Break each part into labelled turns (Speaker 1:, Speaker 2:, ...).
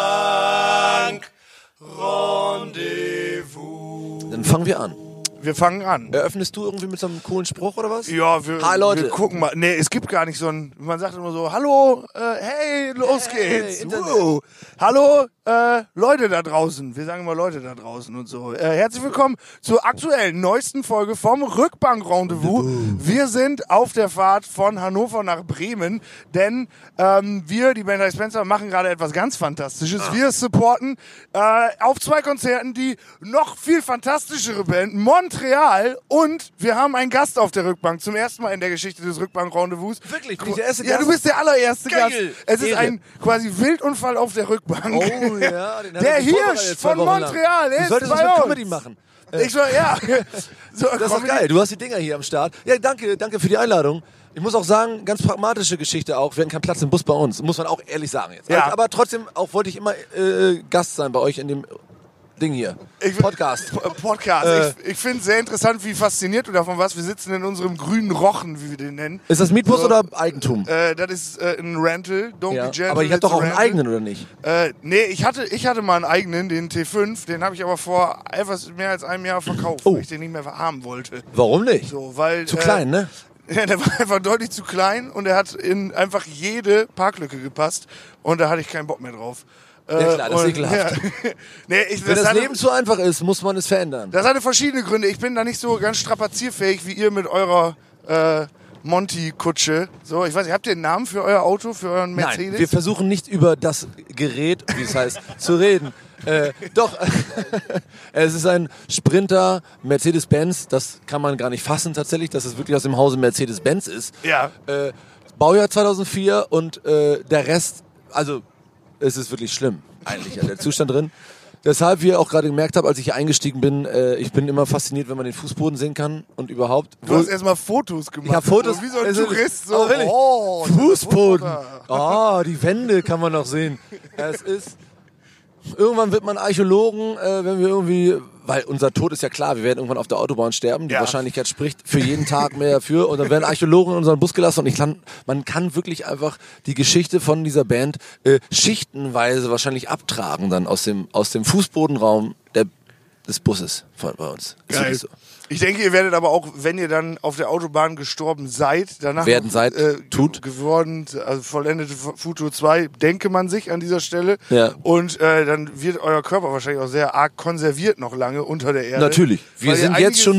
Speaker 1: Rückbank. Rendezvous.
Speaker 2: Dann fangen wir an.
Speaker 1: Wir fangen an.
Speaker 2: Eröffnest du irgendwie mit so einem coolen Spruch oder was?
Speaker 1: Ja, wir,
Speaker 2: Hi, Leute.
Speaker 1: wir gucken mal. Nee, es gibt gar nicht so ein. Man sagt immer so: Hallo, äh, hey, los
Speaker 2: Hey,
Speaker 1: geht's.
Speaker 2: Internet.
Speaker 1: Wow. Hallo, äh, Leute da draußen. Wir sagen immer Leute da draußen und so. Äh, herzlich willkommen zur aktuellen neuesten Folge vom Rückbank-Rendezvous. Wir sind auf der Fahrt von Hannover nach Bremen, denn ähm, wir, die Band High Spencer, machen gerade etwas ganz Fantastisches.
Speaker 2: Ah.
Speaker 1: Wir supporten äh, auf zwei Konzerten die noch viel fantastischere Band Montreal und wir haben einen Gast auf der Rückbank. Zum ersten Mal in der Geschichte des Rückbank-Rendezvous.
Speaker 2: Wirklich? Bin ich der erste
Speaker 1: Ja,
Speaker 2: Gast?
Speaker 1: du bist der allererste
Speaker 2: Geil.
Speaker 1: Gast. Es ist
Speaker 2: Ehre.
Speaker 1: ein quasi Wildunfall auf der Rückbank.
Speaker 2: Oh ja, den hat
Speaker 1: Der
Speaker 2: er sich
Speaker 1: Hirsch
Speaker 2: vorbereitet zwei
Speaker 1: von
Speaker 2: Wochen lang.
Speaker 1: Montreal
Speaker 2: Du
Speaker 1: ist
Speaker 2: solltest
Speaker 1: bei
Speaker 2: das
Speaker 1: uns.
Speaker 2: mit Comedy machen. Äh.
Speaker 1: Ich war, ja. So,
Speaker 2: Das ist doch geil. Du hast die Dinger hier am Start. Ja, danke, danke für die Einladung. Ich muss auch sagen, ganz pragmatische Geschichte auch. Wir hatten keinen Platz im Bus bei uns, muss man auch ehrlich sagen jetzt.
Speaker 1: Ja.
Speaker 2: Aber trotzdem auch wollte ich immer äh, Gast sein bei euch in dem Ding hier.
Speaker 1: Ich-
Speaker 2: Podcast. Äh.
Speaker 1: P- Podcast. Ich, ich finde es sehr interessant, wie fasziniert du davon warst. Wir sitzen in unserem grünen Rochen, wie wir den nennen.
Speaker 2: Ist das Mietbus oder Eigentum?
Speaker 1: Äh, das ist äh, ein Rental. Don't
Speaker 2: ja.
Speaker 1: be gentle.
Speaker 2: Aber
Speaker 1: it's
Speaker 2: ihr habt doch
Speaker 1: a
Speaker 2: auch einen
Speaker 1: rental.
Speaker 2: eigenen, oder nicht?
Speaker 1: Äh, nee, ich hatte, ich hatte mal einen eigenen, den T5. Den habe ich aber vor etwas mehr als einem Jahr verkauft,
Speaker 2: Oh.
Speaker 1: weil ich den nicht mehr haben wollte.
Speaker 2: Warum nicht?
Speaker 1: So, Äh, weil,
Speaker 2: Zu klein, ne?
Speaker 1: Ja, der war einfach deutlich zu klein und er hat in einfach jede Parklücke gepasst und da hatte ich keinen Bock mehr drauf. Äh,
Speaker 2: Ja, klar, das ist
Speaker 1: und-
Speaker 2: ekelhaft.
Speaker 1: Ja. nee, ich,
Speaker 2: Wenn
Speaker 1: das,
Speaker 2: das,
Speaker 1: hatte,
Speaker 2: Leben zu einfach ist, muss man es verändern.
Speaker 1: das hatte verschiedene Gründe. Ich bin da nicht so ganz strapazierfähig wie ihr mit eurer äh, Monty-Kutsche. So, ich weiß nicht, habt ihr einen Namen für euer Auto, für euren
Speaker 2: Nein, wir
Speaker 1: Mercedes?
Speaker 2: versuchen nicht über das Gerät, wie es heißt, zu reden. Äh, doch, es ist ein Sprinter Mercedes-Benz. Das kann man gar nicht fassen tatsächlich, dass es wirklich aus dem Hause Mercedes-Benz ist.
Speaker 1: ja.
Speaker 2: Äh, Baujahr 2004 und äh, der Rest, also es ist wirklich schlimm eigentlich, ja, der Zustand drin. Deshalb, wie ihr auch gerade gemerkt habt, als ich hier eingestiegen bin, äh, ich bin immer fasziniert, wenn man den Fußboden sehen kann und überhaupt.
Speaker 1: Du hast erstmal Fotos gemacht.
Speaker 2: Ich habe Fotos.
Speaker 1: Wie so ein
Speaker 2: Also,
Speaker 1: Tourist. So.
Speaker 2: oh, wirklich?
Speaker 1: oh,
Speaker 2: Fußboden. Ah, die Wände kann man noch sehen. Es ist. Irgendwann wird man Archäologen, äh, wenn wir irgendwie. Weil unser Tod ist ja klar, wir werden irgendwann auf der Autobahn sterben. Die
Speaker 1: Ja.
Speaker 2: Wahrscheinlichkeit spricht für jeden Tag mehr dafür. Und dann werden Archäologen in unseren Bus gelassen. Und ich kann, man kann wirklich einfach die Geschichte von dieser Band äh, schichtenweise wahrscheinlich abtragen, dann aus dem, aus dem Fußbodenraum der, des Busses von, bei uns. Ist
Speaker 1: Geil.
Speaker 2: wirklich so.
Speaker 1: Ich denke, ihr werdet aber auch, wenn ihr dann auf der Autobahn gestorben seid, danach
Speaker 2: Werden seid,
Speaker 1: ge-
Speaker 2: tut.
Speaker 1: geworden, also vollendete F- Futur 2, denke man sich an dieser Stelle.
Speaker 2: Ja.
Speaker 1: Und äh, dann wird euer Körper wahrscheinlich auch sehr arg konserviert noch lange unter der Erde.
Speaker 2: Natürlich. Wir
Speaker 1: Äh, Weil ihr
Speaker 2: sind
Speaker 1: einiges-
Speaker 2: jetzt schon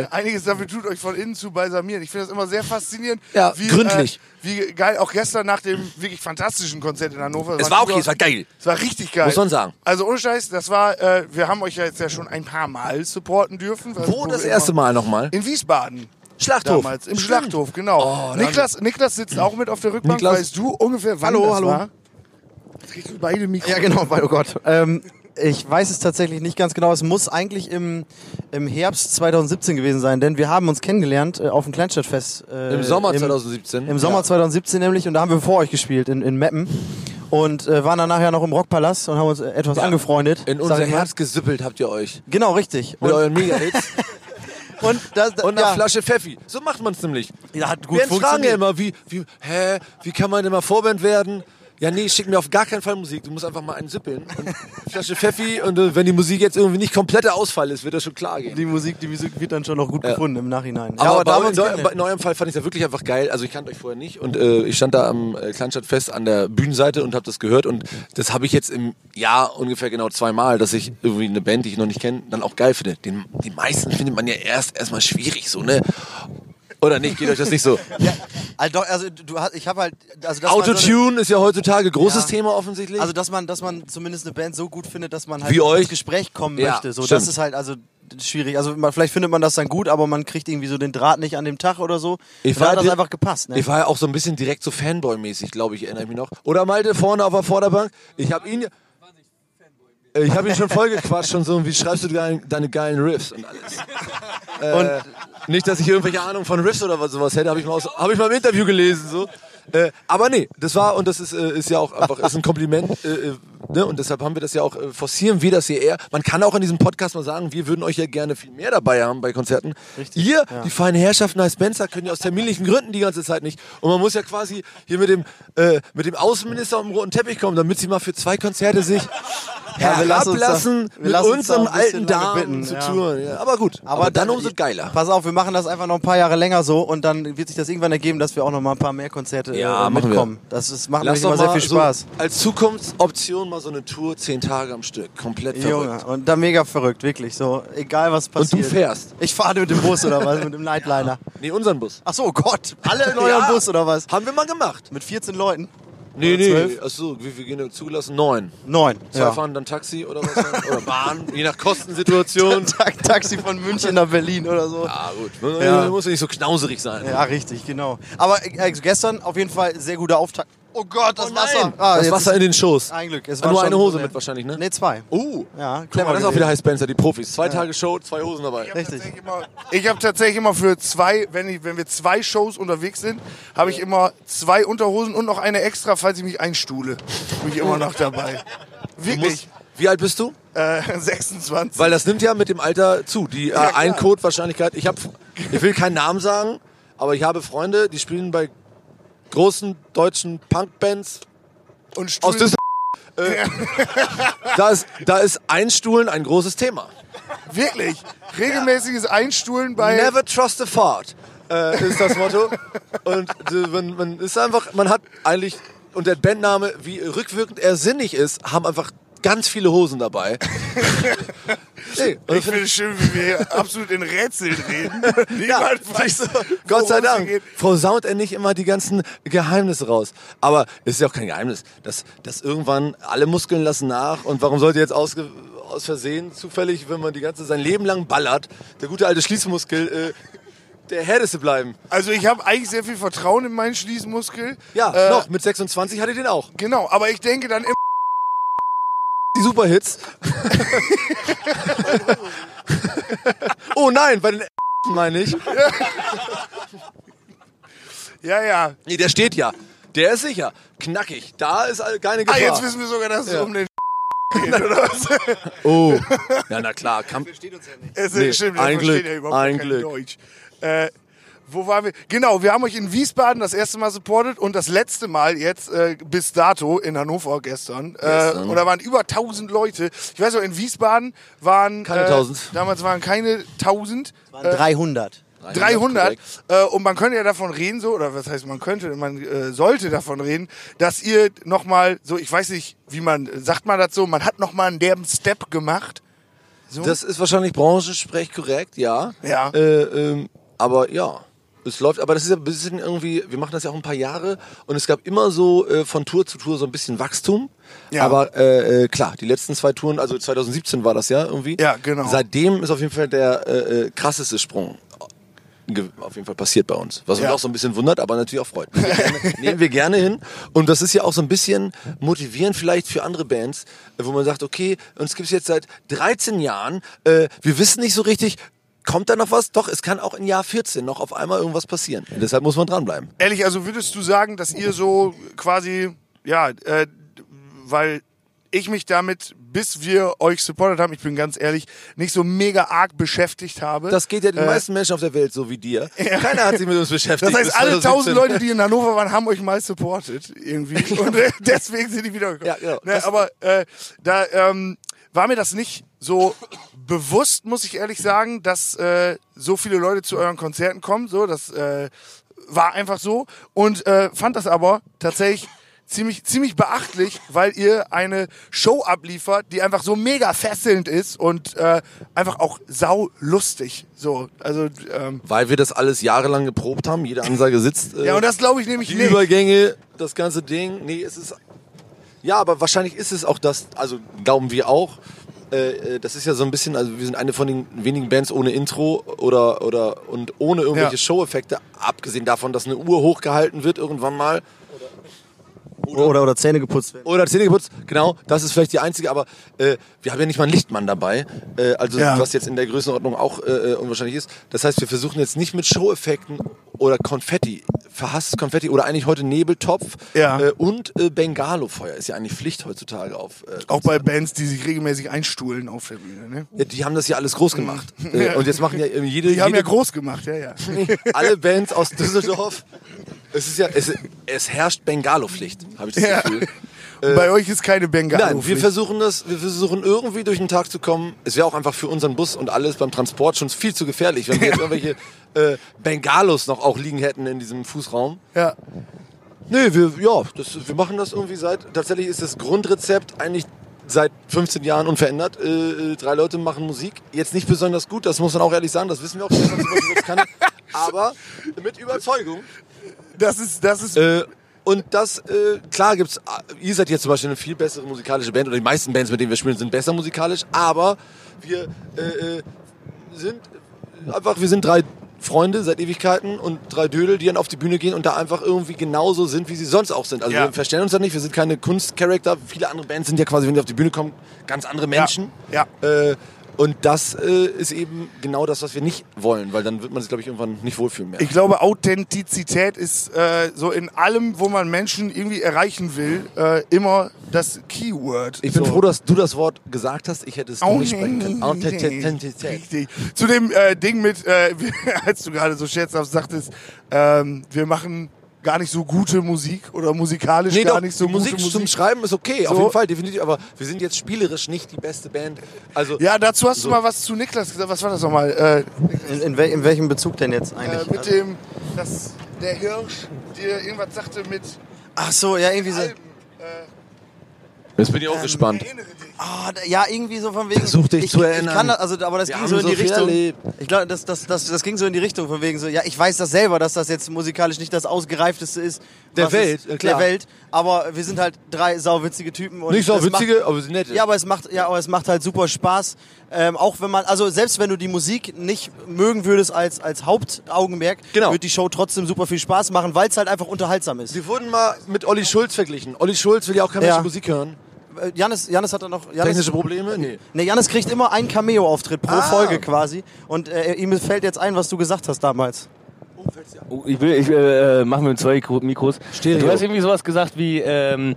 Speaker 1: ja, einiges dafür tut, euch von innen zu balsamieren. Ich finde das immer sehr faszinierend.
Speaker 2: Ja, gründlich.
Speaker 1: Äh, wie geil, auch gestern nach dem wirklich fantastischen Konzert in Hannover.
Speaker 2: Es war okay, es war geil.
Speaker 1: Es war richtig geil.
Speaker 2: Muss man sagen.
Speaker 1: Also ohne Scheiß, das war, äh, wir haben euch ja jetzt ja schon ein paar Mal supporten dürfen. Also,
Speaker 2: Wo das
Speaker 1: wir
Speaker 2: erste
Speaker 1: immer-
Speaker 2: Mal nochmal?
Speaker 1: In Wiesbaden.
Speaker 2: Schlachthof.
Speaker 1: Damals, im
Speaker 2: Stimmt.
Speaker 1: Schlachthof, genau.
Speaker 2: Oh, da-
Speaker 1: Niklas, Niklas sitzt auch mit auf der Rückbank.
Speaker 2: Niklas?
Speaker 1: Weißt du ungefähr, wann
Speaker 3: Hallo,
Speaker 1: das
Speaker 3: hallo.
Speaker 1: war? Jetzt kriegst du beide Mikros.
Speaker 3: Ja, genau, weil, oh Gott. Ähm, ich weiß es tatsächlich nicht ganz genau. Es muss eigentlich im, im Herbst 2017 gewesen sein, denn wir haben uns kennengelernt äh, auf dem Kleinstadtfest. äh,
Speaker 2: Im Sommer
Speaker 3: im-
Speaker 2: 2017.
Speaker 3: Im Sommer
Speaker 2: Ja.
Speaker 3: 2017 nämlich und da haben wir vor euch gespielt in, in Meppen und äh, waren dann nachher noch im Rockpalast und haben uns äh, etwas angefreundet.
Speaker 2: In
Speaker 3: sag
Speaker 2: unser
Speaker 3: ich mal.
Speaker 2: Herz gesüppelt habt ihr euch.
Speaker 3: Genau, richtig.
Speaker 2: Mit
Speaker 3: Und,
Speaker 2: euren Mega-Hits
Speaker 3: und, das,
Speaker 2: und einer
Speaker 3: ja,
Speaker 2: Flasche Pfeffi. So macht man's nämlich.
Speaker 3: Ja, hat gut
Speaker 2: Wir fragen ja
Speaker 3: funktioniert.
Speaker 2: immer, wie, wie, hä, wie kann man immer Vorband werden? Ja, nee, schick mir auf gar keinen Fall Musik. Du musst einfach mal einen süppeln. Und Flasche Pfeffi und äh, wenn die Musik jetzt irgendwie nicht kompletter Ausfall ist, wird das schon klar gehen.
Speaker 3: Die Musik, die Musik wird dann schon noch gut gefunden im Nachhinein.
Speaker 2: Aber,
Speaker 3: da
Speaker 2: bei,
Speaker 3: haben wir
Speaker 2: in,
Speaker 3: uns
Speaker 2: eu-
Speaker 3: kennengelernt.
Speaker 2: in eurem Fall fand ich ja wirklich einfach geil. Also ich kannte euch vorher nicht und äh, ich stand da am äh, Kleinstadtfest an der Bühnenseite und habe das gehört und das habe ich jetzt im Jahr ungefähr genau zweimal, dass ich irgendwie eine Band, die ich noch nicht kenne, dann auch geil finde. Den, die meisten findet man ja erst erstmal schwierig so, ne? Oder nicht? Geht euch das nicht so?
Speaker 3: ja, also, doch, also du hast, ich habe halt, also dass man so eine-
Speaker 2: Autotune ist ja heutzutage großes
Speaker 3: Ja.
Speaker 2: Thema offensichtlich.
Speaker 3: Also, dass man, dass man zumindest eine Band so gut findet, dass man halt
Speaker 2: Wie euch?
Speaker 3: ins Gespräch kommen
Speaker 2: Ja,
Speaker 3: möchte. So,
Speaker 2: stimmt.
Speaker 3: das ist halt also schwierig. Also man, vielleicht findet man das dann gut, aber man kriegt irgendwie so den Draht nicht an dem Tag oder so.
Speaker 2: Ich
Speaker 3: Und
Speaker 2: war
Speaker 3: da hat das
Speaker 2: di-
Speaker 3: einfach gepasst. Ne?
Speaker 2: Ich war ja auch so ein bisschen direkt so Fanboy-mäßig, glaube ich, erinnere ich mich noch. Oder Malte vorne auf der Vorderbank. Ich habe ihn. Äh, Ich habe ihn schon vollgequatscht und so, wie schreibst du dein, deine geilen Riffs und alles. Äh, nicht, dass ich irgendwelche Ahnung von Riffs oder was sowas hätte, habe ich, mal aus- hab ich mal im Interview gelesen. So. Äh, aber nee, das war und das ist, äh, ist ja auch einfach ist ein Kompliment. Äh, äh, ne? Und deshalb haben wir das ja auch, äh, forcieren wir das hier eher. Man kann auch in diesem Podcast mal sagen, wir würden euch ja gerne viel mehr dabei haben bei Konzerten.
Speaker 3: Richtig,
Speaker 2: Ihr,
Speaker 3: ja.
Speaker 2: die feinen Herrschaften als Spencer, können ja aus terminlichen Gründen die ganze Zeit nicht. Und man muss ja quasi hier mit dem, äh, mit dem Außenminister auf den roten Teppich kommen, damit sie mal für zwei Konzerte sich
Speaker 3: Ja, wir lassen uns da-
Speaker 2: herablassen,
Speaker 3: wir
Speaker 2: mit
Speaker 3: lassen uns da
Speaker 2: unserem
Speaker 3: ein bisschen
Speaker 2: alten
Speaker 3: lange
Speaker 2: Damen
Speaker 3: bitten,
Speaker 2: zu
Speaker 3: ja.
Speaker 2: touren. Ja, aber gut, aber, dann umso geiler.
Speaker 3: Pass auf, wir machen das einfach noch ein paar Jahre länger so und dann wird sich das irgendwann ergeben, dass wir auch noch mal ein paar mehr Konzerte
Speaker 2: Ja,
Speaker 3: äh,
Speaker 2: machen wir.
Speaker 3: mitkommen. Das ist, macht
Speaker 2: Lass
Speaker 3: nämlich immer
Speaker 2: doch
Speaker 3: sehr
Speaker 2: mal
Speaker 3: viel Spaß.
Speaker 2: So als Zukunftsoption mal so eine Tour zehn Tage am Stück. Komplett
Speaker 3: Junge,
Speaker 2: verrückt.
Speaker 3: und dann mega verrückt, wirklich so. Egal was
Speaker 2: Und
Speaker 3: passiert.
Speaker 2: du fährst.
Speaker 3: Ich fahre mit dem Bus oder was, mit dem Nightliner.
Speaker 2: Nee, unseren Bus.
Speaker 3: Ach so, oh Gott, alle in eurem
Speaker 2: Ja.
Speaker 3: Bus oder was?
Speaker 2: Haben wir mal gemacht.
Speaker 3: Mit 14 Leuten?
Speaker 2: Nee,
Speaker 3: Oder
Speaker 2: nee.
Speaker 3: zwölf?
Speaker 2: Achso, wie viel gehen zugelassen? Neun.
Speaker 3: Neun.
Speaker 2: Zwei fahren dann Taxi oder was? oder Bahn, je nach Kostensituation.
Speaker 3: Ta Taxi von München nach Berlin oder so.
Speaker 2: ah, gut. Man
Speaker 3: Ja.
Speaker 2: muss ja nicht so knauserig sein.
Speaker 3: Ja, richtig, genau. Aber äh, also gestern auf jeden Fall sehr guter Auftakt. Oh Gott, das
Speaker 2: Oh nein.
Speaker 3: Wasser. Ah,
Speaker 2: das
Speaker 3: jetzt
Speaker 2: Wasser
Speaker 3: ist-
Speaker 2: in den Schoß.
Speaker 3: Ein Glück. Es war
Speaker 2: Nur
Speaker 3: schon
Speaker 2: eine Hose
Speaker 3: so
Speaker 2: mit wahrscheinlich, ne?
Speaker 3: Nee, zwei.
Speaker 2: Oh.
Speaker 3: Ja,
Speaker 2: Guck mal, das ist auch
Speaker 3: gewesen.
Speaker 2: wieder High Spencer, die Profis. Zwei Tage Show, zwei Hosen dabei.
Speaker 1: Ich habe
Speaker 3: Richtig.
Speaker 1: tatsächlich, immer- ich hab tatsächlich immer für zwei, wenn, ich, wenn wir zwei Shows unterwegs sind, habe ich immer zwei Unterhosen und noch eine extra, falls ich mich einstuhle. Bin ich immer noch dabei.
Speaker 2: Du musst,
Speaker 1: Wirklich.
Speaker 2: wie alt bist du?
Speaker 1: Äh, 26.
Speaker 2: Weil das nimmt ja mit dem Alter zu. Die äh,
Speaker 1: klar.
Speaker 2: Eincode-Wahrscheinlichkeit. Ich, hab, ich will keinen Namen sagen, aber ich habe Freunde, die spielen bei großen deutschen Punkbands
Speaker 1: und
Speaker 2: aus
Speaker 1: Stuhl,
Speaker 2: Düsseldorf. Äh, da, ist, da ist Einstuhlen ein großes Thema.
Speaker 1: wirklich. Regelmäßiges Einstuhlen bei.
Speaker 2: Never trust a fart äh, ist das Motto. Und äh, man, man ist einfach, man hat eigentlich, und der Bandname, wie rückwirkend er sinnig ist, haben einfach ganz viele Hosen dabei. nee, und
Speaker 1: Ich finde es schön, wie wir hier absolut in Rätseln reden. Niemand weiß, worum
Speaker 2: Gott sei
Speaker 1: es
Speaker 2: Dank.
Speaker 1: geht.
Speaker 2: Frau saunt endlich immer die ganzen Geheimnisse raus. Aber es ist ja auch kein Geheimnis, dass, dass irgendwann alle Muskeln lassen nach. Und warum sollte jetzt ausge, aus Versehen zufällig, wenn man die ganze sein Leben lang ballert, der gute alte Schließmuskel äh, der härteste bleiben?
Speaker 1: Also ich habe eigentlich sehr viel Vertrauen in meinen Schließmuskel.
Speaker 2: Ja,
Speaker 1: Äh,
Speaker 2: noch. Mit 26 hatte ich den auch.
Speaker 1: Genau, aber ich denke dann immer,
Speaker 2: Die Superhits. oh nein, bei den meine ich.
Speaker 1: ja, ja.
Speaker 2: Nee, der steht ja. Der ist sicher. Knackig. Da ist all- keine
Speaker 1: Ah,
Speaker 2: Gefahr.
Speaker 1: jetzt wissen wir sogar, dass es
Speaker 2: Ja.
Speaker 1: um den geht, oder was?
Speaker 2: Oh, ja, na klar. Kampf.
Speaker 1: Es
Speaker 2: Nee,
Speaker 1: ist stimmt,
Speaker 2: ein
Speaker 1: ein Glück,
Speaker 2: Glück,
Speaker 1: ja überhaupt
Speaker 2: ein
Speaker 1: kein
Speaker 2: Glück.
Speaker 1: Deutsch. Äh, wo waren wir? Genau, wir haben euch in Wiesbaden das erste Mal supportet und das letzte Mal jetzt äh, bis dato in Hannover gestern. Äh,
Speaker 2: Gestern.
Speaker 1: und da waren über 1000 Leute. Ich weiß noch, in Wiesbaden waren...
Speaker 2: Keine
Speaker 1: äh,
Speaker 2: 1000.
Speaker 1: Damals waren keine 1000.
Speaker 3: Waren 300.
Speaker 1: 300
Speaker 2: korrekt.
Speaker 1: äh, und man könnte ja davon reden so oder was heißt man könnte man äh, sollte davon reden dass ihr noch mal so ich weiß nicht wie man sagt man das so man hat noch mal einen derben Step gemacht so
Speaker 2: Das ist wahrscheinlich branchensprech korrekt, ja.
Speaker 1: Ja.
Speaker 2: Äh, ähm, aber ja, es läuft. Aber das ist ja ein bisschen irgendwie, wir machen das ja auch ein paar Jahre und es gab immer so äh, von Tour zu Tour so ein bisschen Wachstum.
Speaker 1: Ja.
Speaker 2: Aber äh, äh, klar, die letzten zwei Touren, also 2017 war das ja irgendwie.
Speaker 1: Ja, genau.
Speaker 2: Seitdem ist auf jeden Fall der äh, äh, krasseste Sprung ge- auf jeden Fall passiert bei uns. Was
Speaker 1: Ja.
Speaker 2: uns auch so ein bisschen wundert, aber natürlich auch freut. Nehmen wir, gerne, nehmen wir gerne hin. Und das ist ja auch so ein bisschen motivierend vielleicht für andere Bands, äh, wo man sagt, okay, uns gibt's jetzt seit 13 Jahren, äh, wir wissen nicht so richtig, kommt da noch was? Doch, es kann auch im Jahr 14 noch auf einmal irgendwas passieren. Und deshalb muss man dranbleiben.
Speaker 1: ehrlich also würdest du sagen dass ihr so quasi ja äh, weil ich mich damit bis wir euch supportet haben ich bin ganz ehrlich nicht so mega arg beschäftigt habe
Speaker 2: Das geht ja den
Speaker 1: Äh,
Speaker 2: meisten Menschen auf der Welt so wie dir. Keiner hat sich mit uns beschäftigt.
Speaker 1: das heißt,
Speaker 2: bis
Speaker 1: alle
Speaker 2: 2017.
Speaker 1: 1000 Leute, die in Hannover waren, haben euch mal supportet irgendwie. Und äh, deswegen sind die wiedergekommen.
Speaker 2: Ja, genau.
Speaker 1: ne,
Speaker 2: Das-
Speaker 1: aber äh, da ähm, war mir das nicht so bewusst, muss ich ehrlich sagen, dass äh, so viele Leute zu euren Konzerten kommen. So, das äh, war einfach so. Und äh, fand das aber tatsächlich ziemlich, ziemlich beachtlich, weil ihr eine Show abliefert, die einfach so mega fesselnd ist und äh, einfach auch sau lustig. So, also ähm,
Speaker 2: Weil wir das alles jahrelang geprobt haben, jede Ansage sitzt. äh,
Speaker 1: ja, und das glaube ich nämlich
Speaker 2: Die
Speaker 1: nicht.
Speaker 2: Übergänge, das ganze Ding. Nee, es ist. Ja, aber wahrscheinlich ist es auch das, also glauben wir auch. Äh, äh, das ist ja so ein bisschen, also wir sind eine von den wenigen Bands ohne Intro oder, oder und ohne irgendwelche
Speaker 1: Ja.
Speaker 2: Show-Effekte, abgesehen davon, dass eine Uhr hochgehalten wird irgendwann mal.
Speaker 3: Oder, oder, Zähne geputzt werden.
Speaker 2: Oder Zähne geputzt, genau, das ist vielleicht die einzige, aber äh, wir haben ja nicht mal einen Lichtmann dabei, äh, also
Speaker 1: Ja.
Speaker 2: was jetzt in der Größenordnung auch äh, unwahrscheinlich ist. Das heißt, wir versuchen jetzt nicht mit Show-Effekten oder Konfetti, verhasstes Konfetti oder eigentlich heute Nebeltopf
Speaker 1: Ja.
Speaker 2: äh, und äh, Bengalo-Feuer ist ja eigentlich Pflicht heutzutage auf. Äh,
Speaker 1: Auch bei Bands, die sich regelmäßig einstuhlen auf der Bühne. Ne?
Speaker 2: ja, die haben das ja alles groß gemacht. Äh, und jetzt machen ja äh, jede,
Speaker 1: Die haben
Speaker 2: jede
Speaker 1: ja groß gemacht, ja, ja.
Speaker 2: alle Bands aus Düsseldorf. Es ist ja, es, es herrscht Bengalo-Pflicht, habe ich das
Speaker 1: ja.
Speaker 2: Gefühl.
Speaker 1: Und Bei euch ist keine Bengalo.
Speaker 2: Äh, Nein, wir versuchen das, wir versuchen irgendwie durch den Tag zu kommen. Es wäre auch einfach für unseren Bus und alles beim Transport schon viel zu gefährlich, wenn wir jetzt irgendwelche äh, Bengalos noch auch liegen hätten in diesem Fußraum.
Speaker 1: ja.
Speaker 2: Nee, wir, ja, das, wir machen das irgendwie seit, tatsächlich ist das Grundrezept eigentlich seit 15 Jahren unverändert. Äh, äh, drei Leute machen Musik, jetzt nicht besonders gut, das muss man auch ehrlich sagen, das wissen wir auch, dass man sowas überhaupt kann, aber mit Überzeugung.
Speaker 1: Das ist, das ist
Speaker 2: Äh, und das, äh, klar gibt's, äh, ihr seid jetzt zum Beispiel eine viel bessere musikalische Band oder die meisten Bands, mit denen wir spielen, sind besser musikalisch, aber wir äh, äh, sind einfach, wir sind drei Freunde seit Ewigkeiten und drei Dödel, die dann auf die Bühne gehen und da einfach irgendwie genauso sind, wie sie sonst auch sind. Also
Speaker 1: Ja.
Speaker 2: wir verstehen uns da nicht, wir sind keine Kunstcharakter, viele andere Bands sind ja quasi, wenn die auf die Bühne kommen, ganz andere Menschen.
Speaker 1: Ja.
Speaker 2: Äh, und das äh, ist eben genau das, was wir nicht wollen, weil dann wird man sich, glaube ich, irgendwann nicht wohlfühlen mehr.
Speaker 1: Ich glaube, Authentizität ist äh, so in allem, wo man Menschen irgendwie erreichen will, äh, immer das Keyword.
Speaker 2: Ich bin
Speaker 1: so.
Speaker 2: froh, dass du das Wort gesagt hast. Ich hätte es
Speaker 1: Oh,
Speaker 2: nicht sprechen können.
Speaker 1: nee.
Speaker 2: Authentizität.
Speaker 1: Richtig. Zu dem äh, Ding mit, äh, als du gerade so scherzhaft sagtest, ähm, wir machen gar nicht so gute Musik oder musikalisch
Speaker 2: Nee,
Speaker 1: gar
Speaker 2: doch,
Speaker 1: nicht so
Speaker 2: die Musik,
Speaker 1: gute
Speaker 2: zum
Speaker 1: Musik.
Speaker 2: Schreiben ist okay, auf
Speaker 1: So.
Speaker 2: jeden Fall, definitiv. Aber wir sind jetzt spielerisch nicht die beste Band. Also,
Speaker 1: Ja, dazu hast
Speaker 2: So.
Speaker 1: du mal was zu Niklas gesagt. Was war das nochmal? Äh,
Speaker 3: In, in, wel, in welchem Bezug denn jetzt
Speaker 1: äh,
Speaker 3: eigentlich?
Speaker 1: mit dem, dass der Hirsch dir irgendwas sagte mit
Speaker 3: Ach so, ja, irgendwie so.
Speaker 1: Alben. Äh,
Speaker 2: jetzt bin ich auch
Speaker 1: Ähm, Erinnere dich.
Speaker 3: Ah, da- ja, irgendwie so von wegen.
Speaker 2: Versuch dich
Speaker 3: ich,
Speaker 2: zu
Speaker 3: Ich
Speaker 2: erinnern.
Speaker 3: kann das, also, aber das
Speaker 2: Wir
Speaker 3: ging
Speaker 2: haben
Speaker 3: so in
Speaker 2: so
Speaker 3: die
Speaker 2: viel
Speaker 3: Richtung.
Speaker 2: erlebt.
Speaker 3: Ich glaube, das, das, das, das ging so in die Richtung von wegen so. Ja, ich weiß das selber, dass das jetzt musikalisch nicht das ausgereifteste ist.
Speaker 2: Der
Speaker 3: was
Speaker 2: Welt,
Speaker 3: es,
Speaker 2: äh, klar.
Speaker 3: der Welt. Aber wir sind halt drei sauwitzige Typen. Und
Speaker 2: Nicht so
Speaker 3: das macht-
Speaker 2: witzige, aber wir sind nett.
Speaker 3: ja, aber es macht, ja, aber es macht halt super Spaß. Ähm, auch wenn man, also selbst wenn du die Musik nicht mögen würdest als, als Hauptaugenmerk,
Speaker 2: Genau.
Speaker 3: wird die Show trotzdem super viel Spaß machen, weil es halt einfach unterhaltsam ist.
Speaker 2: Sie wurden mal mit Olli Schulz verglichen. Olli Schulz will ja auch keine
Speaker 3: Ja.
Speaker 2: Musik hören.
Speaker 3: Äh, Janis, Janis hat dann noch. Janis,
Speaker 2: Technische Probleme? Nee.
Speaker 3: Nee, Janis kriegt immer einen Cameo-Auftritt pro
Speaker 2: Ah.
Speaker 3: Folge quasi. Und äh, ihm fällt jetzt ein, was du gesagt hast damals.
Speaker 4: Oh, ich will, ich äh, machen mit zwei Mikro- Mikros.
Speaker 2: Stereo.
Speaker 4: Du hast irgendwie sowas gesagt wie, ähm,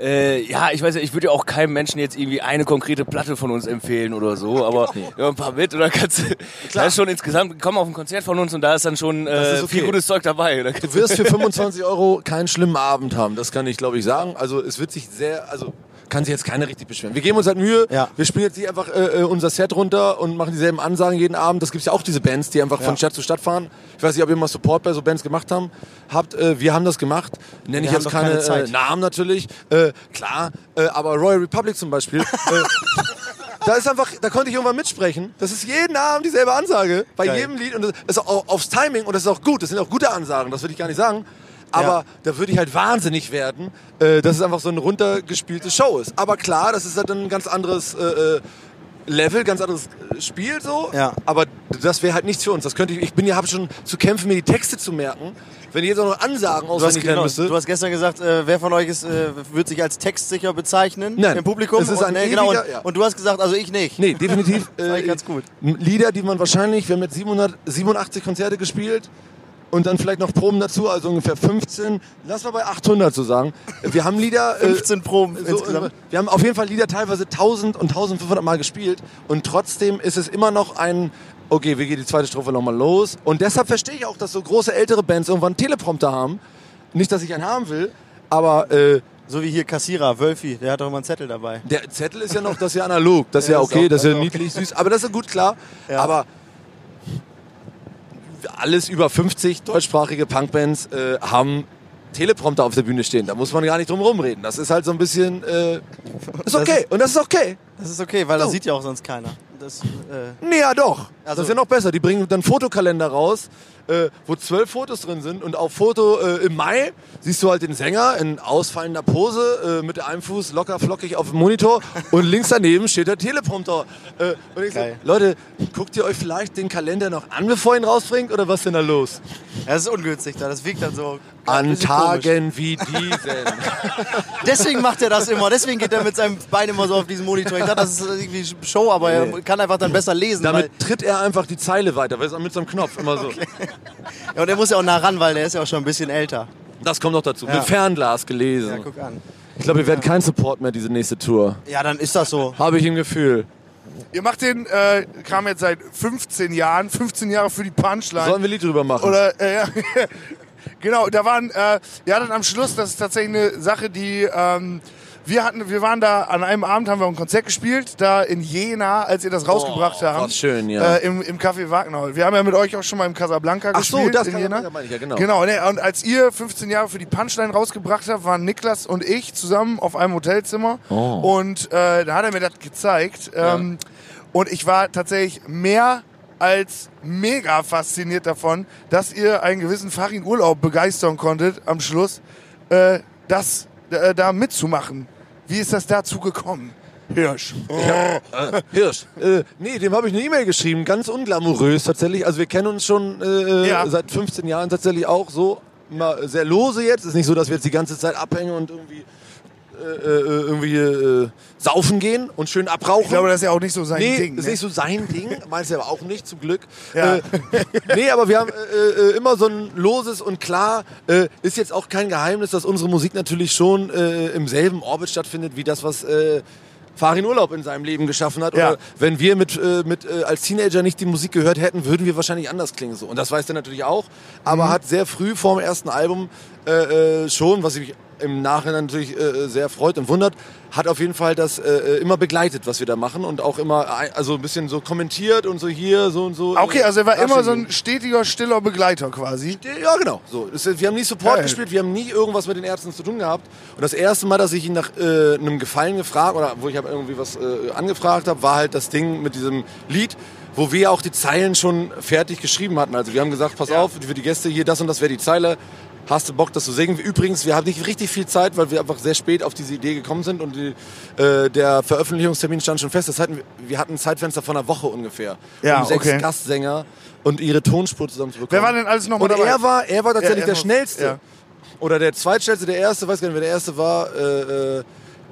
Speaker 4: äh, ja, ich weiß ja, ich würde ja auch keinem Menschen jetzt irgendwie eine konkrete Platte von uns empfehlen oder so, aber ja, ein paar mit oder kannst du, da ist schon insgesamt, komm auf ein Konzert von uns und da ist dann schon äh,
Speaker 2: ist okay.
Speaker 4: viel gutes Zeug dabei. Da kannst
Speaker 2: Du wirst für 25 Euro keinen schlimmen Abend haben, das kann ich glaube ich sagen. Also es wird sich sehr, also kann sich jetzt keiner richtig beschweren. Wir geben uns halt Mühe,
Speaker 3: Ja.
Speaker 2: wir spielen jetzt nicht einfach äh, äh, unser Set runter und machen dieselben Ansagen jeden Abend. Das gibt's ja auch diese Bands, die einfach von Stadt zu Stadt fahren. Ich weiß nicht, ob ihr mal Support bei so Bands gemacht haben, habt. Äh, wir haben das gemacht. Nenne ich
Speaker 3: haben
Speaker 2: jetzt
Speaker 3: doch
Speaker 2: keine,
Speaker 3: keine Zeit.
Speaker 2: Äh, Namen natürlich, äh, klar. Äh, aber Royal Republic zum Beispiel. äh, da ist einfach, da konnte ich irgendwann mitsprechen. Das ist jeden Abend dieselbe Ansage bei
Speaker 3: Geil.
Speaker 2: jedem Lied und das ist auch aufs Timing und das ist auch gut. Das sind auch gute Ansagen. Das würde ich gar nicht sagen. Aber
Speaker 3: Ja.
Speaker 2: da würde ich halt wahnsinnig werden, äh, dass es einfach so eine runtergespielte Show ist. Aber klar, das ist halt dann ein ganz anderes äh, äh, Level, ganz anderes äh, Spiel so.
Speaker 3: Ja.
Speaker 2: Aber das wäre halt nichts für uns. Das könnte ich, ich bin ja, habe schon zu kämpfen, mir die Texte zu merken. Wenn ich jetzt auch noch Ansagen
Speaker 3: Du hast,
Speaker 2: auswendig lernen
Speaker 3: genau,
Speaker 2: müsste.
Speaker 3: du hast gestern gesagt, äh, wer von euch ist, äh, wird sich als textsicher bezeichnen
Speaker 2: Nein,
Speaker 3: im Publikum?
Speaker 2: es ist
Speaker 3: und,
Speaker 2: ein
Speaker 3: nee, genau,
Speaker 2: ewiger-
Speaker 3: und,
Speaker 2: ja.
Speaker 3: und du hast gesagt, also ich nicht.
Speaker 2: Nee, definitiv. äh,
Speaker 3: war ganz gut.
Speaker 2: Lieder, die man wahrscheinlich, wir haben jetzt 787 Konzerte gespielt und dann vielleicht noch Proben dazu, also ungefähr 15. Lass mal bei 800 so sagen. Wir haben Lieder. äh,
Speaker 3: 15 Proben
Speaker 2: so,
Speaker 3: insgesamt.
Speaker 2: äh, Wir haben auf jeden Fall Lieder teilweise 1000 und 1500 Mal gespielt und trotzdem ist es immer noch ein. Okay, wir gehen die zweite Strophe nochmal los. Und deshalb verstehe ich auch, dass so große ältere Bands irgendwann einen Teleprompter haben. Nicht, dass ich einen haben will, aber äh,
Speaker 3: So wie hier Kassierer, Wölfi, der hat doch immer einen Zettel dabei.
Speaker 2: der Zettel ist ja noch, das ist ja analog. Das ist ja,
Speaker 3: Ja, das
Speaker 2: okay,
Speaker 3: auch,
Speaker 2: das ist ja
Speaker 3: das auch.
Speaker 2: niedlich, süß. Aber das ist ja gut, klar. Aber alles über 50 deutschsprachige Punkbands äh, haben Teleprompter auf der Bühne stehen. Da muss man gar nicht drum rumreden. Das ist halt so ein bisschen... Äh, ist okay. Und das ist okay.
Speaker 3: Das ist okay, weil
Speaker 2: Oh.
Speaker 3: das sieht ja auch sonst keiner. Das, äh,
Speaker 2: Nee, ja doch. das
Speaker 3: Also-
Speaker 2: ist ja noch besser. Die bringen dann Fotokalender raus äh, wo zwölf Fotos drin sind und auf Foto äh, im Mai siehst du halt den Sänger in ausfallender Pose äh, mit einem Fuß locker flockig auf dem Monitor und links daneben steht der Teleprompter. Äh, und ich so,
Speaker 3: Geil.
Speaker 2: Leute, guckt ihr euch vielleicht den Kalender noch an, bevor ihr ihn rausbringt oder was ist denn da los?
Speaker 3: Das ist ungünstig da, das wiegt dann so. ein
Speaker 2: An
Speaker 3: bisschen komisch.
Speaker 2: Tagen wie diesen.
Speaker 3: Deswegen macht er das immer, deswegen geht er mit seinem Bein immer so auf diesen Monitor. Ich dachte, das ist irgendwie Show, aber er kann einfach dann besser lesen.
Speaker 2: Damit tritt er einfach die Zeile weiter, weil es mit so einem Knopf immer so.
Speaker 3: weil, ja, und er muss ja auch nah ran, weil der ist ja auch schon ein bisschen älter.
Speaker 2: Das kommt noch dazu. Mit
Speaker 3: Ja.
Speaker 2: Fernglas
Speaker 3: Ja,
Speaker 2: gelesen.
Speaker 3: guck an.
Speaker 2: ich glaube, wir werden kein Support mehr diese nächste Tour.
Speaker 3: Ja, dann ist das so.
Speaker 2: Habe ich im Gefühl.
Speaker 1: Ihr macht den äh, Kram jetzt seit 15 Jahren, 15 Jahre für die Punchline.
Speaker 2: Sollen wir ein Lied drüber machen?
Speaker 1: Oder äh, ja. genau, da waren äh, ja dann am Schluss, das ist tatsächlich eine Sache, die ähm, wir hatten, wir waren da an einem Abend haben wir ein Konzert gespielt, da in Jena, als ihr das rausgebracht habt.
Speaker 2: Oh, was schön, ja.
Speaker 1: Äh, im, Im Café Wagner. Wir haben ja mit euch auch schon mal im Casablanca
Speaker 2: Ach so,
Speaker 1: gespielt
Speaker 2: das
Speaker 1: in
Speaker 2: Casablanca
Speaker 1: Jena.
Speaker 2: meine ich, ja, genau.
Speaker 1: Genau, ne, und als ihr 15 Jahre für die Punchline rausgebracht habt, waren Niklas und ich zusammen auf einem Hotelzimmer
Speaker 2: Oh.
Speaker 1: und äh, da hat er mir das gezeigt. Ähm, Und ich war tatsächlich mehr als mega fasziniert davon, dass ihr einen gewissen Farin Urlaub begeistern konntet am Schluss, äh, das äh, da mitzumachen. Wie ist das dazu gekommen? Hirsch.
Speaker 2: Äh, Hirsch. Äh, nee, dem habe ich eine E-Mail geschrieben, ganz unglamourös tatsächlich. Also wir kennen uns schon äh,
Speaker 1: Ja.
Speaker 2: seit 15 Jahren tatsächlich auch so mal sehr lose jetzt. Ist nicht so, dass wir jetzt die ganze Zeit abhängen und irgendwie äh, äh, irgendwie äh, saufen gehen und schön abrauchen.
Speaker 1: Ich glaube, das ist ja auch nicht so sein
Speaker 2: nee,
Speaker 1: Ding.
Speaker 2: ist
Speaker 1: ne?
Speaker 2: nicht so sein Ding, meinst du aber auch nicht, zum Glück.
Speaker 1: Ja.
Speaker 2: Äh, nee, aber wir haben äh, äh, immer so ein loses und klar, äh, ist jetzt auch kein Geheimnis, dass unsere Musik natürlich schon äh, im selben Orbit stattfindet, wie das, was äh, Farin Urlaub in seinem Leben geschaffen hat.
Speaker 1: Ja.
Speaker 2: Oder wenn wir mit, äh, mit äh, als Teenager nicht die Musik gehört hätten, würden wir wahrscheinlich anders klingen. So. Und das weiß er natürlich auch, aber hat sehr früh vorm ersten Album äh, äh, schon, was ich im Nachhinein natürlich äh, sehr freut und wundert, hat auf jeden Fall das äh, immer begleitet, was wir da machen und auch immer ein- also ein bisschen so kommentiert und so hier, so und so.
Speaker 1: Okay, also er war immer so
Speaker 2: Nachschieben.
Speaker 1: ein stetiger, stiller Begleiter quasi.
Speaker 2: Ja, genau. So, das, wir haben nie Support
Speaker 1: Geil.
Speaker 2: gespielt, wir haben nie irgendwas mit den Ärzten zu tun gehabt. Und das erste Mal, dass ich ihn nach äh, einem Gefallen gefragt oder wo ich hab irgendwie was äh, angefragt habe, war halt das Ding mit diesem Lied, wo wir auch die Zeilen schon fertig geschrieben hatten. Also wir haben gesagt, pass auf, für die Gäste hier das und das wäre die Zeile. Hast du Bock, das zu singen? Übrigens, wir haben nicht richtig viel Zeit, weil wir einfach sehr spät auf diese Idee gekommen sind und die, äh, der Veröffentlichungstermin stand schon fest. Das hatten wir, wir hatten ein Zeitfenster von einer Woche ungefähr,
Speaker 1: Ja,
Speaker 2: um sechs
Speaker 1: okay.
Speaker 2: Gastsänger und ihre Tonspur zusammenzubekommen.
Speaker 1: Wer war denn alles noch
Speaker 2: Und
Speaker 1: mal dabei?
Speaker 2: er war, er war tatsächlich
Speaker 1: Ja, er
Speaker 2: der
Speaker 1: muss-
Speaker 2: schnellste.
Speaker 1: ja.
Speaker 2: Oder der zweitschnellste, der erste, weiß gar nicht, wer der erste war. Äh, äh,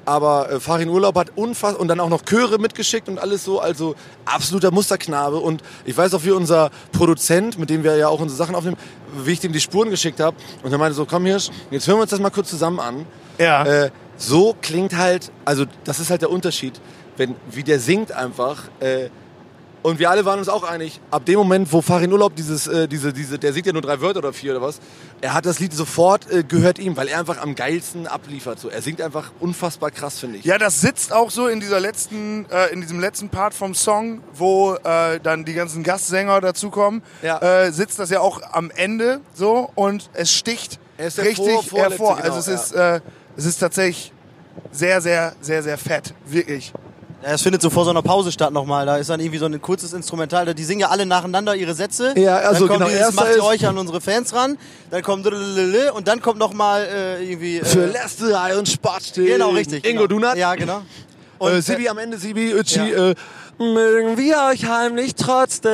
Speaker 2: aber äh, Farin Urlaub hat unfassbar und dann auch noch Chöre mitgeschickt und alles so. Also absoluter Musterknabe. Und ich weiß auch, wie unser Produzent, mit dem wir ja auch unsere Sachen aufnehmen, wie ich dem die Spuren geschickt habe. Und er meinte so, komm Hirsch, jetzt hören wir uns das mal kurz zusammen an.
Speaker 1: Ja.
Speaker 2: Äh, so klingt halt, also das ist halt der Unterschied, wenn, wie der singt einfach. Äh, und wir alle waren uns auch einig, ab dem Moment, wo Farin Urlaub dieses, äh, diese, diese, der singt ja nur drei Wörter oder vier oder was, er hat das Lied sofort äh, gehört ihm, weil er einfach am geilsten abliefert. So. Er singt einfach unfassbar krass, finde ich.
Speaker 1: Ja, das sitzt auch so in dieser letzten, äh, in diesem letzten Part vom Song, wo äh, dann die ganzen Gastsänger dazukommen.
Speaker 2: Ja.
Speaker 1: Äh, sitzt das ja auch am Ende so und es sticht
Speaker 2: Er ist der
Speaker 1: richtig
Speaker 2: Vor- Vorletzte,
Speaker 1: hervor.
Speaker 2: genau,
Speaker 1: also es
Speaker 2: ja.
Speaker 1: ist, äh, es ist tatsächlich sehr, sehr, sehr, sehr fett, wirklich.
Speaker 3: Ja, Es findet so vor so einer Pause statt nochmal. Da ist dann irgendwie so ein kurzes Instrumental. Die singen ja alle nacheinander ihre Sätze.
Speaker 2: Ja, also
Speaker 3: dann kommt
Speaker 2: genau,
Speaker 3: Dieses,
Speaker 2: erster
Speaker 3: macht
Speaker 2: ist-
Speaker 3: ihr euch an unsere Fans ran. Dann kommt drlllll und dann kommt nochmal äh, irgendwie. Äh,
Speaker 2: Für letzte Reihe und Sport
Speaker 3: genau, richtig.
Speaker 2: Ingo
Speaker 3: genau.
Speaker 2: Dunat.
Speaker 3: Ja, genau.
Speaker 2: äh, Sibi am Ende, Sibi, Ötzi,
Speaker 3: ja.
Speaker 2: äh, mögen wir euch heimlich trotzdem.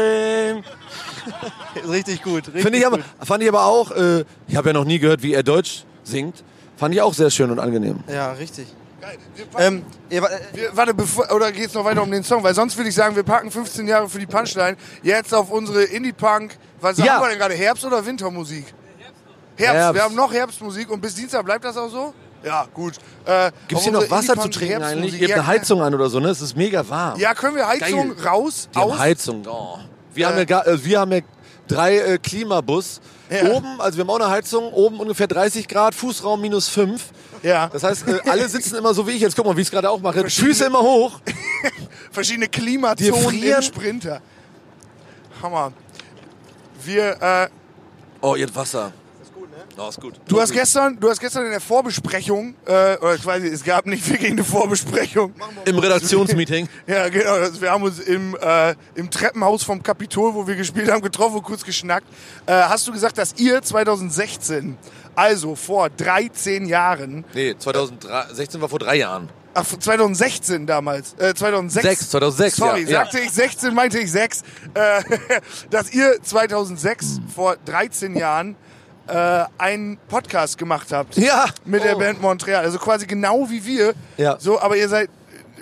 Speaker 3: äh, richtig gut. Richtig
Speaker 2: Finde ich aber,
Speaker 3: gut.
Speaker 2: fand ich aber auch, äh, ich habe ja noch nie gehört, wie er Deutsch singt. Fand ich auch sehr schön und angenehm.
Speaker 3: Ja, richtig. Ähm, ihr, wa- äh,
Speaker 1: Wir, warte, bevor, oder geht's noch weiter um den Song? Weil sonst würde ich sagen, wir packen 15 Jahre für die Punchline jetzt auf unsere Indie-Punk. Was
Speaker 2: Ja.
Speaker 1: haben wir denn gerade? Herbst oder Wintermusik? Herbst.
Speaker 2: Herbst.
Speaker 1: Wir haben noch Herbstmusik und bis Dienstag bleibt das auch so? Ja, gut. Äh,
Speaker 2: Gibt's
Speaker 1: auf
Speaker 2: hier noch
Speaker 1: unsere
Speaker 2: Wasser zu
Speaker 1: Indie-Punk
Speaker 2: trinken eigentlich?
Speaker 1: Herbstmusik-
Speaker 2: Ihr habt
Speaker 1: ja,
Speaker 2: eine Heizung an oder so, ne? Es ist mega warm.
Speaker 1: Ja, können wir Heizung
Speaker 2: Geil.
Speaker 1: raus,
Speaker 2: Die haben
Speaker 1: aus?
Speaker 2: Heizung. Oh. Wir, haben ja, gar- äh, wir haben ja drei äh, Klimabus.
Speaker 1: Ja.
Speaker 2: Oben, also wir haben auch eine Heizung, oben ungefähr 30 Grad, Fußraum minus 5.
Speaker 1: Ja.
Speaker 2: Das heißt, äh, alle sitzen immer so wie ich jetzt. Guck mal, wie ich es gerade auch mache. Füße immer hoch.
Speaker 1: Verschiedene
Speaker 2: Wir
Speaker 1: Klimazonen im
Speaker 2: frieren.
Speaker 1: Sprinter. Hammer. Wir, äh,
Speaker 2: Oh, ihr Wasser. Oh, ist gut.
Speaker 1: ne? Du hast gestern, du hast gestern in der Vorbesprechung, äh, oder ich weiß nicht, es gab nicht wirklich eine Vorbesprechung.
Speaker 2: Im Redaktionsmeeting.
Speaker 1: Ja, genau. Also wir haben uns im, äh, im Treppenhaus vom Kapitol, wo wir gespielt haben, getroffen und kurz geschnackt. Äh, hast du gesagt, dass ihr 2016, also vor 13 Jahren,
Speaker 2: Nee, 2016 war vor drei Jahren.
Speaker 1: ach 2016 damals, äh, 2006.
Speaker 2: Sechs, 2006,
Speaker 1: Sorry,
Speaker 2: ja, ja.
Speaker 1: sagte ich 16, meinte ich 6. Äh, dass ihr 2006 vor 13 Jahren äh, einen Podcast gemacht habt.
Speaker 2: Ja.
Speaker 1: Mit der Band Montreal. Also quasi genau wie wir.
Speaker 2: Oh. Ja.
Speaker 1: So, aber ihr seid.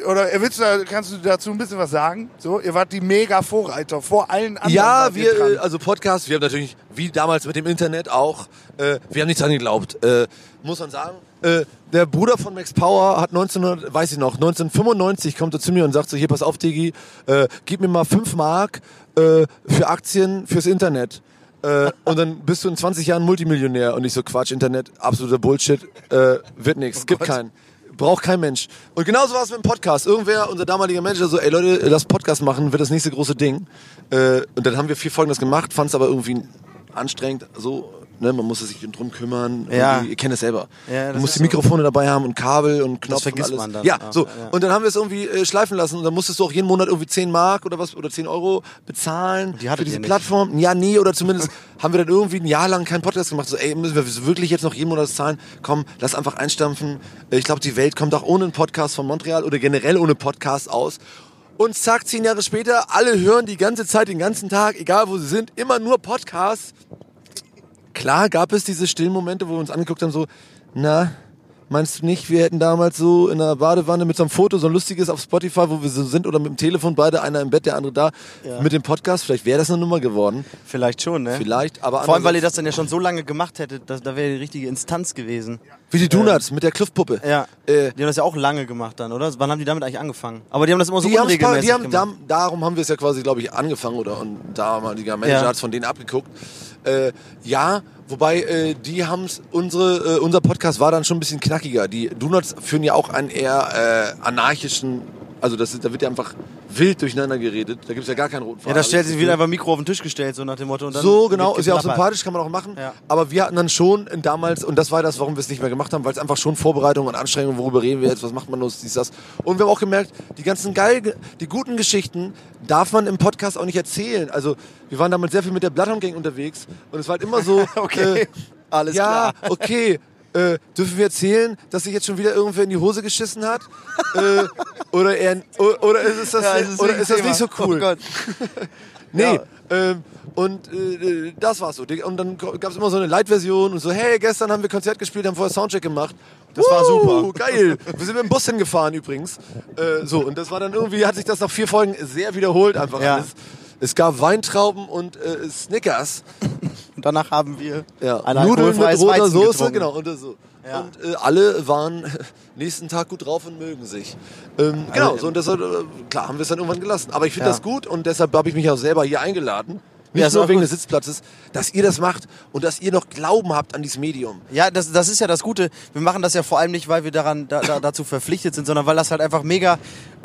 Speaker 1: Oder willst du da, kannst du dazu ein bisschen was sagen? So, ihr wart die mega Vorreiter vor allen anderen.
Speaker 2: Ja,
Speaker 1: wart ihr
Speaker 2: wir, äh,
Speaker 1: dran.
Speaker 2: also Podcast, wir haben natürlich, wie damals mit dem Internet auch, äh, wir haben nichts dran geglaubt. Äh, muss man sagen, äh, der Bruder von Max Power hat 1900, weiß ich noch, 1995 kommt er zu mir und sagt so, hier, pass auf, Digi, äh, gib mir mal 5 Mark äh, für Aktien fürs Internet. Äh, und dann bist du in 20 Jahren Multimillionär. Und ich so, Quatsch, Internet, absoluter Bullshit, äh, wird nichts,
Speaker 1: Oh
Speaker 2: gibt keinen. Braucht kein Mensch. Und genauso war es mit dem Podcast. Irgendwer, unser damaliger Manager, so, ey Leute, lasst Podcast machen, wird das nächste große Ding. Äh, und dann haben wir vier Folgen das gemacht, fand es aber irgendwie anstrengend, so, ne, man musste sich drum kümmern.
Speaker 3: Ja.
Speaker 2: Irgendwie, Ihr kennt es selber.
Speaker 3: Ja, das
Speaker 2: man muss
Speaker 3: ist
Speaker 2: die
Speaker 3: so.
Speaker 2: Mikrofone dabei haben und Kabel und Knopf
Speaker 3: vergisst
Speaker 2: und alles.
Speaker 3: man dann
Speaker 2: ja,
Speaker 3: auch,
Speaker 2: so.
Speaker 3: ja.
Speaker 2: Und dann haben wir es irgendwie äh, schleifen lassen und dann musstest du auch jeden Monat irgendwie 10 Mark oder was oder 10 Euro bezahlen
Speaker 3: die hattet
Speaker 2: für diese
Speaker 3: ihr nicht.
Speaker 2: Plattform. Ja, nee, oder zumindest haben wir dann irgendwie ein Jahr lang keinen Podcast gemacht. So, ey, müssen wir wirklich jetzt noch jeden Monat das zahlen? Komm, lass einfach einstampfen. Ich glaube, die Welt kommt auch ohne einen Podcast von Montreal oder generell ohne Podcast aus. Und zack, zehn Jahre später, alle hören die ganze Zeit, den ganzen Tag, egal wo sie sind, immer nur Podcasts. Klar gab es diese stillen Momente, wo wir uns angeguckt haben, so, na, meinst du nicht, wir hätten damals so in der Badewanne mit so einem Foto, so ein lustiges auf Spotify, wo wir so sind, oder mit dem Telefon beide, einer im Bett, der andere da, mit dem Podcast, vielleicht wäre das eine Nummer geworden.
Speaker 3: Vielleicht schon, ne?
Speaker 2: Vielleicht, aber
Speaker 3: Vor allem, weil ihr
Speaker 2: andererseits-
Speaker 3: das dann ja schon so lange gemacht hättet, dass, da wäre die richtige Instanz gewesen.
Speaker 2: Wie die Donuts mit der Kluftpuppe.
Speaker 3: Ja.
Speaker 2: Äh,
Speaker 3: die haben das ja auch lange gemacht dann, oder? Wann haben die damit eigentlich angefangen? Aber die haben das immer so
Speaker 2: die haben's pa-
Speaker 3: unregelmäßig
Speaker 2: die haben,
Speaker 3: gemacht.
Speaker 2: dam- darum haben wir es ja quasi, glaube ich, angefangen oder und halt damaliger Manager
Speaker 3: Ja.
Speaker 2: hat es von denen abgeguckt. Äh, ja, wobei äh, die haben's, unsere, äh, unser Podcast war dann schon ein bisschen knackiger. Die Donuts führen ja auch einen eher äh, anarchischen, also das, ist- da wird ja einfach wild durcheinander geredet. Da gibt's ja gar keinen roten Faden.
Speaker 3: ja, da
Speaker 2: hab ich
Speaker 3: stellt
Speaker 2: das
Speaker 3: sich wieder
Speaker 2: Gefühl.
Speaker 3: einfach Mikro auf den Tisch gestellt, so nach dem Motto. Und dann
Speaker 2: So, genau,
Speaker 3: wird
Speaker 2: ist ja auch
Speaker 3: geplappert.
Speaker 2: sympathisch, kann man auch machen.
Speaker 3: Ja.
Speaker 2: Aber wir hatten dann schon damals, und das war das, warum wir es nicht mehr gemacht haben, weil es einfach schon Vorbereitung und Anstrengung, worüber reden wir jetzt, was macht man los, dies, das. Und wir haben auch gemerkt, die ganzen geil, die guten Geschichten darf man im Podcast auch nicht erzählen. Also, wir waren damals sehr viel mit der Bloodhound Gang unterwegs und es war halt immer so,
Speaker 3: Okay,
Speaker 2: äh,
Speaker 3: alles
Speaker 2: ja,
Speaker 3: klar.
Speaker 2: okay. Äh, dürfen wir erzählen, dass sich jetzt schon wieder irgendwer in die Hose geschissen hat? äh, oder, eher, oder, oder ist das,
Speaker 3: Ja, es ist
Speaker 2: oder ist das
Speaker 3: Thema.
Speaker 2: nicht so cool?
Speaker 3: Oh Gott.
Speaker 2: Nee.
Speaker 3: Ja.
Speaker 2: Ähm, und äh, äh, das war's so. Die- Und dann gab es immer so eine Light-Version und so, hey, gestern haben wir Konzert gespielt, haben vorher Soundcheck gemacht. Das
Speaker 3: war super.
Speaker 2: Geil. Wir sind mit dem Bus hingefahren übrigens. Äh, so, und das war dann irgendwie, hat sich das nach vier Folgen sehr wiederholt einfach
Speaker 3: Ja.
Speaker 2: alles. Es gab Weintrauben und äh, Snickers.
Speaker 3: Und danach haben wir
Speaker 2: Ja.
Speaker 3: ein
Speaker 2: Nudeln mit
Speaker 3: alkoholfreies
Speaker 2: roter
Speaker 3: Weizen
Speaker 2: Soße,
Speaker 3: getrunken.
Speaker 2: genau. Und, das so.
Speaker 3: Ja.
Speaker 2: und äh, alle waren nächsten Tag gut drauf und mögen sich. Ähm, genau, so, und deshalb, äh, klar, haben wir es dann irgendwann gelassen. Aber ich finde
Speaker 3: Ja.
Speaker 2: das gut und deshalb habe ich mich auch selber hier eingeladen. Nicht
Speaker 3: Ja, ist
Speaker 2: nur
Speaker 3: auch
Speaker 2: wegen des
Speaker 3: gut.
Speaker 2: Sitzplatzes, dass ihr das macht und dass ihr noch Glauben habt an dieses Medium.
Speaker 3: Ja, das, das ist ja das Gute. Wir machen das ja vor allem nicht, weil wir daran da, da, dazu verpflichtet sind, sondern weil das halt einfach mega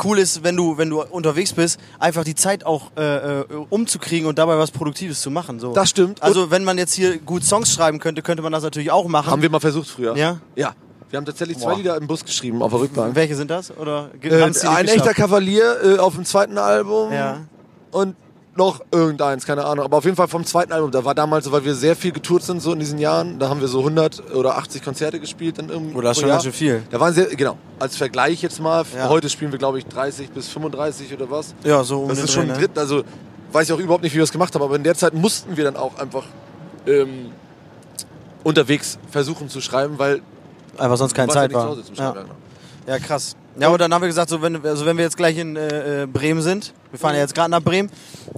Speaker 3: cool ist, wenn du wenn du unterwegs bist, einfach die Zeit auch äh, äh, umzukriegen und dabei was Produktives zu machen. So.
Speaker 2: Das stimmt.
Speaker 3: Also wenn man jetzt hier gut Songs schreiben könnte, könnte man das natürlich auch machen.
Speaker 2: Haben wir mal versucht früher.
Speaker 3: Ja?
Speaker 2: Ja. Wir haben tatsächlich zwei
Speaker 3: Boah.
Speaker 2: Lieder im Bus geschrieben, auf der Rückbank.
Speaker 3: Welche sind das? Oder ge-
Speaker 2: Äh,
Speaker 3: haben's die nicht
Speaker 2: ein
Speaker 3: geschafft?
Speaker 2: echter Kavalier äh, auf dem zweiten Album.
Speaker 3: Ja.
Speaker 2: Und noch irgendeins, keine Ahnung. Aber auf jeden Fall vom zweiten Album. Da war damals, so, weil wir sehr viel getourt sind so in diesen Jahren, da haben wir so 100 oder 80 Konzerte gespielt. Dann im
Speaker 3: Oder schon
Speaker 2: pro Jahr.
Speaker 3: ganz schön viel.
Speaker 2: Da waren sehr, genau. Als Vergleich jetzt mal,
Speaker 3: Ja.
Speaker 2: heute spielen wir glaube ich 30 bis 35 oder was.
Speaker 3: Ja, so um
Speaker 2: Das
Speaker 3: den
Speaker 2: ist
Speaker 3: Dreh,
Speaker 2: schon ein
Speaker 3: ne?
Speaker 2: Dritt, also weiß ich auch überhaupt nicht, wie wir das gemacht haben, aber in der Zeit mussten wir dann auch einfach ähm, unterwegs versuchen zu schreiben, weil
Speaker 3: Einfach sonst keine
Speaker 2: was ja
Speaker 3: Zeit
Speaker 2: nicht zu
Speaker 3: war.
Speaker 2: Hause ne? zum Schreiben.
Speaker 3: Ja.
Speaker 2: war.
Speaker 3: ja, krass. Ja, und dann haben wir gesagt, so wenn, also wenn wir jetzt gleich in äh, äh, Bremen sind, wir fahren ja jetzt gerade nach Bremen,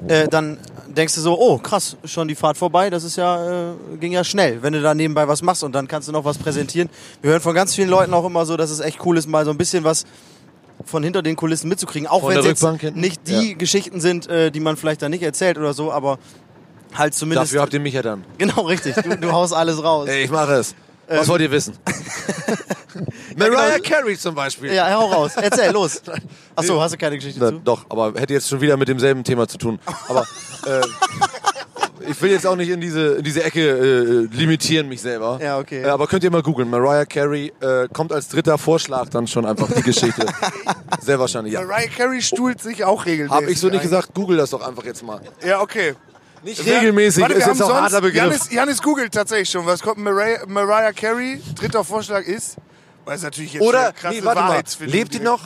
Speaker 3: äh, dann denkst du so, oh krass, schon die Fahrt vorbei, das ist ja, äh, ging ja schnell, wenn du da nebenbei was machst und dann kannst du noch was präsentieren. Wir hören von ganz vielen Leuten auch immer so, dass es echt cool ist, mal so ein bisschen was von hinter den Kulissen mitzukriegen, auch
Speaker 2: Von
Speaker 3: wenn es
Speaker 2: der
Speaker 3: jetzt
Speaker 2: Rückbank hinten?
Speaker 3: nicht die
Speaker 2: Ja.
Speaker 3: Geschichten sind, äh, die man vielleicht da nicht erzählt oder so, aber halt zumindest...
Speaker 2: Dafür habt ihr mich ja dann.
Speaker 3: genau, richtig, du, du haust alles raus.
Speaker 2: Ey, ich mache es. Was
Speaker 1: Ähm.
Speaker 2: wollt ihr wissen?
Speaker 1: genau,
Speaker 2: Mariah Carey zum Beispiel.
Speaker 3: Ja, hau raus. Erzähl, los. Achso, hast du keine Geschichte
Speaker 2: Na,
Speaker 3: zu?
Speaker 2: doch, aber hätte jetzt schon wieder mit demselben Thema zu tun. Aber äh, Ich will jetzt auch nicht in diese, in diese Ecke äh, limitieren mich selber.
Speaker 3: Ja, okay.
Speaker 2: Äh, aber könnt ihr mal googeln. Mariah Carey äh, kommt als dritter Vorschlag dann schon einfach die Geschichte. Sehr wahrscheinlich, ja.
Speaker 1: Mariah Carey stuhlt sich auch regelmäßig.
Speaker 2: Hab ich so nicht
Speaker 1: ein.
Speaker 2: gesagt, google das doch einfach jetzt mal.
Speaker 1: Ja, okay.
Speaker 2: Nicht regelmäßig,
Speaker 1: Warte, wir
Speaker 2: ist
Speaker 1: haben
Speaker 2: jetzt auch ein harter
Speaker 1: sonst-
Speaker 2: Begriff.
Speaker 1: Janis, Janis googelt tatsächlich schon. Was kommt Mariah, Mariah Carey? Dritter Vorschlag ist. Weil es natürlich jetzt eine
Speaker 2: Oder,
Speaker 1: krasse
Speaker 2: nee, warte mal,
Speaker 1: Wahrheitsfindung
Speaker 2: lebt die
Speaker 1: gibt.
Speaker 2: noch?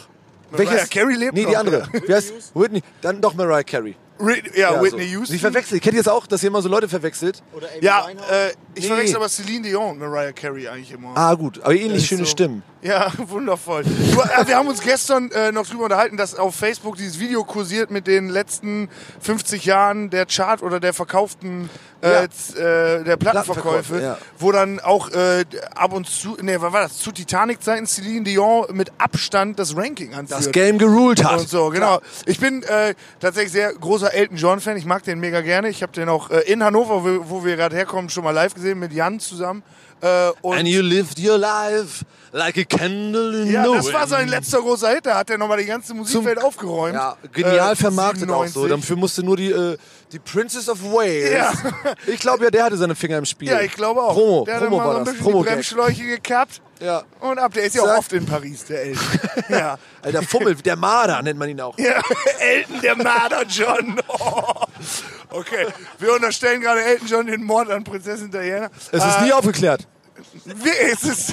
Speaker 1: Mariah Carey lebt
Speaker 2: Nee, die
Speaker 1: noch,
Speaker 2: andere. Wie heißt Whitney? Dann doch Mariah Carey.
Speaker 1: Whit- ja,
Speaker 2: Ja,
Speaker 1: Whitney
Speaker 2: so.
Speaker 1: Houston.
Speaker 2: Sie verwechselt. Kennt ihr das auch, dass ihr immer so Leute verwechselt?
Speaker 3: Oder Amy
Speaker 1: Ja,
Speaker 3: Winehouse?
Speaker 1: äh, ich
Speaker 2: Nee.
Speaker 1: verwechsel aber Celine Dion und Mariah Carey eigentlich immer.
Speaker 2: Ah, gut. Aber ähnlich
Speaker 1: Ist
Speaker 2: schöne
Speaker 1: so.
Speaker 2: Stimmen.
Speaker 1: Ja, wundervoll. Du, äh, wir haben uns gestern äh, noch drüber unterhalten, dass auf Facebook dieses Video kursiert mit den letzten 50 Jahren der Chart oder der verkauften äh,
Speaker 2: Ja.
Speaker 1: z- äh, der Plattenverkäufe,
Speaker 2: Plattenverkäufe, ja.
Speaker 1: wo dann auch äh, ab und zu, nee, was war das? Zu Titanic-Zeiten Celine Dion mit Abstand das Ranking anführt.
Speaker 2: Das Game geruled hat.
Speaker 1: Und so, genau. Ich bin äh, tatsächlich sehr großer Elton John-Fan. Ich mag den mega gerne. Ich habe den auch äh, in Hannover, wo, wo wir gerade herkommen, schon mal live gesehen mit Jan zusammen. Äh, und
Speaker 2: And you lived your life like a candle in
Speaker 1: ja,
Speaker 2: the
Speaker 1: das war
Speaker 2: wind.
Speaker 1: sein letzter großer Hit. Da hat er nochmal die ganze Musikwelt aufgeräumt.
Speaker 2: Ja, genial
Speaker 1: Äh,
Speaker 2: vermarktet auch so.
Speaker 1: 97.
Speaker 2: Dafür musste nur die, äh, die Princess of Wales.
Speaker 1: Ja.
Speaker 2: Ich glaube ja, der hatte seine Finger im Spiel.
Speaker 1: Ja, ich glaube auch.
Speaker 2: Promo,
Speaker 1: der hat
Speaker 2: Promo
Speaker 1: immer so
Speaker 2: war
Speaker 1: ein
Speaker 2: das.
Speaker 1: bisschen
Speaker 2: Promo
Speaker 1: die Bremsschläuche gekappt.
Speaker 2: Ja.
Speaker 1: Und ab, der ist ja auch
Speaker 2: Zack.
Speaker 1: oft in Paris, der Elton. ja.
Speaker 2: Alter, Fummel, der Marder nennt man ihn auch.
Speaker 1: ja. Elton, der Marder John. Oh. okay, wir unterstellen gerade Elton John den Mord an Prinzessin Diana.
Speaker 2: Es ist
Speaker 1: Äh,
Speaker 2: nie aufgeklärt.
Speaker 1: Wie ist es?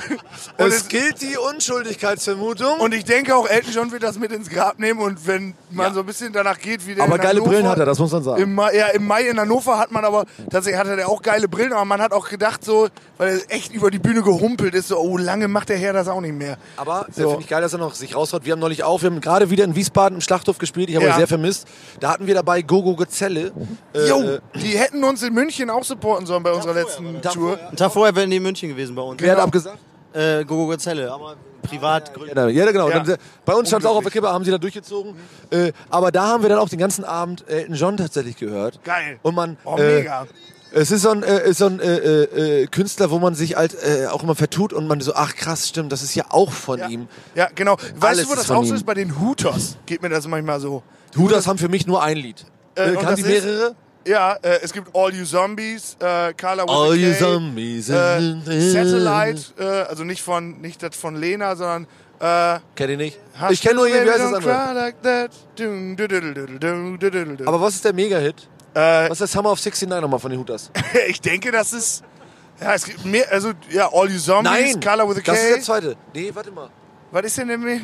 Speaker 1: Und,
Speaker 2: Es
Speaker 1: es
Speaker 2: gilt die Unschuldigkeitsvermutung.
Speaker 1: und ich denke auch, Elton John wird das mit ins Grab nehmen und wenn man so ein bisschen danach geht, wie der
Speaker 2: aber
Speaker 1: in
Speaker 2: geile
Speaker 1: Hannover-
Speaker 2: Brillen hat er, das muss man sagen.
Speaker 1: Im Mai, ja, im Mai in Hannover hat man aber, tatsächlich hatte der auch geile Brillen, aber man hat auch gedacht so, weil er echt über die Bühne gehumpelt ist, so, oh, lange macht der Herr das auch nicht mehr.
Speaker 2: Aber
Speaker 1: So.
Speaker 2: so. finde ich geil, dass er noch sich raushaut. Wir haben neulich auch, wir haben gerade wieder in Wiesbaden im Schlachthof gespielt. Ich habe
Speaker 1: Ja.
Speaker 2: euch sehr vermisst. Da hatten wir dabei Gogo Gezelle. Äh,
Speaker 1: Jo,
Speaker 2: äh,
Speaker 1: die hätten uns in München auch supporten sollen bei unserer letzten Tour.
Speaker 2: Tag
Speaker 1: Genau.
Speaker 2: vorher.
Speaker 3: Einen Tag vorher wären die in München gewesen bei uns.
Speaker 2: Wer hat abgesagt?
Speaker 3: Äh, Gogo Gazelle, aber privat.
Speaker 2: Ja, na, ja genau.
Speaker 1: Ja.
Speaker 2: Dann, bei uns stand es auch auf der Kippe, haben sie da durchgezogen. Äh, aber da haben wir dann auch den ganzen Abend äh, Elton John tatsächlich gehört.
Speaker 1: Geil.
Speaker 2: Und man,
Speaker 1: Oh,
Speaker 2: äh,
Speaker 1: mega.
Speaker 2: Es ist so ein, äh, ist so ein äh, äh, äh, Künstler, wo man sich halt äh, auch immer vertut und man so, ach krass, stimmt, das ist ja auch von ihm.
Speaker 1: Ja, genau. Weißt
Speaker 2: Alles
Speaker 1: du, wo
Speaker 2: ist
Speaker 1: das
Speaker 2: von
Speaker 1: auch so
Speaker 2: ihm.
Speaker 1: ist? Bei den Hooters geht mir das manchmal so.
Speaker 2: Hudas haben für mich nur ein Lied.
Speaker 1: Äh,
Speaker 2: Äh,
Speaker 1: und
Speaker 2: kann
Speaker 1: das
Speaker 2: die
Speaker 1: ist-
Speaker 2: mehrere?
Speaker 1: Ja, äh, es gibt All You Zombies, äh, Carla with
Speaker 2: All
Speaker 1: a
Speaker 2: you
Speaker 1: K,
Speaker 2: zombies.
Speaker 1: äh, Satellite, äh, also nicht von, nicht das von Lena, sondern äh,
Speaker 2: Kenn ich nicht.
Speaker 1: Hast
Speaker 2: ich kenne
Speaker 1: du
Speaker 2: nur hier, wie heißt das
Speaker 1: Baby,
Speaker 2: andere?
Speaker 1: don't cry like that. Dun, du, du, du, du, du, du, du, du.
Speaker 2: Aber was ist der Mega-Hit?
Speaker 1: Äh,
Speaker 2: Was ist der Summer of 69 nochmal von den Hutas?
Speaker 1: ich denke, das ist. Ja, es gibt mehr, also ja, All You Zombies, Color with a K.
Speaker 2: das ist der zweite. Nee, warte mal.
Speaker 1: Was ist denn denn?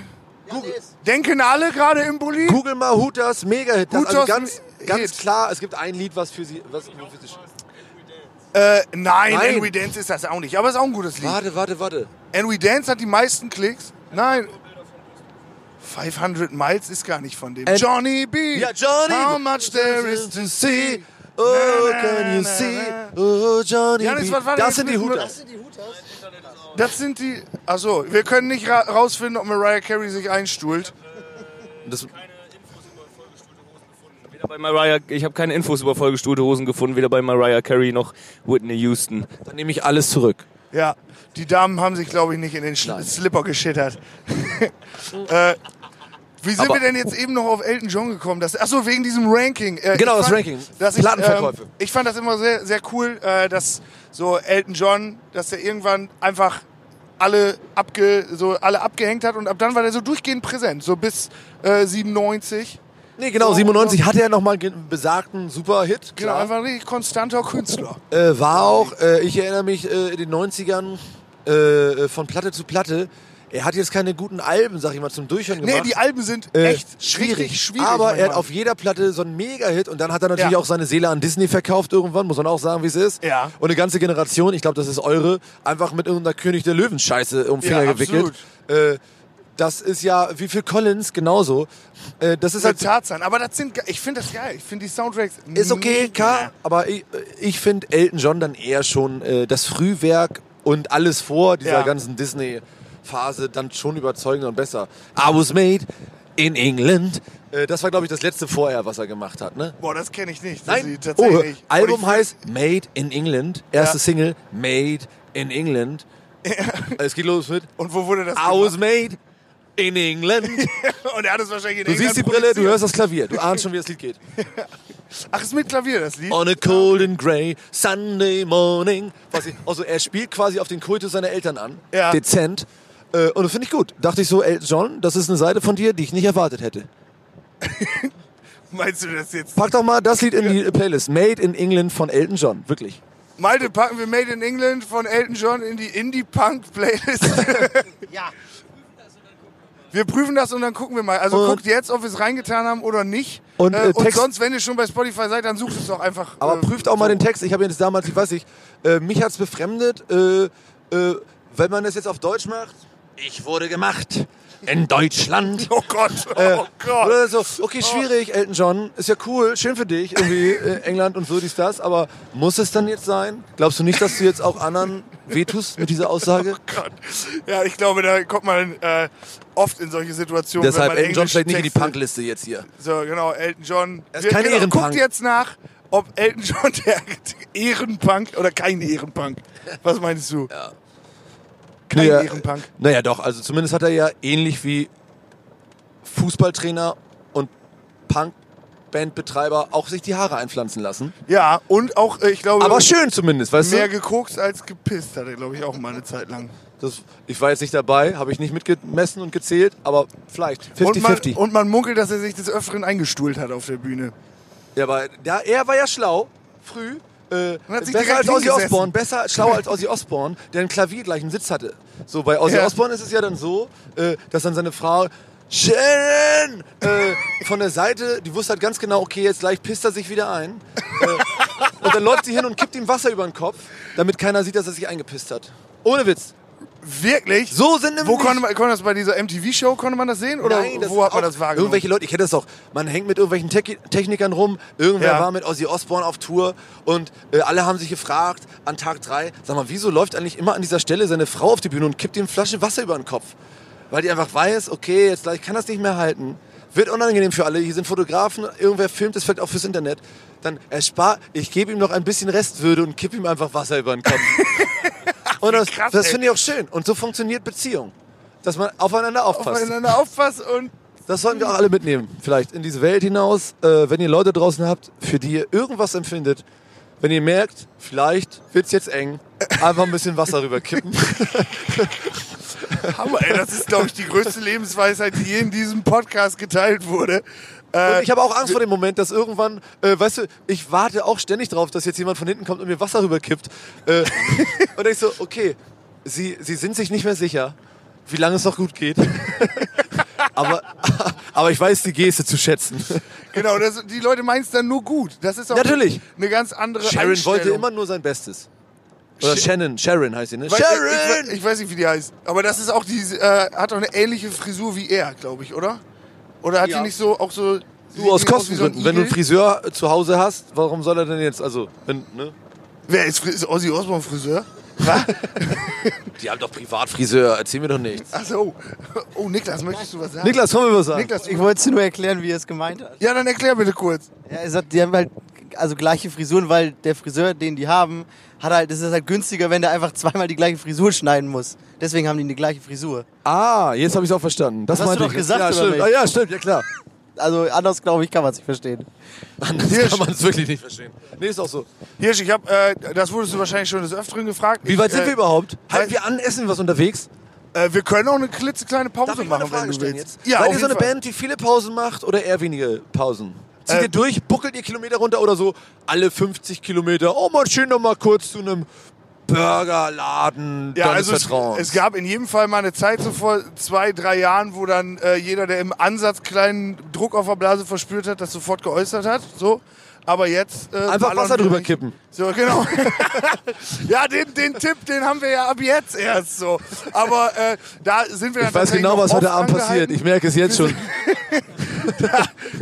Speaker 1: Denken alle gerade im Bulli?
Speaker 2: Google mal Hutas Mega-Hit. Das- Also
Speaker 1: Hutas
Speaker 2: ganz, ganz
Speaker 1: Hit.
Speaker 2: klar, es gibt ein Lied, was für sie... Was für sie
Speaker 1: Äh, nein,
Speaker 2: Nein.
Speaker 1: And We Dance ist das auch nicht. Aber es ist auch ein gutes Lied.
Speaker 2: warte, warte, warte.
Speaker 1: And We Dance hat die meisten Klicks. Nein. 500 Miles ist gar nicht von dem.
Speaker 2: And-
Speaker 1: Johnny B.
Speaker 2: Ja, Johnny.
Speaker 1: How much there is to see.
Speaker 2: Oh,
Speaker 1: Na, na,
Speaker 2: can you
Speaker 1: na,
Speaker 2: see?
Speaker 1: na.
Speaker 2: Oh, Johnny
Speaker 1: Janis,
Speaker 2: B.
Speaker 1: was war denn
Speaker 2: Das
Speaker 1: jetzt
Speaker 2: sind die
Speaker 1: mit- mit-
Speaker 2: Hutas.
Speaker 1: Das sind die. Achso, wir können nicht ra rausfinden, ob Mariah Carey sich einstuhlt.
Speaker 2: Das,
Speaker 4: Weder bei Mariah, ich habe keine Infos über vollgestuhlte Hosen gefunden, weder bei Mariah Carey noch Whitney Houston.
Speaker 2: dann nehme ich alles zurück.
Speaker 1: Ja, die Damen haben sich, glaube ich, nicht in den Schli-
Speaker 2: Nein.
Speaker 1: Slipper geschittert. äh, wie sind
Speaker 2: Aber-
Speaker 1: wir denn jetzt eben noch auf Elton John gekommen? Das, achso, wegen diesem Ranking. Äh,
Speaker 2: Genau,
Speaker 1: ich
Speaker 2: das Ranking.
Speaker 1: Dass ich,
Speaker 2: Plattenverkäufe.
Speaker 1: Ähm, ich fand das immer sehr, sehr cool, äh, dass so Elton John, dass er irgendwann einfach alle, abge, so alle abgehängt hat und ab dann war der so durchgehend präsent, so bis äh, 97.
Speaker 2: Nee, genau,
Speaker 1: So,
Speaker 2: 97 hatte er nochmal einen besagten Super-Hit.
Speaker 1: Genau,
Speaker 2: klar.
Speaker 1: einfach ein richtig konstanter Künstler.
Speaker 2: Äh, war auch, äh, ich erinnere mich, äh, in den 90ern äh, äh, von Platte zu Platte. Er hat jetzt keine guten Alben, sag ich mal, zum Durchhören
Speaker 1: Nee,
Speaker 2: gemacht.
Speaker 1: die Alben sind
Speaker 2: Äh,
Speaker 1: echt schwierig, schwierig.
Speaker 2: Aber er hat
Speaker 1: manchmal.
Speaker 2: auf jeder Platte so einen Mega-Hit und dann hat er natürlich
Speaker 1: Ja.
Speaker 2: auch seine Seele an Disney verkauft irgendwann, muss man auch sagen, wie es ist.
Speaker 1: Ja.
Speaker 2: Und eine ganze Generation, ich glaube, das ist eure, einfach mit irgendeiner König der Löwen-Scheiße um den Finger
Speaker 1: Ja,
Speaker 2: gewickelt. Äh, das ist ja, wie für Collins genauso. Äh, das ist
Speaker 1: Das
Speaker 2: halt
Speaker 1: ist Tarzan. Aber das sind, ge- ich finde das geil. Ich finde die Soundtracks.
Speaker 2: Ist okay,
Speaker 1: mega.
Speaker 2: K, aber ich, ich finde Elton John dann eher schon äh, das Frühwerk und alles vor dieser
Speaker 1: Ja.
Speaker 2: ganzen Disney-Phase dann schon überzeugender und besser. I was made in England. Äh, das war, glaube ich, das letzte vorher, was er gemacht hat, ne?
Speaker 1: Boah, das kenne ich nicht. Das
Speaker 2: Nein,
Speaker 1: ist
Speaker 2: oh,
Speaker 1: tatsächlich. Und
Speaker 2: Album
Speaker 1: ich-
Speaker 2: heißt Made in England. Erste
Speaker 1: Ja.
Speaker 2: Single, Made in England. Es geht los mit
Speaker 1: Und wo wurde das?
Speaker 2: I was made in England.
Speaker 1: Und er hat es wahrscheinlich in
Speaker 2: Du siehst die Brille, du hörst das Klavier, du ahnst schon, wie das Lied geht.
Speaker 1: Ach, ist mit Klavier das Lied?
Speaker 2: On a cold and grey Sunday morning. Was ich, also er spielt quasi auf den Kultus seiner Eltern an.
Speaker 1: Ja.
Speaker 2: Dezent. Äh, und das finde ich gut. Dachte ich so, Elton John, das ist eine Seite von dir, die ich nicht erwartet hätte.
Speaker 1: Meinst du das jetzt?
Speaker 2: Pack doch mal das Lied in die Playlist. Made in England von Elton John. Wirklich.
Speaker 1: Malte, packen wir Made in England von Elton John in die Indie-Punk-Playlist.
Speaker 3: Ja.
Speaker 1: Wir prüfen das und dann gucken wir mal. Also
Speaker 2: Und-
Speaker 1: guckt jetzt, ob wir es reingetan haben oder nicht.
Speaker 2: Und, äh,
Speaker 1: und
Speaker 2: Text-
Speaker 1: sonst, wenn ihr schon bei Spotify seid, dann sucht es doch einfach.
Speaker 2: Aber
Speaker 1: äh,
Speaker 2: prüft auch mal den Text. Ich habe jetzt damals, ich weiß nicht, äh, mich hat's befremdet, äh, äh, wenn man das jetzt auf Deutsch macht. Ich wurde gemacht in Deutschland.
Speaker 1: Oh Gott, oh Gott.
Speaker 2: Äh,
Speaker 1: Oh.
Speaker 2: Oder so, okay, schwierig, Elton John, ist ja cool, schön für dich, irgendwie äh, England und so dies, das, aber muss es dann jetzt sein? Glaubst du nicht, dass du jetzt auch anderen wehtust mit dieser Aussage?
Speaker 1: oh Gott. Ja, ich glaube, da kommt man äh, oft in solche Situationen. wenn
Speaker 2: Deshalb
Speaker 1: man
Speaker 2: Elton John
Speaker 1: englische
Speaker 2: vielleicht nicht in die
Speaker 1: Texte-
Speaker 2: Punkliste jetzt hier.
Speaker 1: So, genau, Elton John.
Speaker 2: Er ist kein
Speaker 1: genau,
Speaker 2: Ehrenpunk.
Speaker 1: Guckt jetzt nach, ob Elton John der Ehrenpunk oder kein Ehrenpunk. Was meinst du? Kein
Speaker 2: Naja,
Speaker 1: Ehrenpunk.
Speaker 2: Naja, doch, also zumindest hat er ja ähnlich wie Fußballtrainer und Punkbandbetreiber auch sich die Haare einpflanzen lassen.
Speaker 1: Ja, und auch, äh, ich glaube,
Speaker 2: Aber schön zumindest, weißt
Speaker 1: mehr
Speaker 2: du?
Speaker 1: gekokst als gepisst hat er, glaube ich, auch mal eine Zeit lang.
Speaker 2: Das, ich war jetzt nicht dabei, habe ich nicht mitgemessen und gezählt, aber vielleicht.
Speaker 1: Und man,
Speaker 2: 50-50.
Speaker 1: und man munkelt, dass er sich des Öfteren eingestuhlt hat auf der Bühne.
Speaker 2: Ja, aber ja, er war ja schlau, früh. Äh,
Speaker 1: hat sich
Speaker 2: besser
Speaker 1: direkt
Speaker 2: als Ozzy
Speaker 1: hingesessen.
Speaker 2: Osbourne, besser, schlauer als Ozzy Osbourne, der ein Klavier gleich im Sitz hatte. So, bei Ozzy
Speaker 1: Ja.
Speaker 2: Osbourne ist es ja dann so, äh, dass dann seine Frau Sharon äh, von der Seite, die wusste halt ganz genau, okay, jetzt gleich pisst er sich wieder ein. Äh, und dann läuft sie hin und kippt ihm Wasser über den Kopf, damit keiner sieht, dass er sich eingepisst hat. Ohne Witz.
Speaker 1: Wirklich?
Speaker 2: So sind nämlich
Speaker 1: Wo konnte man, konnte das bei dieser MTV-Show, konnte man das sehen? Oder
Speaker 2: Nein, das
Speaker 1: wo
Speaker 2: ist
Speaker 1: hat man
Speaker 2: auch
Speaker 1: das wahrgenommen?
Speaker 2: Irgendwelche Leute, ich hätte das auch. Man hängt mit irgendwelchen Tech Technikern rum. Irgendwer
Speaker 1: Ja.
Speaker 2: war mit Ozzy Osbourne auf Tour und äh, alle haben sich gefragt an Tag drei, sag mal, wieso läuft eigentlich immer an dieser Stelle seine Frau auf die Bühne und kippt ihm Flasche Wasser über den Kopf? Weil die einfach weiß, okay, jetzt gleich kann das nicht mehr halten. Wird unangenehm für alle. Hier sind Fotografen, irgendwer filmt es vielleicht auch fürs Internet. Dann erspar, ich gebe ihm noch ein bisschen Restwürde und kipp ihm einfach Wasser über den Kopf. und das,
Speaker 1: krass,
Speaker 2: das
Speaker 1: ey.
Speaker 2: finde ich auch schön. Und so funktioniert Beziehung. Dass man aufeinander aufpasst.
Speaker 1: Aufeinander aufpasst und
Speaker 2: Das sollten wir auch alle mitnehmen, vielleicht in diese Welt hinaus. Äh, wenn ihr Leute draußen habt, für die ihr irgendwas empfindet, wenn ihr merkt, vielleicht wird's jetzt eng, einfach ein bisschen Wasser rüberkippen.
Speaker 1: Hammer, ey, das ist, glaube ich, die größte Lebensweisheit, die je in diesem Podcast geteilt wurde. Äh,
Speaker 2: Und ich habe auch Angst vor dem Moment, dass irgendwann, äh, weißt du, ich warte auch ständig drauf, dass jetzt jemand von hinten kommt und mir Wasser rüberkippt. Äh, und ich so, okay, sie, sie sind sich nicht mehr sicher, wie lange es noch gut geht. aber, aber ich weiß die Geste zu schätzen.
Speaker 1: genau, das, die Leute meinen es dann nur gut. Das ist auch
Speaker 2: Natürlich.
Speaker 1: eine ganz andere
Speaker 2: Sharon
Speaker 1: Einstellung.
Speaker 2: wollte immer nur sein Bestes. Oder
Speaker 1: Sh-
Speaker 2: Shannon, Sharon heißt sie, ne?
Speaker 1: Weil- äh,
Speaker 2: Sharon!
Speaker 1: Ich, ich weiß nicht, wie die heißt. Aber das ist auch die, äh, hat auch eine ähnliche Frisur wie er, glaube ich, oder? Oder hat
Speaker 2: Ja.
Speaker 1: die nicht so, auch so... sieht die
Speaker 2: Du aus
Speaker 1: wie so ein
Speaker 2: Kostengründen. Wenn du einen
Speaker 1: Igel?
Speaker 2: Friseur äh, zu Hause hast, warum soll er denn jetzt, also, wenn, ne?
Speaker 1: Wer ist, Fri- ist Ozzy Osbourne Friseur?
Speaker 2: Die haben doch Privatfriseur, erzähl mir doch nichts.
Speaker 1: Ach so. Oh, Niklas, möchtest du was sagen?
Speaker 2: Niklas, komm mir was sagen.
Speaker 1: Niklas,
Speaker 3: Ich wollte es dir nur erklären, wie er es gemeint hat.
Speaker 1: ja, dann erklär bitte kurz.
Speaker 3: Ja, er sagt, die haben halt also gleiche Frisuren, weil der Friseur, den die haben, hat halt, es ist halt günstiger, wenn der einfach zweimal die gleiche Frisur schneiden muss. Deswegen haben die eine gleiche Frisur.
Speaker 2: Ah, jetzt habe ich es auch verstanden. Das
Speaker 3: Das hast
Speaker 2: meinte
Speaker 3: du doch
Speaker 2: ich.
Speaker 3: gesagt,
Speaker 2: ja,
Speaker 3: oder
Speaker 2: stimmt.
Speaker 3: nicht?
Speaker 2: Ah, ja, stimmt, ja klar.
Speaker 3: Also anders, glaube ich, kann man es nicht verstehen.
Speaker 2: Anders
Speaker 1: Hier
Speaker 2: kann man es wirklich nicht verstehen. Nee, ist auch so.
Speaker 1: Hirsch, ich habe, äh, das wurdest du wahrscheinlich schon des Öfteren gefragt.
Speaker 2: Wie weit
Speaker 1: ich,
Speaker 2: sind
Speaker 1: äh,
Speaker 2: wir überhaupt?
Speaker 1: weiß-
Speaker 2: Halten wir an, essen wir was unterwegs?
Speaker 1: Äh, wir können auch eine klitzekleine Pause
Speaker 2: Darf ich mal eine
Speaker 1: machen, wenn
Speaker 2: Frage
Speaker 1: du
Speaker 2: stellen
Speaker 1: willst.
Speaker 2: jetzt?
Speaker 1: Ja,
Speaker 2: Seid
Speaker 1: auf
Speaker 2: ihr so eine
Speaker 1: jeden Fall.
Speaker 2: Band, die viele Pausen macht oder eher wenige Pausen? Zieht
Speaker 1: Äh,
Speaker 2: ihr durch, buckelt ihr Kilometer runter oder so alle 50 Kilometer? Oh, mal schön noch mal kurz zu einem Burgerladen
Speaker 1: Ja,
Speaker 2: deines
Speaker 1: also es,
Speaker 2: Vertrauens.
Speaker 1: es gab in jedem Fall mal eine Zeit so vor zwei, drei Jahren, wo dann äh, jeder, der im Ansatz kleinen Druck auf der Blase verspürt hat, das sofort geäußert hat. So. Aber jetzt. Äh,
Speaker 2: Einfach
Speaker 1: ballern
Speaker 2: Wasser
Speaker 1: wir
Speaker 2: drüber
Speaker 1: nicht.
Speaker 2: kippen.
Speaker 1: So, genau. ja, den, den Tipp, den haben wir ja ab jetzt erst so. Aber äh, da sind wir dann
Speaker 2: Ich weiß
Speaker 1: tatsächlich
Speaker 2: genau,
Speaker 1: noch
Speaker 2: was heute
Speaker 1: oft
Speaker 2: Abend passiert.
Speaker 1: angehalten.
Speaker 2: Ich merke es jetzt schon.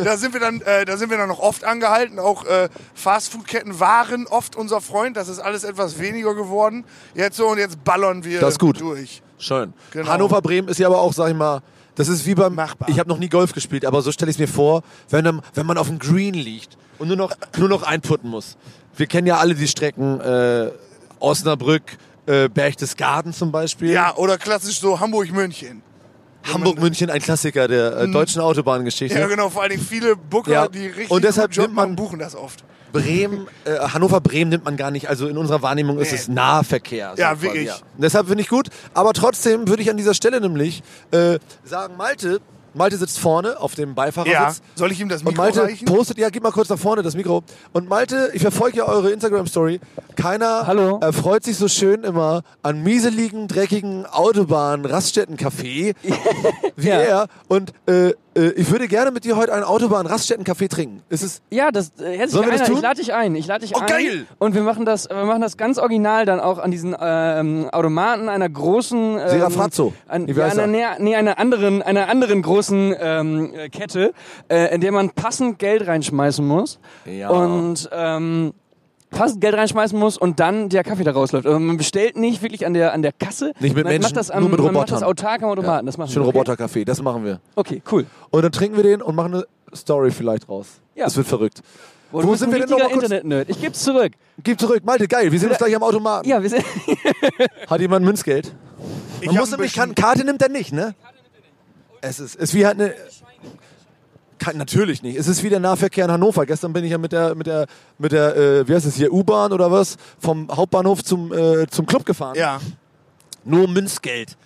Speaker 1: da sind wir dann, äh, da sind wir dann noch oft angehalten. Auch äh, Fastfood-Ketten waren oft unser Freund. Das ist alles etwas weniger geworden. Jetzt so und jetzt ballern wir
Speaker 2: Das ist gut.
Speaker 1: durch.
Speaker 2: Schön.
Speaker 1: Genau.
Speaker 2: Hannover Bremen ist ja aber auch, sag ich mal, das ist wie beim.
Speaker 1: Machbar.
Speaker 2: Ich habe noch nie Golf gespielt, aber so stelle ich es mir vor, wenn, dann- wenn man auf dem Green liegt und nur noch, nur noch einputten muss. Wir kennen ja alle die Strecken äh, Osnabrück, äh, Berchtesgaden zum Beispiel.
Speaker 1: Ja, oder klassisch so Hamburg-München.
Speaker 2: Hamburg, München, ein Klassiker der äh, deutschen Autobahngeschichte.
Speaker 1: Mhm. Ja, genau, vor allen Dingen viele Booker,
Speaker 2: Ja.
Speaker 1: die richtig
Speaker 2: Und deshalb
Speaker 1: guten Job
Speaker 2: nimmt man-
Speaker 1: machen, buchen das oft.
Speaker 2: Bremen, äh, Hannover, Bremen nimmt man gar nicht. Also in unserer Wahrnehmung ist
Speaker 1: Nee.
Speaker 2: es Nahverkehr. so
Speaker 1: Ja,
Speaker 2: quasi,
Speaker 1: wirklich.
Speaker 2: Und Deshalb finde ich gut. Aber trotzdem würde ich an dieser Stelle nämlich äh, sagen, Malte, Malte sitzt vorne auf dem
Speaker 1: Ja.
Speaker 2: Beifahrersitz.
Speaker 1: Soll ich ihm das
Speaker 2: Und
Speaker 1: Mikro
Speaker 2: Malte
Speaker 1: reichen?
Speaker 2: postet, ja, gib mal kurz nach vorne das Mikro. Und Malte, ich verfolge ja eure Instagram-Story. Keiner
Speaker 4: Hallo.
Speaker 2: erfreut sich so schön immer an mieseligen, dreckigen Autobahnen, Raststättencafé wie
Speaker 5: Ja.
Speaker 2: er. Und äh, äh, ich würde gerne mit dir heute einen Autobahn-Raststättencafé trinken. Ist es
Speaker 5: Ja, das äh, hätte sich
Speaker 2: Sollen wir das
Speaker 5: einer. Ich
Speaker 2: tun?
Speaker 5: lade dich ein. Ich lade dich
Speaker 2: Oh,
Speaker 5: ein.
Speaker 2: geil!
Speaker 5: Und wir machen das, wir machen das ganz original dann auch an diesen ähm, Automaten einer großen. Ähm,
Speaker 2: Serafrazzo.
Speaker 5: An,
Speaker 2: Wie
Speaker 5: ja,
Speaker 2: heißt
Speaker 5: einer,
Speaker 2: er?
Speaker 5: nee, nee, einer anderen, einer anderen großen ähm, äh, Kette, äh, in der man passend Geld reinschmeißen muss.
Speaker 2: Ja.
Speaker 5: Und ähm, passend Geld reinschmeißen muss und dann der Kaffee da rausläuft. Also man bestellt nicht wirklich an der an der Kasse.
Speaker 2: Nicht mit
Speaker 5: man
Speaker 2: Menschen,
Speaker 5: macht das am,
Speaker 2: nur mit
Speaker 5: Man macht das
Speaker 2: Robotern.
Speaker 5: autark am Automaten. Das machen
Speaker 2: schön
Speaker 5: wir.
Speaker 2: Robotercafé? Das machen wir.
Speaker 5: Okay, cool.
Speaker 2: Und dann trinken wir den und machen eine Story vielleicht raus.
Speaker 5: Ja.
Speaker 2: Das wird verrückt.
Speaker 5: Boah, du bist ein
Speaker 2: noch
Speaker 5: richtiger
Speaker 2: mal kurz?
Speaker 5: Internet-Nerd. Ich geb's zurück.
Speaker 2: Gib zurück. Malte, geil. Wir sind uns gleich am Automaten.
Speaker 5: Ja, wir sind.
Speaker 2: Hat jemand Münzgeld?
Speaker 1: ich
Speaker 2: Man
Speaker 1: hab
Speaker 2: muss
Speaker 1: ein
Speaker 2: nämlich,
Speaker 1: bisschen-
Speaker 2: kann, Karte nimmt er nicht, ne? Es ist, ist wie halt eine. Kann, natürlich nicht. Es ist wie der Nahverkehr in Hannover. Gestern bin ich ja mit der, mit der, mit der, äh, wie heißt es hier, U-Bahn oder was, vom Hauptbahnhof zum, äh, zum Club gefahren.
Speaker 1: Ja,
Speaker 2: Nur Münzgeld.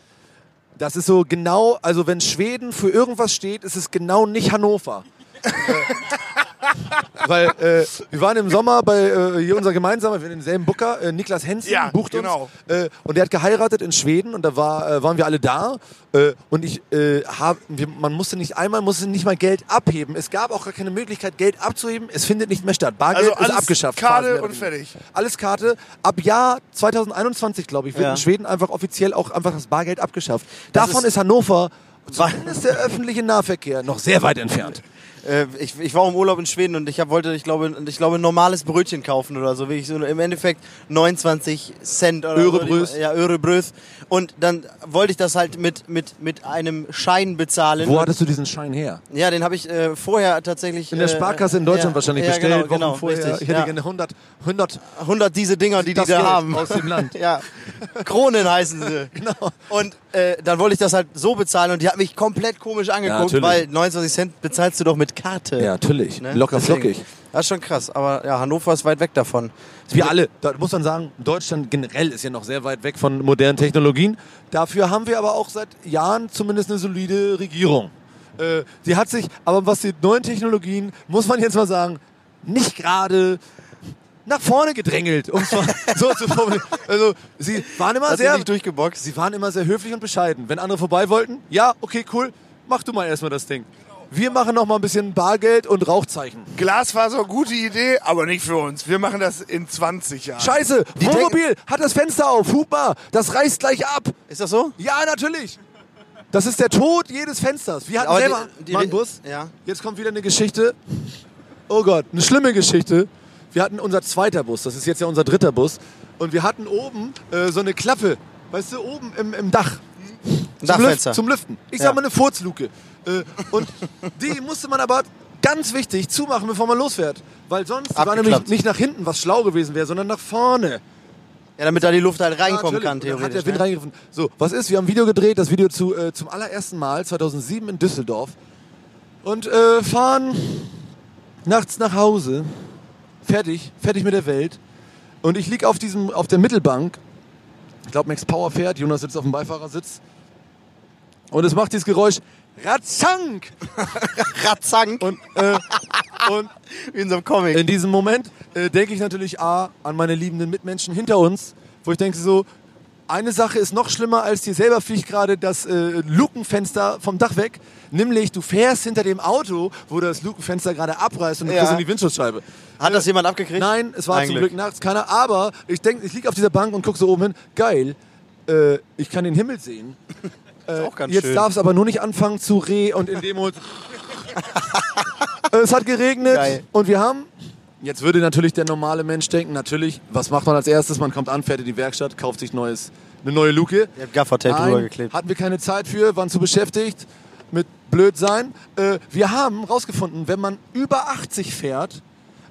Speaker 2: Das ist so genau, also wenn Schweden für irgendwas steht, ist es genau nicht Hannover. äh, weil äh, wir waren im Sommer bei äh, hier unser gemeinsamer, wir haben denselben Booker, äh, Niklas Hensen,
Speaker 1: Ja,
Speaker 2: bucht
Speaker 1: genau.
Speaker 2: uns. Äh, und der hat geheiratet in Schweden und da war, äh, waren wir alle da. Äh, und ich äh, hab, wir, man musste nicht einmal, musste nicht mal Geld abheben. Es gab auch gar keine Möglichkeit, Geld abzuheben. Es findet nicht mehr statt. Bargeld
Speaker 1: Also
Speaker 2: ist
Speaker 1: alles
Speaker 2: abgeschafft.
Speaker 1: Karte
Speaker 2: quasi mehr oder
Speaker 1: und
Speaker 2: weniger.
Speaker 1: fertig.
Speaker 2: Alles Karte. Ab Jahr 2021, glaube ich, wird
Speaker 3: Ja.
Speaker 2: in Schweden einfach offiziell auch einfach das Bargeld abgeschafft. Davon ist,
Speaker 3: ist-
Speaker 2: Hannover, zumindest der öffentliche Nahverkehr, noch sehr weit entfernt.
Speaker 3: Äh, ich, ich war im Urlaub in Schweden und ich hab, wollte, ich glaube, ich glaube, ein normales Brötchen kaufen oder so. Wirklich so im Endeffekt 29 Cent oder
Speaker 2: Örebrös.
Speaker 3: So, ja, Örebrös. Und dann wollte ich das halt mit, mit, mit einem Schein bezahlen.
Speaker 2: Wo hattest du diesen Schein her?
Speaker 3: ja, den habe ich äh, vorher tatsächlich.
Speaker 2: In der
Speaker 3: äh,
Speaker 2: Sparkasse in Deutschland
Speaker 3: ja,
Speaker 2: wahrscheinlich
Speaker 3: ja,
Speaker 2: bestellt,
Speaker 3: Genau, genau,
Speaker 2: Wochen vorher.
Speaker 3: Richtig,
Speaker 2: ich hätte
Speaker 3: ja.
Speaker 2: gerne 100, 100
Speaker 3: 100 diese Dinger, die
Speaker 2: das
Speaker 3: die da
Speaker 2: Geld
Speaker 3: haben.
Speaker 2: aus dem Land.
Speaker 3: Ja, Kronen heißen sie.
Speaker 2: Genau.
Speaker 3: Und äh, dann wollte ich das halt so bezahlen und die hat mich komplett komisch angeguckt,
Speaker 2: natürlich.
Speaker 3: weil 29 Cent bezahlst du doch mit Karte.
Speaker 2: Ja, natürlich.
Speaker 3: Ne?
Speaker 2: Locker
Speaker 3: Deswegen.
Speaker 2: flockig.
Speaker 3: Das ist schon krass, aber ja, Hannover ist weit weg davon.
Speaker 2: Wir alle, da muss man sagen, Deutschland generell ist ja noch sehr weit weg von modernen Technologien. Dafür haben wir aber auch seit Jahren zumindest eine solide Regierung. Äh, die hat sich, aber was die neuen Technologien, muss man jetzt mal sagen, nicht gerade nach vorne gedrängelt, um es mal so zu formulieren. Also, sie waren immer
Speaker 3: Hat sie
Speaker 2: sehr,
Speaker 3: nicht durchgeboxt?
Speaker 2: sie waren immer sehr höflich und bescheiden. Wenn andere vorbei wollten, ja, okay, cool, mach du mal erstmal das Ding. Wir machen noch mal ein bisschen Bargeld und Rauchzeichen.
Speaker 1: Glasfaser, gute Idee, aber nicht für uns. Wir machen das in 20 Jahren.
Speaker 2: Scheiße, Wohnmobil, hat das Fenster auf, hup mal, das reißt gleich ab.
Speaker 3: Ist das so?
Speaker 2: Ja, natürlich. Das ist der Tod jedes Fensters. Wir hatten
Speaker 3: Aber die-
Speaker 2: selber
Speaker 3: die-
Speaker 2: mal einen Bus.
Speaker 3: ja.
Speaker 2: Jetzt kommt wieder eine Geschichte. Oh Gott, eine schlimme Geschichte. Wir hatten unser zweiter Bus, das ist jetzt ja unser dritter Bus. Und wir hatten oben äh, so eine Klappe, weißt du, oben im, im Dach. Zum,
Speaker 3: Dachfenster.
Speaker 2: Lüften, zum Lüften. Ich
Speaker 3: Ja.
Speaker 2: sag mal eine Furzluke. Äh, und die musste man aber ganz wichtig zumachen, bevor man losfährt. Weil sonst die war nämlich
Speaker 3: Abgeklappt.
Speaker 2: nicht nach hinten, was schlau gewesen wäre, sondern nach vorne.
Speaker 3: Ja, damit da die Luft halt reinkommen
Speaker 2: Ja,
Speaker 3: kann,
Speaker 2: natürlich. Und dann
Speaker 3: theoretisch.
Speaker 2: Hat der Wind
Speaker 3: ne?
Speaker 2: reingegriffen. So, was ist? Wir haben ein Video gedreht, das Video zu, äh, zum allerersten Mal 2007 in Düsseldorf. Und äh, fahren nachts nach Hause. Fertig, fertig mit der Welt. Und ich lieg auf, diesem, auf der Mittelbank. Ich glaube, Max Power fährt, Jonas sitzt auf dem Beifahrersitz. Und es macht dieses Geräusch. Ratzank!
Speaker 3: Ratzank,
Speaker 2: Und, äh, und
Speaker 3: wie in so einem Comic.
Speaker 2: in diesem Moment äh, denke ich natürlich A, an meine liebenden Mitmenschen hinter uns, wo ich denke so, eine Sache ist noch schlimmer als dir selber fliegt gerade das äh, Lukenfenster vom Dach weg, nämlich du fährst hinter dem Auto, wo das Lukenfenster gerade abreißt und du
Speaker 3: Ja.
Speaker 2: kriegst in die Windschutzscheibe.
Speaker 3: Hat das jemand abgekriegt?
Speaker 2: Nein, es war
Speaker 3: Ein
Speaker 2: zum Glück nachts keiner, aber ich denke, ich liege auf dieser Bank und gucke so oben hin, geil, äh, ich kann den Himmel sehen.
Speaker 3: Ist auch ganz
Speaker 2: Jetzt
Speaker 3: schön.
Speaker 2: darf es aber nur nicht anfangen zu re und in dem Mut. es hat geregnet
Speaker 3: Geil.
Speaker 2: und wir haben. Jetzt würde natürlich der normale Mensch denken, natürlich, was macht man als erstes? Man kommt an, fährt in die Werkstatt, kauft sich neues, eine neue Luke.
Speaker 3: Ihr habt Gaffertape
Speaker 2: Nein,
Speaker 3: drüber geklebt.
Speaker 2: Hatten wir keine Zeit für, waren zu beschäftigt mit blöd sein. Äh, wir haben rausgefunden, wenn man über 80 fährt,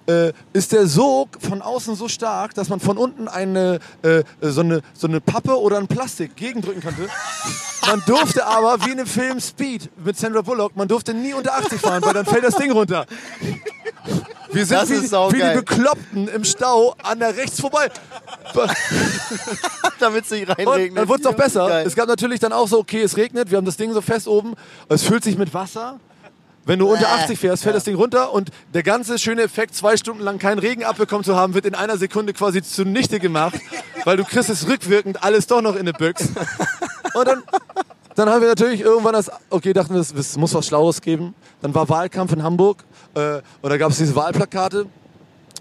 Speaker 2: äh, ist der Sog von außen so stark, dass man von unten eine, äh, so, eine, so eine Pappe oder ein Plastik gegendrücken konnte. Man durfte aber, wie in dem Film Speed mit Sandra Bullock, man durfte nie unter 80 fahren, weil dann fällt das Ding runter. Wir sind
Speaker 3: Das
Speaker 2: wie,
Speaker 3: ist saugeil.
Speaker 2: wie die Bekloppten im Stau an der rechts vorbei.
Speaker 3: Damit es nicht
Speaker 2: Und
Speaker 3: reinregnet.
Speaker 2: dann wurde es noch besser.
Speaker 3: ne? Geil.
Speaker 2: Es gab natürlich dann auch so, okay, es regnet, wir haben das Ding so fest oben, es füllt sich mit Wasser. Wenn du unter
Speaker 3: Äh,
Speaker 2: 80 fährst, fällt das Ding runter und der ganze schöne Effekt, zwei Stunden lang keinen Regen abbekommen zu haben, wird in einer Sekunde quasi zunichte gemacht, weil du kriegst es rückwirkend alles doch noch in eine Büchse. Und dann, dann haben wir natürlich irgendwann das, okay, dachten wir, es- es muss was Schlaues geben. Dann war Wahlkampf in Hamburg äh, und da gab es diese Wahlplakate.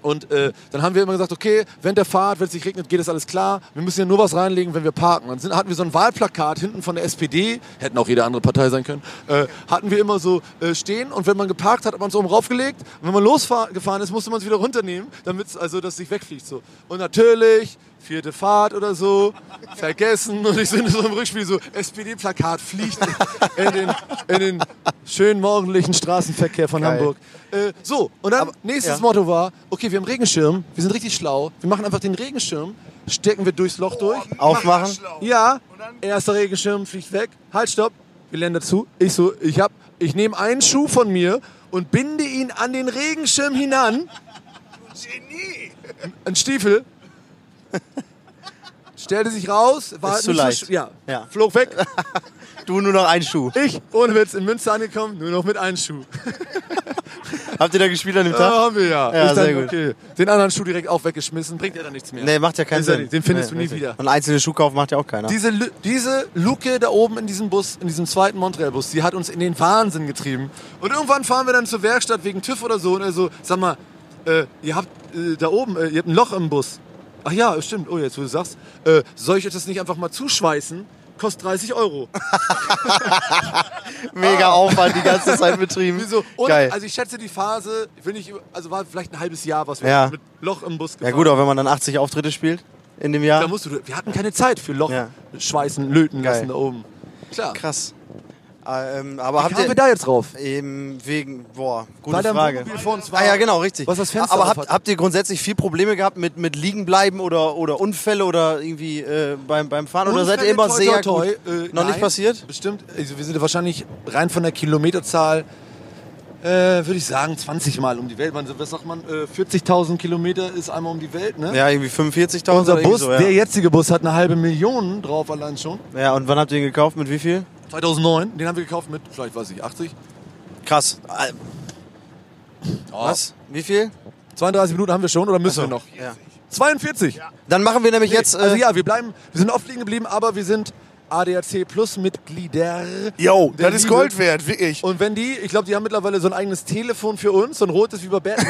Speaker 2: Und äh, dann haben wir immer gesagt, okay, während der Fahrt, wenn es nicht regnet, geht das alles klar. Wir müssen ja nur was reinlegen, wenn wir parken. Dann sind, hatten wir so ein Wahlplakat hinten von der SPD, hätten auch jede andere Partei sein können, äh, hatten wir immer so äh, stehen. Und wenn man geparkt hat, hat man es oben raufgelegt. Und wenn man losgefahren ist, musste man es wieder runternehmen, damit es also das nicht wegfliegt. So. Und natürlich, vierte Fahrt oder so, vergessen. Und ich bin so im Rückspiel so, SPD-Plakat fliegt in den, in den schönen morgendlichen Straßenverkehr von Hamburg. Äh, so, und dann nächstes
Speaker 3: ja.
Speaker 2: Motto war, okay, wir haben Regenschirm, wir sind richtig schlau, wir machen einfach den Regenschirm, stecken wir durchs Loch durch.
Speaker 3: Aufmachen.
Speaker 2: Ja,
Speaker 1: dann-
Speaker 2: erster Regenschirm fliegt weg. Halt, stopp. Geländer zu. Ich so, ich hab, ich nehme einen Schuh von mir und binde ihn an den Regenschirm hinan.
Speaker 1: Genie!
Speaker 2: Ein Stiefel. Stellte sich raus, war halt
Speaker 3: Ist zu
Speaker 2: nicht so
Speaker 3: leicht.
Speaker 2: sch- ja,
Speaker 3: Ja.
Speaker 2: flog weg.
Speaker 3: Du nur noch einen Schuh.
Speaker 2: Ich, ohne Witz, in Münster angekommen, nur noch mit einem Schuh.
Speaker 3: Habt ihr da gespielt an dem
Speaker 2: Da
Speaker 3: Tag?
Speaker 2: haben wir ja.
Speaker 3: Ja,
Speaker 2: ich dann,
Speaker 3: sehr gut.
Speaker 2: Okay, den anderen Schuh direkt auch weggeschmissen, bringt ja dann nichts mehr.
Speaker 3: Nee, macht ja keinen
Speaker 2: Ist ja
Speaker 3: Sinn.
Speaker 2: nicht, den findest
Speaker 3: Nee,
Speaker 2: du nie
Speaker 3: richtig.
Speaker 2: wieder.
Speaker 3: Und einzelne Schuhkauf macht ja auch keiner.
Speaker 2: Diese, Lü- diese Luke da oben in diesem Bus, in diesem zweiten Montreal-Bus, die hat uns in den Wahnsinn getrieben. Und irgendwann fahren wir dann zur Werkstatt wegen TÜV oder so und er so, sag mal, äh, ihr habt äh, da oben, äh, ihr habt ein Loch im Bus. Ach ja, stimmt, oh jetzt, wo du sagst, äh, soll ich euch das nicht einfach mal zuschweißen? Kostet 30 Euro.
Speaker 3: Mega Aufwand die ganze Zeit betrieben.
Speaker 2: Ah. Wieso? Und,
Speaker 3: Geil.
Speaker 2: Also ich schätze die Phase, will nicht, über- also war vielleicht ein halbes Jahr, was wir
Speaker 3: Ja.
Speaker 2: mit Loch im Bus
Speaker 3: ja
Speaker 2: gefahren
Speaker 3: gut, aber wenn man dann 80 Auftritte spielt in dem Jahr.
Speaker 2: Da musst du, wir hatten keine Zeit für Loch
Speaker 3: Ja.
Speaker 2: schweißen, löten
Speaker 3: Geil.
Speaker 2: lassen da oben. Klar.
Speaker 3: Krass. Ah, Ähm, aber habt
Speaker 2: Kamen
Speaker 3: ihr
Speaker 2: wir da jetzt drauf?
Speaker 3: eben wegen boah, gute
Speaker 2: Weil der
Speaker 3: Frage.
Speaker 2: Wohnmobil vor uns war.
Speaker 3: Ah ja, genau, richtig.
Speaker 2: Was das Fenster
Speaker 3: aber
Speaker 2: auf
Speaker 3: habt,
Speaker 2: hat.
Speaker 3: habt ihr grundsätzlich viel Probleme gehabt mit, mit Liegenbleiben oder, oder Unfälle oder irgendwie äh, beim, beim Fahren? Oder seid ihr immer
Speaker 2: Unfälle,
Speaker 3: sehr
Speaker 2: toi,
Speaker 3: gut?
Speaker 2: toi, äh,
Speaker 3: Noch nicht
Speaker 2: nein,
Speaker 3: passiert?
Speaker 2: Bestimmt. Also wir sind wahrscheinlich rein von der Kilometerzahl, äh, würde ich sagen, 20 Mal um die Welt. Man, was sagt man? Äh, 40.000 Kilometer ist einmal um die Welt, ne?
Speaker 3: Ja, irgendwie 45.000
Speaker 2: Unser
Speaker 3: oder irgendwie
Speaker 2: Bus,
Speaker 3: so, ja.
Speaker 2: der jetzige Bus, hat eine halbe Million drauf allein schon.
Speaker 3: ja, und wann habt ihr ihn gekauft? Mit wie viel?
Speaker 2: 2009, den haben wir gekauft mit, vielleicht weiß ich, 80.
Speaker 3: Krass. Ah,
Speaker 2: Oh.
Speaker 3: Was? Wie viel?
Speaker 2: 32 Minuten haben wir schon oder müssen wir noch?
Speaker 3: Ja.
Speaker 2: 42.
Speaker 3: Dann machen wir nämlich
Speaker 2: Nee,
Speaker 3: jetzt. Äh,
Speaker 2: also ja, wir bleiben, wir sind oft liegen geblieben, aber wir sind ADAC Plus Mitglieder.
Speaker 1: Yo,
Speaker 2: Der
Speaker 1: das ist
Speaker 2: Liebe.
Speaker 1: Gold wert, wirklich.
Speaker 2: Und wenn die, ich glaube, die haben mittlerweile so ein eigenes Telefon für uns, so ein rotes wie bei Batman.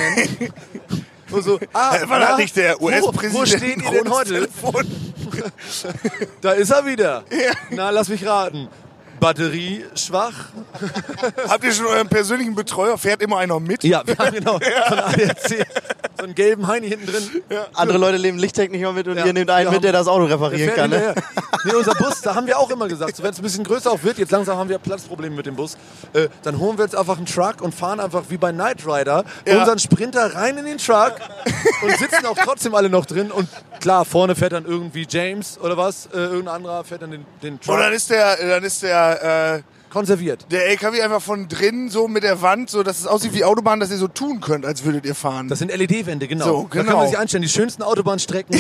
Speaker 2: Und so, ah,
Speaker 1: War
Speaker 2: na,
Speaker 1: das nicht der
Speaker 2: wo-
Speaker 1: US-Präsident?
Speaker 2: Wo steht ihr denn
Speaker 1: Rotes
Speaker 2: heute?
Speaker 1: Telefon?
Speaker 2: Da ist er wieder. Na, lass mich raten. Batterie schwach.
Speaker 1: Habt ihr schon euren persönlichen Betreuer? Fährt immer einer mit?
Speaker 2: Ja, wir haben genau so einen ADAC, so einen gelben Heini hinten drin.
Speaker 3: andere Leute leben Lichttechnik nicht mehr mit und
Speaker 2: Ja.
Speaker 3: ihr nehmt einen
Speaker 2: Wir
Speaker 3: mit,
Speaker 2: haben-
Speaker 3: der das Auto
Speaker 2: Der
Speaker 3: reparieren
Speaker 2: fährt
Speaker 3: kann. Ne?
Speaker 2: hinterher. Nee, unser Bus, da haben wir auch immer gesagt, so, wenn es ein bisschen größer auch wird, jetzt langsam haben wir Platzprobleme mit dem Bus, äh, dann holen wir jetzt einfach einen Truck und fahren einfach wie bei Knight Rider
Speaker 1: Ja.
Speaker 2: unseren Sprinter rein in den Truck und sitzen auch trotzdem alle noch drin. Und klar, vorne fährt dann irgendwie James oder was, äh, irgendein anderer fährt dann den, den
Speaker 1: Und dann
Speaker 2: Truck
Speaker 1: ist der, dann ist der, äh,
Speaker 2: konserviert.
Speaker 1: der LKW einfach von drinnen so mit der Wand, so dass es aussieht wie Autobahn, dass ihr so tun könnt, als würdet ihr fahren.
Speaker 2: Das sind LED-Wände, genau.
Speaker 1: So,
Speaker 2: Da kann
Speaker 1: genau.
Speaker 2: man sich einstellen, die schönsten Autobahnstrecken.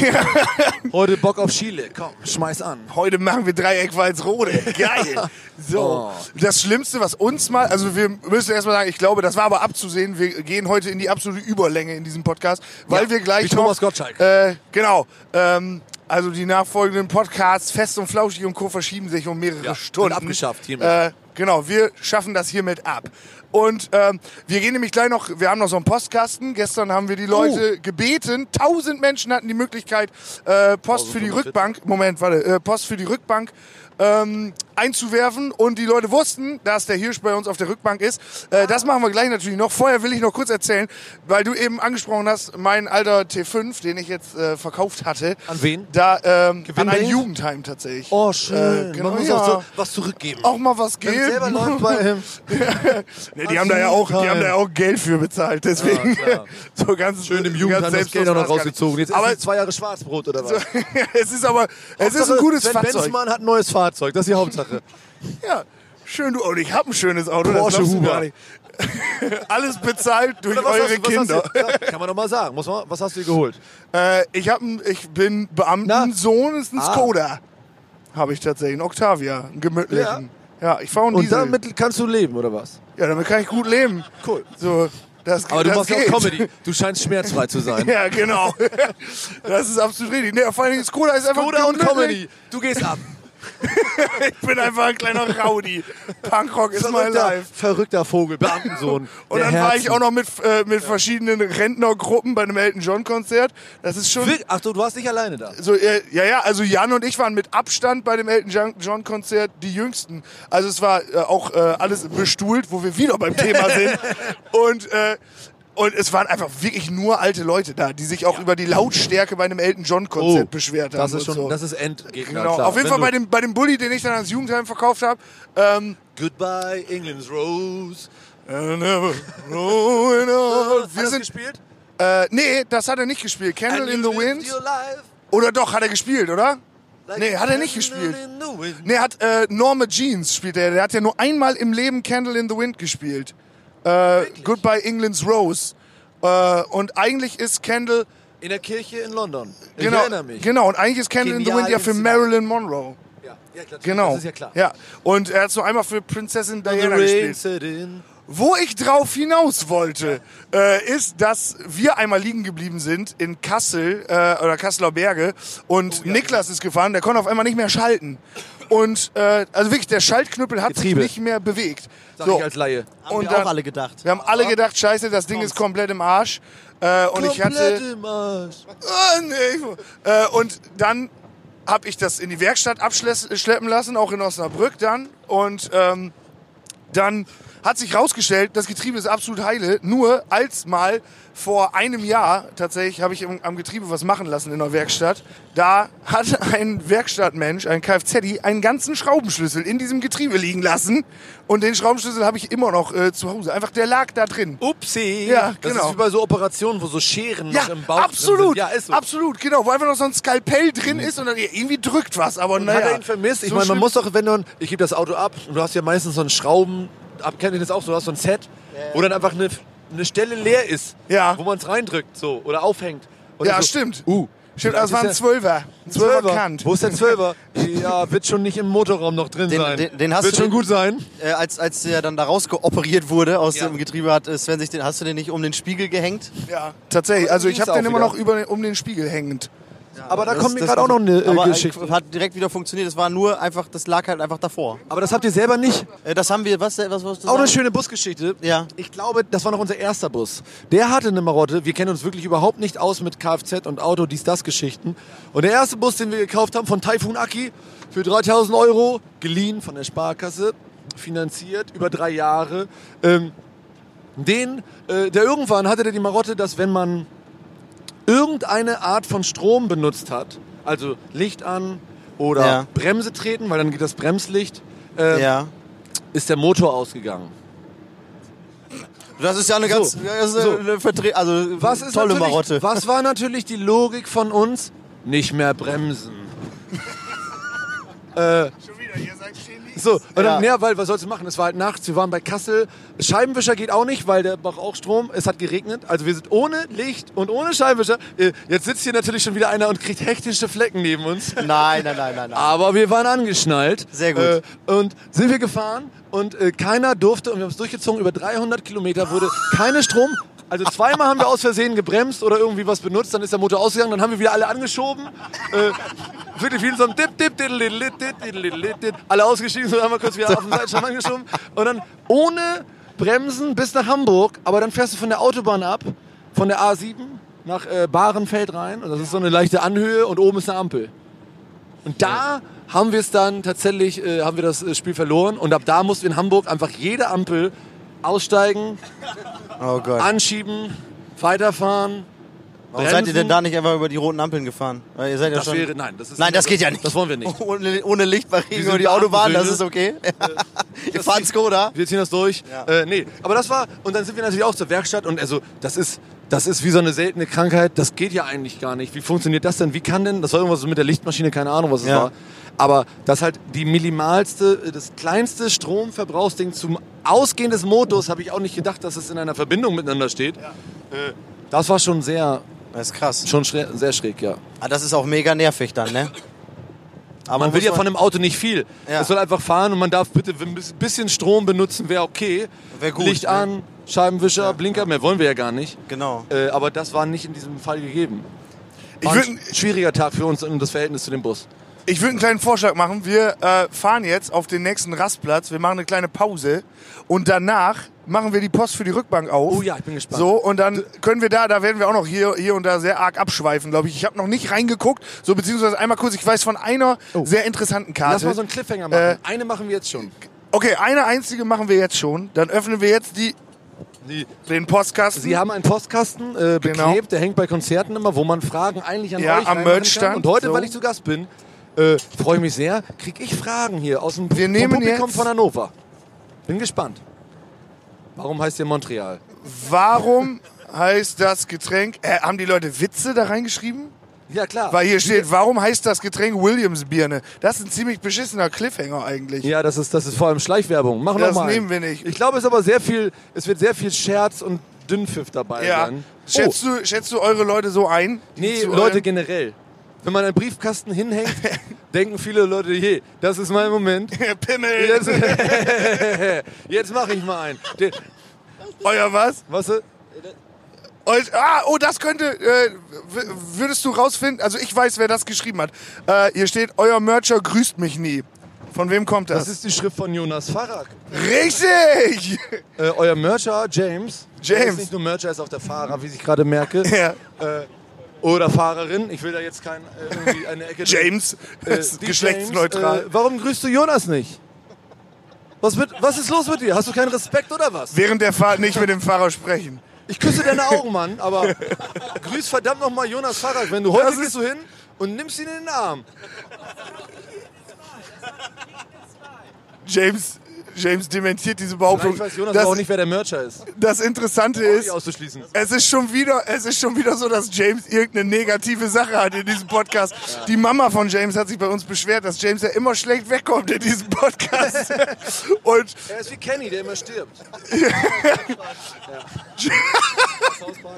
Speaker 2: Heute Bock auf Chile, komm, schmeiß an.
Speaker 1: Heute machen wir Dreieck Walsrode. Geil.
Speaker 2: Oh.
Speaker 1: So. Das Schlimmste, was uns mal, also wir müssen erstmal sagen, ich glaube, das war aber abzusehen, wir gehen heute in die absolute Überlänge in diesem Podcast, weil
Speaker 2: Ja,
Speaker 1: wir gleich
Speaker 2: wie
Speaker 1: noch,
Speaker 2: Thomas Gottschalk.
Speaker 1: Äh, genau. Ähm, also die nachfolgenden Podcasts Fest und Flauschig und Co. verschieben sich um mehrere
Speaker 2: Ja,
Speaker 1: Stunden.
Speaker 2: wird abgeschafft hiermit.
Speaker 1: Äh, genau, wir schaffen das hiermit ab. Und ähm, wir gehen nämlich gleich noch, wir haben noch so einen Postkasten. Gestern haben wir die Leute äh, gebeten, tausend Menschen hatten die Möglichkeit, äh, Post für die
Speaker 2: 1540.
Speaker 1: Rückbank, Moment, warte, äh, Post für die Rückbank ähm, einzuwerfen. Und die Leute wussten, dass der Hirsch bei uns auf der Rückbank ist. Äh, das machen wir gleich natürlich noch. Vorher will ich noch kurz erzählen, weil du eben angesprochen hast, mein alter T5, den ich jetzt äh, verkauft hatte.
Speaker 2: An wen?
Speaker 1: Da, ähm, an ein
Speaker 2: bringt?
Speaker 1: Jugendheim tatsächlich.
Speaker 2: Oh, schön.
Speaker 1: Äh, genau,
Speaker 2: man muss
Speaker 1: ja.
Speaker 2: auch so was zurückgeben.
Speaker 1: Auch mal was geben. Spiel.
Speaker 2: selber läuft bei ähm, ihm.
Speaker 1: Nee, die haben da ja auch, die haben da ja auch Geld für bezahlt, deswegen so ganz
Speaker 2: Schön im Jugend hat
Speaker 1: ganz
Speaker 2: das Geld auch noch
Speaker 1: selbstlos
Speaker 2: rausgezogen. Jetzt
Speaker 1: Aber-
Speaker 2: ist zwei Jahre Schwarzbrot oder was?
Speaker 1: es ist aber, es ist ein gutes
Speaker 2: Sven
Speaker 1: Fahrzeug.
Speaker 2: Benzmann hat ein neues Fahrzeug, das ist die Hauptsache.
Speaker 1: Ja, schön du. Und ich habe ein schönes Auto. das
Speaker 2: Porsche
Speaker 1: glaubst du
Speaker 2: Huber.
Speaker 1: gar nicht. Alles bezahlt durch
Speaker 2: Oder was
Speaker 1: eure
Speaker 2: hast du- was
Speaker 1: Kinder.
Speaker 2: Hast du, ja, kann man doch mal sagen. Muss man, was hast du dir geholt?
Speaker 1: Äh, ich hab ein, ich bin Beamtensohn, ist ein
Speaker 2: Ah.
Speaker 1: Skoda. Habe ich tatsächlich, ein Octavia, einen gemütlichen. Ja, ich fahre einen
Speaker 2: Und
Speaker 1: Diesel.
Speaker 2: damit kannst du leben, oder was?
Speaker 1: ja, damit kann ich gut leben.
Speaker 2: Cool.
Speaker 1: So, das,
Speaker 2: Aber du
Speaker 1: das
Speaker 2: machst ja
Speaker 1: geht.
Speaker 2: auch Comedy. Du scheinst schmerzfrei zu sein.
Speaker 1: Ja, genau. Das ist absolut richtig. Nee, vor allen Dingen Skoda ist einfach
Speaker 2: Oder und
Speaker 1: gemütlich.
Speaker 2: Comedy. Du gehst ab.
Speaker 1: Ich bin einfach ein kleiner Rowdy. Punkrock ist mein
Speaker 2: Verrückter,
Speaker 1: Life.
Speaker 2: verrückter Vogel, Beamtensohn.
Speaker 1: Und
Speaker 2: der
Speaker 1: dann war ich
Speaker 2: Herzen.
Speaker 1: auch noch mit, äh, mit verschiedenen Rentnergruppen bei einem Elton John Konzert. Das ist schon
Speaker 2: Will- Ach du, du warst nicht alleine da.
Speaker 1: so äh, ja ja, also Jan und ich waren mit Abstand bei dem Elton John- John Konzert die jüngsten. Also es war äh, auch äh, alles bestuhlt, wo wir wieder beim Thema sind. Und äh, und es waren einfach wirklich nur alte Leute da, die sich auch über die Lautstärke bei einem Elton John Konzert beschwert haben
Speaker 2: Oh, Das ist
Speaker 1: und
Speaker 2: schon,
Speaker 1: so.
Speaker 2: das ist Endgegner.
Speaker 1: genau.
Speaker 2: klar.
Speaker 1: Auf jeden Fall
Speaker 2: Wenn du-
Speaker 1: bei dem bei dem Bulli, den ich dann ans Jugendheim verkauft habe. Ähm,
Speaker 2: Goodbye, England's Rose.
Speaker 1: wir
Speaker 2: das
Speaker 1: sind
Speaker 2: gespielt?
Speaker 1: Äh, nee, das hat er nicht gespielt. Candle in the
Speaker 2: And you lived
Speaker 1: Wind.
Speaker 2: your life
Speaker 1: Oder doch, hat er gespielt, oder?
Speaker 2: like
Speaker 1: Nee,
Speaker 2: a
Speaker 1: hat er nicht
Speaker 2: candle
Speaker 1: gespielt.
Speaker 2: in the wind.
Speaker 1: Nee, hat äh, Norma Jeans spielt er. Der hat ja nur einmal im Leben Candle in the Wind gespielt. Äh, Goodbye England's Rose. Äh, und eigentlich ist Candle.
Speaker 2: In der Kirche in London. Ich
Speaker 1: Genau,
Speaker 2: erinnere mich.
Speaker 1: genau, und eigentlich ist Candle in the
Speaker 2: Genial
Speaker 1: Wind ja für
Speaker 2: inszeniert.
Speaker 1: Marilyn Monroe.
Speaker 2: Ja, ja, klar,
Speaker 1: Genau.
Speaker 2: Das ist ja klar.
Speaker 1: Ja. Und er hat so einmal für Prinzessin
Speaker 2: The
Speaker 1: Diana
Speaker 2: rain
Speaker 1: gespielt.
Speaker 2: set in.
Speaker 1: Wo ich drauf hinaus wollte, äh, ist, dass wir einmal liegen geblieben sind in Kassel äh, oder Kasseler Berge
Speaker 2: Oh,
Speaker 1: und Niklas ist gefahren, der konnte auf einmal nicht mehr schalten. Und äh, also wirklich, der Schaltknüppel hat
Speaker 2: Getriebe.
Speaker 1: sich nicht mehr bewegt.
Speaker 2: Sag
Speaker 1: So,
Speaker 2: ich als Laie.
Speaker 3: Haben
Speaker 1: Und
Speaker 3: wir
Speaker 1: dann-
Speaker 3: auch alle gedacht.
Speaker 1: wir haben alle gedacht, scheiße, das Ding ist komplett im Arsch. Äh, und ich hatte.
Speaker 2: Komplett im Arsch.
Speaker 1: Ah, nee. äh, und dann habe ich das in die Werkstatt abschleppen lassen, auch in Osnabrück dann. Und ähm, dann hat sich rausgestellt, das Getriebe ist absolut heile. Nur als mal vor einem Jahr tatsächlich habe ich im, am Getriebe was machen lassen in der Werkstatt. Da hat ein Werkstattmensch, ein Kfz, einen ganzen Schraubenschlüssel in diesem Getriebe liegen lassen. Und den Schraubenschlüssel habe ich immer noch äh, zu Hause. Einfach der lag da drin.
Speaker 2: Upsi.
Speaker 1: Ja,
Speaker 2: Das
Speaker 1: genau.
Speaker 2: ist wie bei so Operationen, wo so Scheren noch im Bauch Drin
Speaker 1: absolut,
Speaker 2: sind. Ja, ist so. Mhm.
Speaker 1: absolut, genau, wo einfach noch so ein Skalpell drin ist und dann irgendwie drückt was, aber naja.
Speaker 2: Hat er ihn vermisst? Ich
Speaker 1: So
Speaker 2: meine, man
Speaker 1: schlimm-
Speaker 2: muss doch, wenn du, ich gebe das Auto ab und du hast ja meistens so einen Schrauben, kennt ihr das auch so, du hast so ein Set, wo dann einfach eine, eine Stelle leer ist,
Speaker 1: Ja.
Speaker 2: wo man es reindrückt so oder aufhängt. Und
Speaker 1: Ja,
Speaker 2: so,
Speaker 1: stimmt.
Speaker 2: Uh,
Speaker 1: Stimmt, das war ein Zwölfer. Ein Zwölfer Kant.
Speaker 2: Wo ist der Zwölfer? ja, wird schon nicht im Motorraum noch drin
Speaker 3: Den-
Speaker 2: sein.
Speaker 3: den- den hast
Speaker 2: wird
Speaker 3: du
Speaker 2: schon
Speaker 3: den-
Speaker 2: gut sein.
Speaker 3: Äh, als, als der dann da rausgeoperiert wurde aus
Speaker 2: Ja.
Speaker 3: dem Getriebe, hat äh, Sven sich den, hast du den nicht um den Spiegel gehängt?
Speaker 1: Ja, tatsächlich. Also ich
Speaker 2: ging's
Speaker 1: habe den
Speaker 2: auch
Speaker 1: immer
Speaker 2: wieder.
Speaker 1: noch über, um den Spiegel hängend.
Speaker 2: aber da
Speaker 3: Das-
Speaker 2: kommt mir
Speaker 3: das-
Speaker 2: gerade auch noch eine äh,
Speaker 3: aber,
Speaker 2: Geschichte.
Speaker 3: Hat direkt wieder funktioniert. Es war nur einfach, das lag halt einfach davor.
Speaker 2: Aber das habt ihr selber nicht.
Speaker 3: Äh, das haben wir, was, was wolltest du
Speaker 2: Auch eine
Speaker 3: sagen?
Speaker 2: schöne Busgeschichte.
Speaker 3: Ja.
Speaker 2: Ich glaube, das war noch unser erster Bus. Der hatte eine Marotte. Wir kennen uns wirklich überhaupt nicht aus mit Kfz und Auto, dies, das Geschichten. Und der erste Bus, den wir gekauft haben von Taifun Aki für 3000 Euro, geliehen von der Sparkasse, finanziert über drei Jahre. Ähm, den, äh, der irgendwann hatte der die Marotte, dass wenn man irgendeine Art von Strom benutzt hat, also Licht an oder
Speaker 3: Ja.
Speaker 2: Bremse treten, weil dann geht das Bremslicht, äh,
Speaker 3: Ja.
Speaker 2: ist der Motor ausgegangen.
Speaker 3: Das ist ja eine
Speaker 2: So.
Speaker 3: ganz ja, das ist äh,
Speaker 2: So.
Speaker 3: eine Vertre also
Speaker 2: Was ist
Speaker 3: tolle
Speaker 2: natürlich-
Speaker 3: Marotte.
Speaker 2: Was war natürlich die Logik von uns? Nicht mehr bremsen. Äh,
Speaker 1: Schon wieder, ihr sagt stehen liegen.
Speaker 2: So, und dann,
Speaker 3: Ja.
Speaker 2: ja, weil was sollst du machen? Es war halt nachts, wir waren bei Kassel. Scheibenwischer geht auch nicht, weil der braucht auch Strom. Es hat geregnet. Also wir sind ohne Licht und ohne Scheibenwischer. Äh, Jetzt sitzt hier natürlich schon wieder einer und kriegt hektische Flecken neben uns.
Speaker 3: Nein, nein, nein, nein, nein.
Speaker 2: Aber wir waren angeschnallt.
Speaker 3: Sehr gut.
Speaker 2: Äh, und sind wir gefahren und äh, keiner durfte, und wir haben es durchgezogen, über 300 Kilometer wurde keine Strom. Also zweimal haben wir aus Versehen gebremst oder irgendwie was benutzt, dann ist der Motor ausgegangen, dann haben wir wieder alle angeschoben. Äh, wirklich wie in so einem Dip, Dip, diddle-diddle-dit, diddle-diddle-dit. Alle ausgestiegen, so einmal kurz wieder auf den Seitenschirm angeschoben. Und dann ohne Bremsen bis nach Hamburg, aber dann fährst du von der Autobahn ab, von der A7 nach äh, Bahrenfeld rein. Und das ist so eine leichte Anhöhe und oben ist eine Ampel. Und da haben wir es dann tatsächlich, äh, haben wir das äh, Spiel verloren und ab da mussten wir in Hamburg einfach jede Ampel aussteigen,
Speaker 3: Oh Gott.
Speaker 2: anschieben, weiterfahren.
Speaker 3: Warum seid ihr denn da nicht einfach über die roten Ampeln gefahren? Weil ihr seid ja
Speaker 2: Das
Speaker 3: schon
Speaker 2: wäre, nein, das ist
Speaker 3: Nein, das geht ja nicht.
Speaker 2: Das wollen wir nicht.
Speaker 3: ohne, ohne Licht bei Regen
Speaker 2: sind Äh,
Speaker 3: über die Autobahn, das
Speaker 2: Beamtensöhne.
Speaker 3: ist okay. ihr fahrt Skoda.
Speaker 2: Wir ziehen das durch. Äh, nee, aber das war, und dann sind wir natürlich auch zur Werkstatt und also, das ist, das ist wie so eine seltene Krankheit, das geht ja eigentlich gar nicht. Wie funktioniert das denn? Wie kann denn, das war irgendwas mit der Lichtmaschine, keine Ahnung, was es
Speaker 3: Ja.
Speaker 2: war. Aber das halt die minimalste, äh, das kleinste Stromverbrauchsding zum Ausgehen des Motors, habe ich auch nicht gedacht, dass es in einer Verbindung miteinander steht. Äh, das war schon sehr,
Speaker 3: Das ist krass.
Speaker 2: schon schre sehr schräg, ja.
Speaker 3: Ah, das ist auch mega nervig dann, ne? Aber
Speaker 2: Man will
Speaker 3: muss
Speaker 2: ja von dem Auto nicht viel.
Speaker 3: Ja.
Speaker 2: Es soll einfach fahren und man darf bitte ein bisschen Strom benutzen, wäre okay.
Speaker 3: Wär gut,
Speaker 2: Licht
Speaker 3: ne?
Speaker 2: an, Scheibenwischer, Blinker, mehr wollen wir ja gar nicht.
Speaker 3: Genau.
Speaker 2: Äh, aber das war nicht in diesem Fall gegeben.
Speaker 1: Ich
Speaker 2: War
Speaker 1: würde
Speaker 2: ein schwieriger Tag für uns und das Verhältnis zu dem Bus.
Speaker 1: ich würd einen kleinen Vorschlag machen. Wir äh, fahren jetzt auf den nächsten Rastplatz. Wir machen eine kleine Pause. Und danach machen wir die Post für die Rückbank auf.
Speaker 2: Oh ja, ich bin gespannt.
Speaker 1: So, und dann können wir da, da werden wir auch noch hier, hier und da sehr arg abschweifen, glaube ich. Ich habe noch nicht reingeguckt. So, beziehungsweise einmal kurz, ich weiß von einer sehr interessanten Karte.
Speaker 2: Oh. Lass mal so einen Cliffhanger machen.
Speaker 1: Äh,
Speaker 2: Eine machen wir jetzt schon.
Speaker 1: Okay, eine einzige machen wir jetzt schon. Dann öffnen wir jetzt die,
Speaker 2: Die,
Speaker 1: den Postkasten.
Speaker 2: Sie haben einen Postkasten äh, beklebt,
Speaker 1: Genau.
Speaker 2: der hängt bei Konzerten immer, wo man Fragen eigentlich an
Speaker 1: Ja,
Speaker 2: euch
Speaker 1: am
Speaker 2: reinmachen
Speaker 1: Merchstand,
Speaker 2: kann. Und heute,
Speaker 1: so.
Speaker 2: weil ich zu Gast bin, äh, freue ich mich sehr, kriege ich Fragen hier aus dem
Speaker 1: Wir
Speaker 2: vom
Speaker 1: nehmen
Speaker 2: Publikum
Speaker 1: jetzt-
Speaker 2: von Hannover. Bin gespannt. Warum heißt ihr Montreal?
Speaker 1: Warum heißt das Getränk? Äh, haben die Leute Witze da reingeschrieben?
Speaker 2: Ja, klar.
Speaker 1: Weil hier steht, warum heißt das Getränk Williams Birne? Das ist ein ziemlich beschissener Cliffhanger eigentlich.
Speaker 2: Ja, das ist, das ist vor allem Schleichwerbung. Machen
Speaker 1: Das
Speaker 2: wir mal.
Speaker 1: nehmen wir nicht.
Speaker 2: Ich glaube, es ist aber sehr viel, es wird sehr viel Scherz und Dünnpfiff dabei
Speaker 1: Ja.
Speaker 2: sein.
Speaker 1: Schätzt, du, schätzt du eure Leute so ein?
Speaker 2: oh,
Speaker 1: die
Speaker 2: nee,
Speaker 1: zu
Speaker 2: Leute
Speaker 1: eurem-
Speaker 2: generell. Wenn man einen Briefkasten hinhängt, denken viele Leute, je, das ist mein Moment.
Speaker 1: Pimmel,
Speaker 2: Jetzt, jetzt mache ich mal einen. Den,
Speaker 1: euer was?
Speaker 2: was, äh,
Speaker 1: Euch, ah, oh, das könnte, äh, w- würdest du rausfinden, also ich weiß, wer das geschrieben hat. Äh, hier steht, euer Mercher grüßt mich nie. Von wem kommt das?
Speaker 2: das ist die Schrift von Jonas Farag.
Speaker 1: Richtig!
Speaker 2: Äh, euer Mercher, James.
Speaker 1: James.
Speaker 2: Er ist nicht nur Mercher, er ist auch der Fahrer, wie ich gerade merke.
Speaker 1: Ja.
Speaker 2: Äh, oder Fahrerin. Ich will da jetzt kein, äh, irgendwie eine Ecke.
Speaker 1: James,
Speaker 2: Äh,
Speaker 1: ist
Speaker 2: die
Speaker 1: geschlechtsneutral.
Speaker 2: James, äh, warum grüßt du Jonas nicht? Was, mit, was ist los mit dir? Hast du keinen Respekt oder was?
Speaker 1: Während der Fahrt nicht mit dem Fahrer sprechen.
Speaker 2: Ich küsse deine Augen, Mann, aber grüß verdammt nochmal Jonas Farag. Wenn du heute gehst du hin und nimmst ihn in den Arm.
Speaker 1: James, James dementiert diese
Speaker 2: Nein,
Speaker 1: Behauptung.
Speaker 2: ich weiß Jonas
Speaker 1: das,
Speaker 2: aber auch nicht, wer der Mercher ist.
Speaker 1: das Interessante
Speaker 2: Ist
Speaker 1: ist,
Speaker 2: auszuschließen.
Speaker 1: es ist, schon wieder, es ist schon wieder so, dass James irgendeine negative Sache hat in diesem Podcast. Die Mama von James hat sich bei uns beschwert, dass James ja immer schlecht wegkommt in diesem Podcast. Und
Speaker 2: Er ist wie Kenny, der immer stirbt.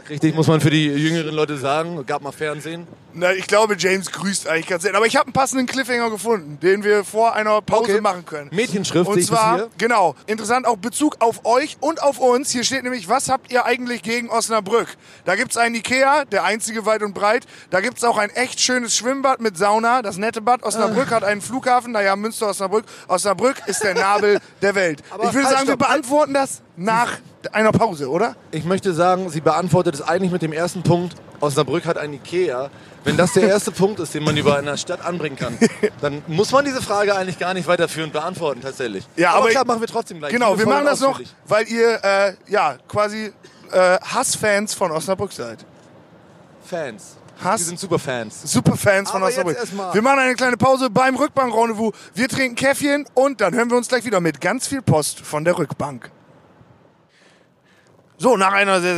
Speaker 2: Richtig, muss man für die jüngeren Leute sagen. Gab mal Fernsehen.
Speaker 1: na, ich glaube, James grüßt eigentlich ganz selten. Aber ich habe einen passenden Cliffhanger gefunden, den wir vor einer Pause
Speaker 2: Okay.
Speaker 1: machen können.
Speaker 2: Mädchenschrift, sehe
Speaker 1: Und
Speaker 2: ich das
Speaker 1: zwar,
Speaker 2: hier?
Speaker 1: genau, interessant auch Bezug auf euch und auf uns. Hier steht nämlich, was habt ihr eigentlich gegen Osnabrück? Da gibt's einen Ikea, der einzige weit und breit. Da gibt's auch ein echt schönes Schwimmbad mit Sauna, das nette Bad. Osnabrück hat einen Flughafen, naja, Münster, Osnabrück. Osnabrück ist der Nabel der Welt.
Speaker 2: Aber
Speaker 1: ich würde
Speaker 2: halt,
Speaker 1: sagen, wir
Speaker 2: stopp.
Speaker 1: beantworten das nach einer Pause, oder?
Speaker 2: Ich möchte sagen, sie beantwortet es eigentlich mit dem ersten Punkt. Osnabrück hat ein Ikea. Wenn das der erste Punkt ist, den man über einer Stadt anbringen kann, dann muss man diese Frage eigentlich gar nicht weiterführend beantworten, tatsächlich.
Speaker 1: Ja, aber
Speaker 2: klar,
Speaker 1: ich-
Speaker 2: machen wir trotzdem gleich.
Speaker 1: genau, wir
Speaker 2: liebevoll
Speaker 1: machen
Speaker 2: und
Speaker 1: das noch,
Speaker 2: ausführlich.
Speaker 1: weil ihr, äh, ja, quasi äh, Hassfans von Osnabrück seid.
Speaker 2: Fans.
Speaker 1: Hass-
Speaker 2: Wir sind Superfans.
Speaker 1: Superfans von
Speaker 2: Aber jetzt
Speaker 1: Osnabrück.
Speaker 2: erstmal.
Speaker 1: Wir machen eine kleine Pause beim Rückbank-Rendezvous. Wir trinken Käffchen und dann hören wir uns gleich wieder mit ganz viel Post von der Rückbank. So, nach einer sehr,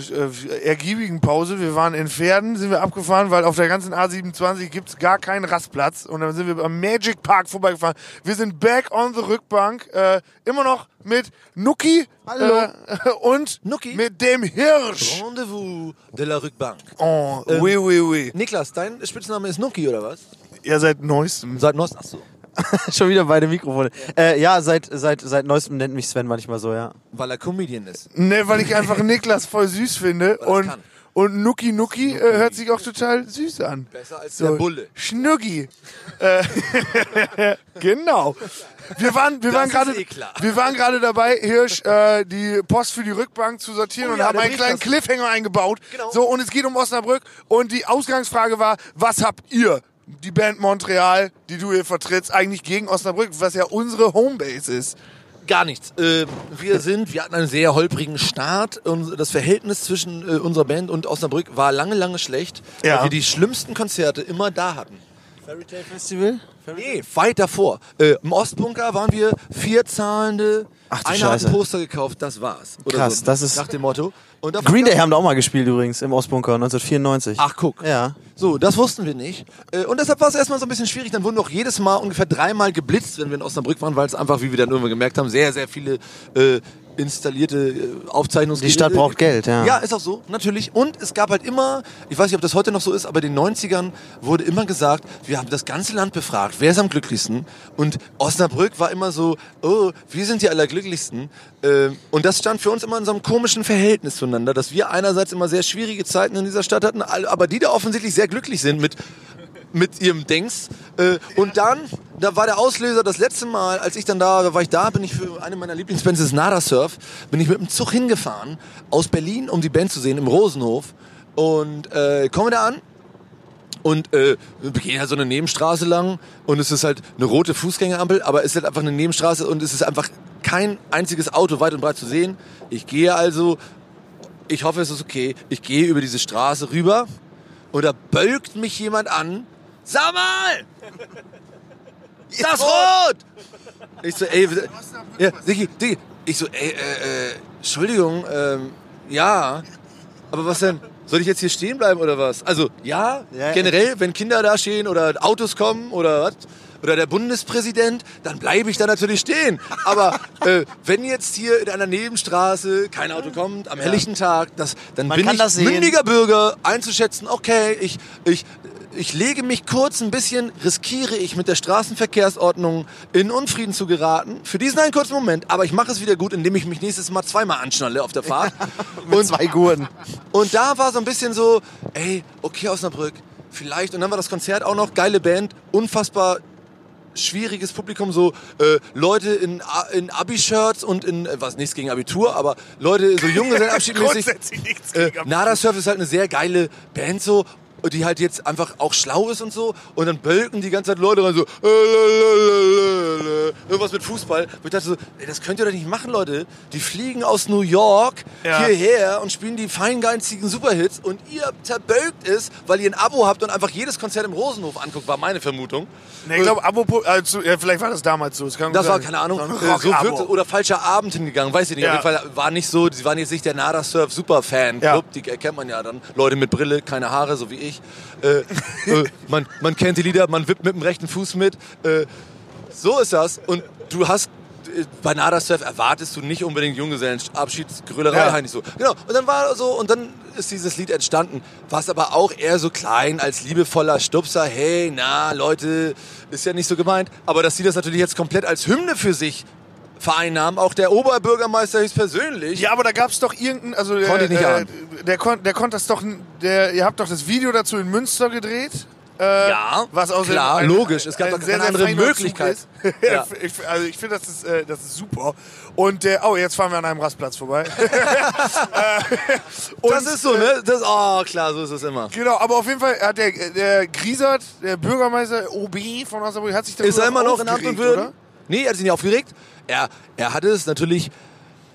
Speaker 1: sehr äh, äh, ergiebigen Pause, wir waren in Pferden, sind wir abgefahren, weil auf der ganzen A27 gibt es gar keinen Rastplatz. Und dann sind wir am Magic Park vorbeigefahren. Wir sind back on the Rückbank, äh, immer noch mit Nuki
Speaker 2: Hallo.
Speaker 1: Äh, und
Speaker 2: Nuki?
Speaker 1: mit dem Hirsch.
Speaker 2: Rendezvous de la Rückbank.
Speaker 1: Oh,
Speaker 2: ähm.
Speaker 1: oui, oui, oui.
Speaker 2: Niklas, dein Spitzname ist Nuki, oder was?
Speaker 1: Ihr seid neuestem.
Speaker 2: Seit Nost. Achso.
Speaker 3: Schon wieder beide Mikrofone. Äh, ja, seit, seit, seit neuestem nennt mich Sven manchmal so, ja.
Speaker 2: Weil er Comedian ist.
Speaker 1: Ne, weil ich einfach Niklas voll süß finde.
Speaker 2: er
Speaker 1: Und,
Speaker 2: kann.
Speaker 1: und Nuki Nuki äh, hört sich auch total süß an.
Speaker 2: Besser als
Speaker 1: So,
Speaker 2: der Bulle.
Speaker 1: Schnucki. Äh, genau. Wir waren, wir
Speaker 2: Das
Speaker 1: waren
Speaker 2: ist
Speaker 1: gerade,
Speaker 2: eh klar.
Speaker 1: wir waren gerade dabei, Hirsch, äh, die Post für die Rückbank zu sortieren
Speaker 2: Oh
Speaker 1: und
Speaker 2: ja,
Speaker 1: haben
Speaker 2: der
Speaker 1: einen kleinen
Speaker 2: Briefkasten.
Speaker 1: Cliffhanger eingebaut.
Speaker 2: Genau.
Speaker 1: So, und es geht um Osnabrück. Und die Ausgangsfrage war, was habt ihr? Die Band Montreal, die du hier vertrittst, eigentlich gegen Osnabrück, was ja unsere Homebase ist.
Speaker 2: Gar nichts. Äh, wir sind, wir hatten einen sehr holprigen Start und das Verhältnis zwischen äh, unserer Band und Osnabrück war lange, lange schlecht,
Speaker 1: Ja.
Speaker 2: weil wir die schlimmsten Konzerte immer da hatten.
Speaker 3: Festival?
Speaker 2: Nee, weit davor. Äh, Im Ostbunker waren wir vier zahlende,
Speaker 3: Ach du
Speaker 2: einer hat
Speaker 3: Scheiße.
Speaker 2: ein Poster gekauft, das war's. Oder
Speaker 3: Krass,
Speaker 2: so,
Speaker 3: das ist-
Speaker 2: Nach dem Motto. Und davon
Speaker 3: Green Day haben da auch mal gespielt übrigens im Ostbunker 1994.
Speaker 2: Ach, guck.
Speaker 3: Ja.
Speaker 2: So, das wussten wir nicht. Äh, Und deshalb war es erstmal so ein bisschen schwierig. Dann wurden auch jedes Mal ungefähr dreimal geblitzt, wenn wir in Osnabrück waren, weil es einfach, wie wir dann irgendwann gemerkt haben, sehr, sehr viele äh, installierte äh, Aufzeichnungsgeräte.
Speaker 3: Die Stadt braucht Geld, ja.
Speaker 2: Ja, ist auch so, natürlich. Und es gab halt immer, ich weiß nicht, ob das heute noch so ist, aber in den 90ern wurde immer gesagt, wir haben das ganze Land befragt, wer ist am glücklichsten? Und Osnabrück war immer so, oh, wir sind die allerglücklichsten. Ähm, Und das stand für uns immer in so einem komischen Verhältnis zueinander, dass wir einerseits immer sehr schwierige Zeiten in dieser Stadt hatten, all- aber die da offensichtlich sehr glücklich sind mit mit ihrem Denks. Äh, und dann, da war der Auslöser das letzte Mal, als ich dann da da war, ich da, bin ich für eine meiner Lieblingsbands, das ist Nada Surf, bin ich mit dem Zug hingefahren aus Berlin, um die Band zu sehen im Rosenhof. Und äh, komme da an und äh, wir gehen halt so eine Nebenstraße lang und es ist halt eine rote Fußgängerampel, aber es ist halt einfach eine Nebenstraße und es ist einfach kein einziges Auto weit und breit zu sehen. Ich gehe also, ich hoffe, es ist okay, ich gehe über diese Straße rüber und da bölkt mich jemand an. Sag mal! Das Rot! Ich so, ey, ja, Diggi, Diggi. Ich so, ey, äh, äh, Entschuldigung, ähm, ja, aber was denn? Soll ich jetzt hier stehen bleiben oder was? Also, ja,
Speaker 3: Ja, ja.
Speaker 2: generell, wenn Kinder da stehen oder Autos kommen oder was, oder der Bundespräsident, dann bleibe ich da natürlich stehen. Aber äh, wenn jetzt hier in einer Nebenstraße kein Auto kommt, am helllichten Tag, das, dann
Speaker 3: Man
Speaker 2: bin
Speaker 3: kann
Speaker 2: ich
Speaker 3: das sehen.
Speaker 2: mündiger mündiger Bürger einzuschätzen, okay, ich, ich, ich lege mich kurz ein bisschen, riskiere ich mit der Straßenverkehrsordnung in Unfrieden zu geraten. Für diesen einen kurzen Moment, aber ich mache es wieder gut, indem ich mich nächstes Mal zweimal anschnalle auf der Fahrt.
Speaker 3: Mit zwei Gurten.
Speaker 2: Und da war so ein bisschen so, ey, okay, Osnabrück, vielleicht. Und dann war das Konzert auch noch, geile Band, unfassbar schwieriges Publikum, so äh, Leute in, A- in Abi-Shirts und in, äh, was, nichts gegen Abitur, aber Leute, so junge sind abschiedmäßig.
Speaker 1: Grundsätzlich nichts
Speaker 2: Äh,
Speaker 1: gegen
Speaker 2: Nada Surf ist halt eine sehr geile Band so, die halt jetzt einfach auch schlau ist und so. Und dann bölken die ganze Zeit Leute rein so, äh, lä, lä, lä, lä, lä. irgendwas mit Fußball. Und ich dachte so, ey, das könnt ihr doch nicht machen, Leute. Die fliegen aus New York
Speaker 1: Ja.
Speaker 2: hierher und spielen die feingeistigen Superhits und ihr zerbölkt es, weil ihr ein Abo habt und einfach jedes Konzert im Rosenhof anguckt, war meine Vermutung.
Speaker 1: Nee, ich glaube, apropos, äh, zu, ja, vielleicht war das damals so. Das, kann gut
Speaker 2: Das war,
Speaker 1: sein.
Speaker 2: keine Ahnung,
Speaker 1: Das
Speaker 2: äh,
Speaker 1: war ein
Speaker 2: so
Speaker 1: Rock-Abo.
Speaker 2: wirkte, oder falscher Abend hingegangen, weiß ich nicht.
Speaker 1: Ja.
Speaker 2: Auf jeden Fall war nicht so, sie waren jetzt nicht der Nada Surf Superfan Club,
Speaker 1: Ja.
Speaker 2: die erkennt man ja dann. Leute mit Brille, keine Haare, so wie ich. Äh, äh, man, man kennt die Lieder, man wippt mit dem rechten Fuß mit. Äh, so ist das. Und du hast äh, bei Nada Surf erwartest du nicht unbedingt Junggesellenabschiedsgrölerei,
Speaker 1: Ja.
Speaker 2: Heinrich, so. Genau. Und dann war so, und dann ist dieses Lied entstanden, was aber auch eher so klein als liebevoller Stupser, hey, na, Leute, ist ja nicht so gemeint. Aber dass sie das natürlich jetzt komplett als Hymne für sich vereinnahmen, auch der Oberbürgermeister höchstpersönlich.
Speaker 1: Ja, aber da gab's doch irgendeinen, also äh,
Speaker 2: Konnte ich nicht
Speaker 1: äh,
Speaker 2: ahnen.
Speaker 1: der, kon, der konnte das doch, n- der, ihr habt doch das Video dazu in Münster gedreht. Äh,
Speaker 2: Ja,
Speaker 1: was aus
Speaker 2: Ah, klar, logisch. Es gab doch keine andere
Speaker 1: feiner Zug
Speaker 2: Möglichkeit.
Speaker 1: ist.
Speaker 2: Ja.
Speaker 1: ich, also ich finde, das, ist, äh, das ist super. Und äh, oh, jetzt fahren wir an einem Rastplatz vorbei. Äh,
Speaker 2: das ist so, ne? Das, oh, klar, so ist es immer.
Speaker 1: Genau, aber auf jeden Fall hat der, der Griesert, der Bürgermeister OB von Osnabrück, hat sich darüber
Speaker 2: Ist er immer noch in Amt und
Speaker 1: aufgeregt,
Speaker 2: Würden?
Speaker 1: oder?
Speaker 2: Nee, er hat sich nicht aufgeregt. Er, er hatte es natürlich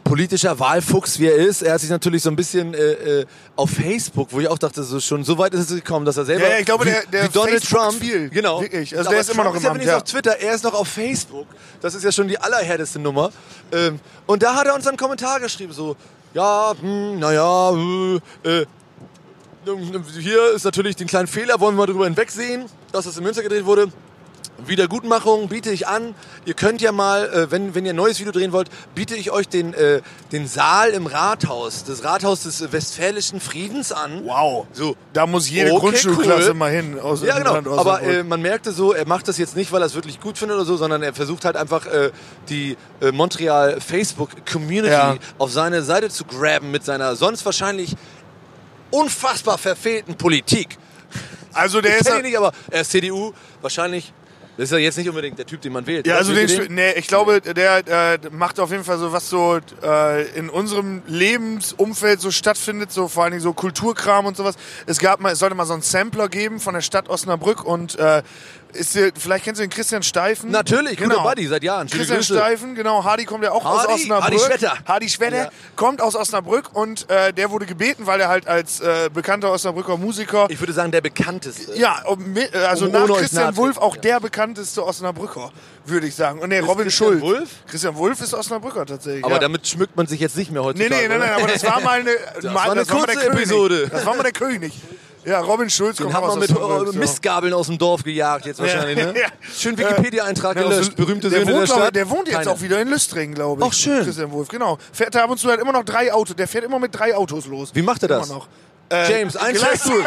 Speaker 2: politischer Wahlfuchs, wie er ist. Er hat sich natürlich so ein bisschen äh, äh, auf Facebook, wo ich auch dachte, so schon so weit ist es gekommen, dass er selber
Speaker 1: Ja, ja, ich glaube,
Speaker 2: wie,
Speaker 1: der- der
Speaker 2: wie Donald
Speaker 1: Facebook
Speaker 2: Trump,
Speaker 1: viel.
Speaker 2: genau,
Speaker 1: Wirklich. Also
Speaker 2: Aber
Speaker 1: der ist immer noch
Speaker 2: Trump ist
Speaker 1: im
Speaker 2: ja
Speaker 1: Amt,
Speaker 2: wenigstens
Speaker 1: ja.
Speaker 2: auf Twitter, er ist noch auf Facebook. Das ist ja schon die allerhärteste Nummer. Ähm, und da hat er uns einen Kommentar geschrieben, so ja, hm, naja, äh, hier ist natürlich den kleinen Fehler, wollen wir mal drüber hinwegsehen, dass das in Münster gedreht wurde. Wiedergutmachung biete ich an. Ihr könnt ja mal, äh, wenn, wenn ihr ein neues Video drehen wollt, biete ich euch den, äh, den Saal im Rathaus, das Rathaus des äh, Westfälischen Friedens an.
Speaker 1: Wow.
Speaker 2: So.
Speaker 1: Da muss jede
Speaker 2: Okay,
Speaker 1: Grundschulklasse
Speaker 2: cool.
Speaker 1: mal hin. Aus
Speaker 2: Ja,
Speaker 1: Land
Speaker 2: genau. Aber
Speaker 1: Osnabrück.
Speaker 2: äh, man merkte so, er macht das jetzt nicht, weil er es wirklich gut findet oder so, sondern er versucht halt einfach äh, die äh, Montreal Facebook Community
Speaker 1: Ja.
Speaker 2: auf seine Seite zu graben mit seiner sonst wahrscheinlich unfassbar verfehlten Politik.
Speaker 1: also der
Speaker 2: Ich
Speaker 1: ist
Speaker 2: kenne
Speaker 1: ja-
Speaker 2: ihn nicht, aber er ist CDU. Wahrscheinlich das ist er jetzt nicht unbedingt der Typ, den man wählt.
Speaker 1: Ja, also den,
Speaker 2: Wählt ihr
Speaker 1: Stu- nee, ich glaube, der äh, macht auf jeden Fall so was so äh, in unserem Lebensumfeld so stattfindet, so vor allen Dingen so Kulturkram und sowas. Es gab mal, es sollte mal so einen Sampler geben von der Stadt Osnabrück und äh, Ist der, vielleicht kennst du den Christian Steifen. Genau.
Speaker 2: Natürlich, guter Buddy, seit Jahren. Schöne
Speaker 1: Christian
Speaker 2: Grüße.
Speaker 1: Steifen, genau. Hardy kommt ja auch
Speaker 2: Hardy,
Speaker 1: aus Osnabrück.
Speaker 2: Hardy Schwetter.
Speaker 1: Hardy Schwetter
Speaker 2: Ja.
Speaker 1: kommt aus Osnabrück und äh, der wurde gebeten, weil er halt als äh, bekannter Osnabrücker Musiker.
Speaker 2: Ich würde sagen, der bekannteste.
Speaker 1: ja, um, mi- äh, also
Speaker 2: Um-
Speaker 1: nach
Speaker 2: ohne euch
Speaker 1: Christian
Speaker 2: nahe
Speaker 1: Wulff
Speaker 2: treten,
Speaker 1: auch
Speaker 2: ja.
Speaker 1: der bekannteste Osnabrücker, würde ich sagen. Und nee,
Speaker 2: Ist
Speaker 1: Robin
Speaker 2: Christian
Speaker 1: Schulz.
Speaker 2: Wulff?
Speaker 1: Christian Wulff ist Osnabrücker tatsächlich.
Speaker 2: Aber
Speaker 1: ja.
Speaker 2: damit schmückt man sich jetzt nicht mehr
Speaker 1: Nee,
Speaker 2: heutzutage.
Speaker 1: nee, nein,
Speaker 2: oder?
Speaker 1: nein, aber das war mal eine,
Speaker 2: Das
Speaker 1: mal,
Speaker 2: war eine
Speaker 1: das mal der
Speaker 2: kurze Episode.
Speaker 1: König. Das war mal der König. Ja, Robin Schulz
Speaker 2: Den
Speaker 1: kommt
Speaker 2: haben
Speaker 1: auch
Speaker 2: wir
Speaker 1: aus
Speaker 2: mit
Speaker 1: Osnabrück,
Speaker 2: äh,
Speaker 1: so.
Speaker 2: Mistgabeln aus dem Dorf gejagt jetzt wahrscheinlich. Ne?
Speaker 1: Ja.
Speaker 2: Schön Wikipedia-Eintrag
Speaker 1: Ja,
Speaker 2: gelöscht.
Speaker 1: aus-
Speaker 2: Berühmte
Speaker 1: der
Speaker 2: Söhne
Speaker 1: wohnt,
Speaker 2: der
Speaker 1: glaub ich,
Speaker 2: Stadt.
Speaker 1: Der wohnt jetzt
Speaker 2: Keiner.
Speaker 1: auch wieder in Lüstring, glaube ich.
Speaker 2: Ach, schön.
Speaker 1: Christian Wolf, genau. Fährt da ab und zu halt immer noch drei Autos. Der fährt immer mit drei Autos los.
Speaker 2: Wie macht er das?
Speaker 1: Immer noch. Äh,
Speaker 2: James, ein
Speaker 1: gleich-
Speaker 2: Scheißstuhl.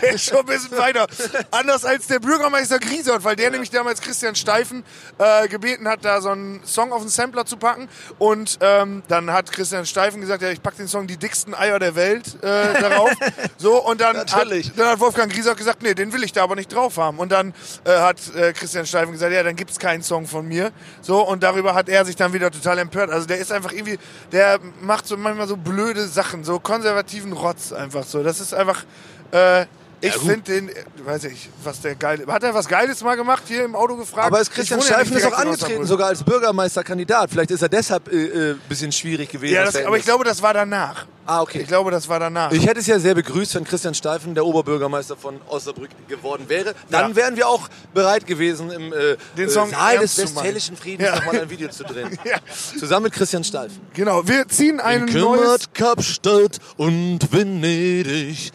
Speaker 1: Der ist schon ein bisschen weiter. Anders als der Bürgermeister Griesert, weil der nämlich damals Christian Steifen äh, gebeten hat, da so einen Song auf den Sampler zu packen. Und ähm, dann hat Christian Steifen gesagt, ja, ich pack den Song Die dicksten Eier der Welt äh, darauf. So, und dann hat,
Speaker 2: Natürlich.
Speaker 1: dann hat Wolfgang Griesert gesagt, nee, den will ich da aber nicht drauf haben. Und dann äh, hat äh, Christian Steifen gesagt, ja, dann gibt's keinen Song von mir. So, und darüber hat er sich dann wieder total empört. Also der ist einfach irgendwie, der macht so manchmal so blöde Sachen, so konservativen Rotz einfach so. Das ist einfach... Äh, ich
Speaker 2: Ja, gut.
Speaker 1: finde den, äh, weiß ich, was der geile. Hat er was Geiles mal gemacht hier im Auto gefragt?
Speaker 2: Aber ist Christian
Speaker 1: Ich wohne ja
Speaker 2: Steifen
Speaker 1: nicht
Speaker 2: ist auch
Speaker 1: direkt in
Speaker 2: angetreten,
Speaker 1: Osnabrück.
Speaker 2: sogar als Bürgermeisterkandidat. Vielleicht ist er deshalb ein äh, bisschen schwierig gewesen.
Speaker 1: Ja,
Speaker 2: als
Speaker 1: das,
Speaker 2: er
Speaker 1: aber ich
Speaker 2: ist.
Speaker 1: glaube, das war danach.
Speaker 2: Ah, okay.
Speaker 1: Ich glaube, das war danach.
Speaker 2: Ich hätte es ja sehr begrüßt, wenn Christian Steifen der Oberbürgermeister von Osnabrück geworden wäre. Dann
Speaker 1: Ja.
Speaker 2: wären wir auch bereit gewesen, im äh,
Speaker 1: Den
Speaker 2: äh,
Speaker 1: Song
Speaker 2: Saal
Speaker 1: ernst
Speaker 2: des
Speaker 1: zu machen.
Speaker 2: Westfälischen Friedens
Speaker 1: Ja.
Speaker 2: nochmal ein Video zu drehen.
Speaker 1: Ja.
Speaker 2: Zusammen mit Christian Steifen.
Speaker 1: Genau, wir ziehen einen neues.
Speaker 2: Kümmert Kapstadt und Venedig.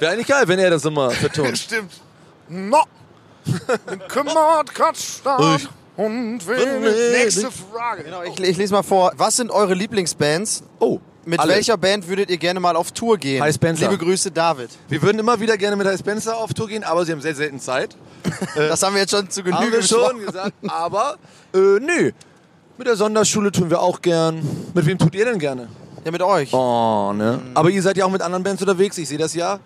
Speaker 2: Wäre eigentlich geil, wenn er das immer vertont.
Speaker 1: Stimmt. No. Kümmert Katstadt
Speaker 2: Ich-
Speaker 1: und
Speaker 2: Nee,
Speaker 1: will. Nächste
Speaker 2: nicht.
Speaker 1: Frage.
Speaker 3: Genau, ich, ich lese mal vor. Was sind eure Lieblingsbands?
Speaker 2: Oh,
Speaker 3: Mit
Speaker 2: alle.
Speaker 3: welcher Band würdet ihr gerne mal auf Tour gehen?
Speaker 2: Hi Spencer.
Speaker 3: Liebe Grüße, David.
Speaker 2: Wir würden immer wieder gerne mit Herr Spencer auf Tour gehen, aber sie haben sehr selten Zeit.
Speaker 3: Das haben wir jetzt schon zu Genüge
Speaker 2: Äh, Haben wir
Speaker 3: besprochen.
Speaker 2: schon gesagt. Aber, äh, nö. Mit der Sonderschule tun wir auch gern. Mit wem tut ihr denn gerne?
Speaker 3: Ja, mit euch.
Speaker 2: Oh, ne? Aber ihr seid ja auch mit anderen Bands unterwegs. Ich sehe das ja.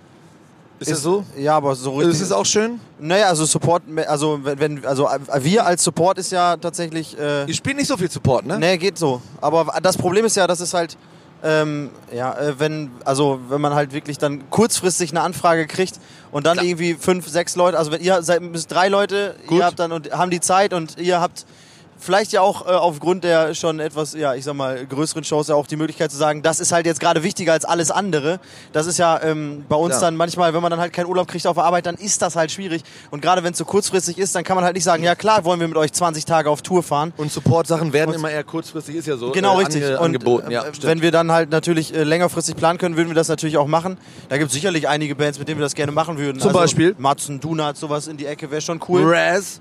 Speaker 2: Ist, das so?
Speaker 3: Ja, aber so richtig.
Speaker 2: Ist es auch schön?
Speaker 3: Naja, also Support, also wenn- wenn, also äh, wir als Support ist ja tatsächlich. Äh,
Speaker 2: Ihr spielt nicht so viel Support, ne?
Speaker 3: nee, geht so. Aber das Problem ist ja, dass es halt, ähm, ja, äh, wenn, also wenn man halt wirklich dann kurzfristig eine Anfrage kriegt und dann irgendwie fünf, sechs Leute, also wenn ihr seid müsst drei Leute,
Speaker 2: Gut.
Speaker 3: ihr habt dann und haben die Zeit und ihr habt vielleicht ja auch äh, aufgrund der schon etwas, ja, ich sag mal, größeren Shows ja auch die Möglichkeit zu sagen, das ist halt jetzt gerade wichtiger als alles andere. Das ist ja ähm, bei uns
Speaker 2: Ja.
Speaker 3: dann manchmal, wenn man dann halt keinen Urlaub kriegt auf der Arbeit, dann ist das halt schwierig. Und gerade wenn es so kurzfristig ist, dann kann man halt nicht sagen, ja klar, wollen wir mit euch 20 Tage auf Tour fahren.
Speaker 2: Und Support-Sachen werden immer eher kurzfristig, ist ja so.
Speaker 3: Genau,
Speaker 2: äh,
Speaker 3: richtig.
Speaker 2: ange-
Speaker 3: und
Speaker 2: angeboten. Ja,
Speaker 3: äh,
Speaker 2: stimmt.
Speaker 3: wenn wir dann halt natürlich äh, längerfristig planen können, würden wir das natürlich auch machen. Da gibt es sicherlich einige Bands, mit denen wir das gerne machen würden. Also
Speaker 2: Zum Beispiel?
Speaker 3: Matzen, Dunat, sowas in die Ecke wäre schon cool.
Speaker 2: Raz.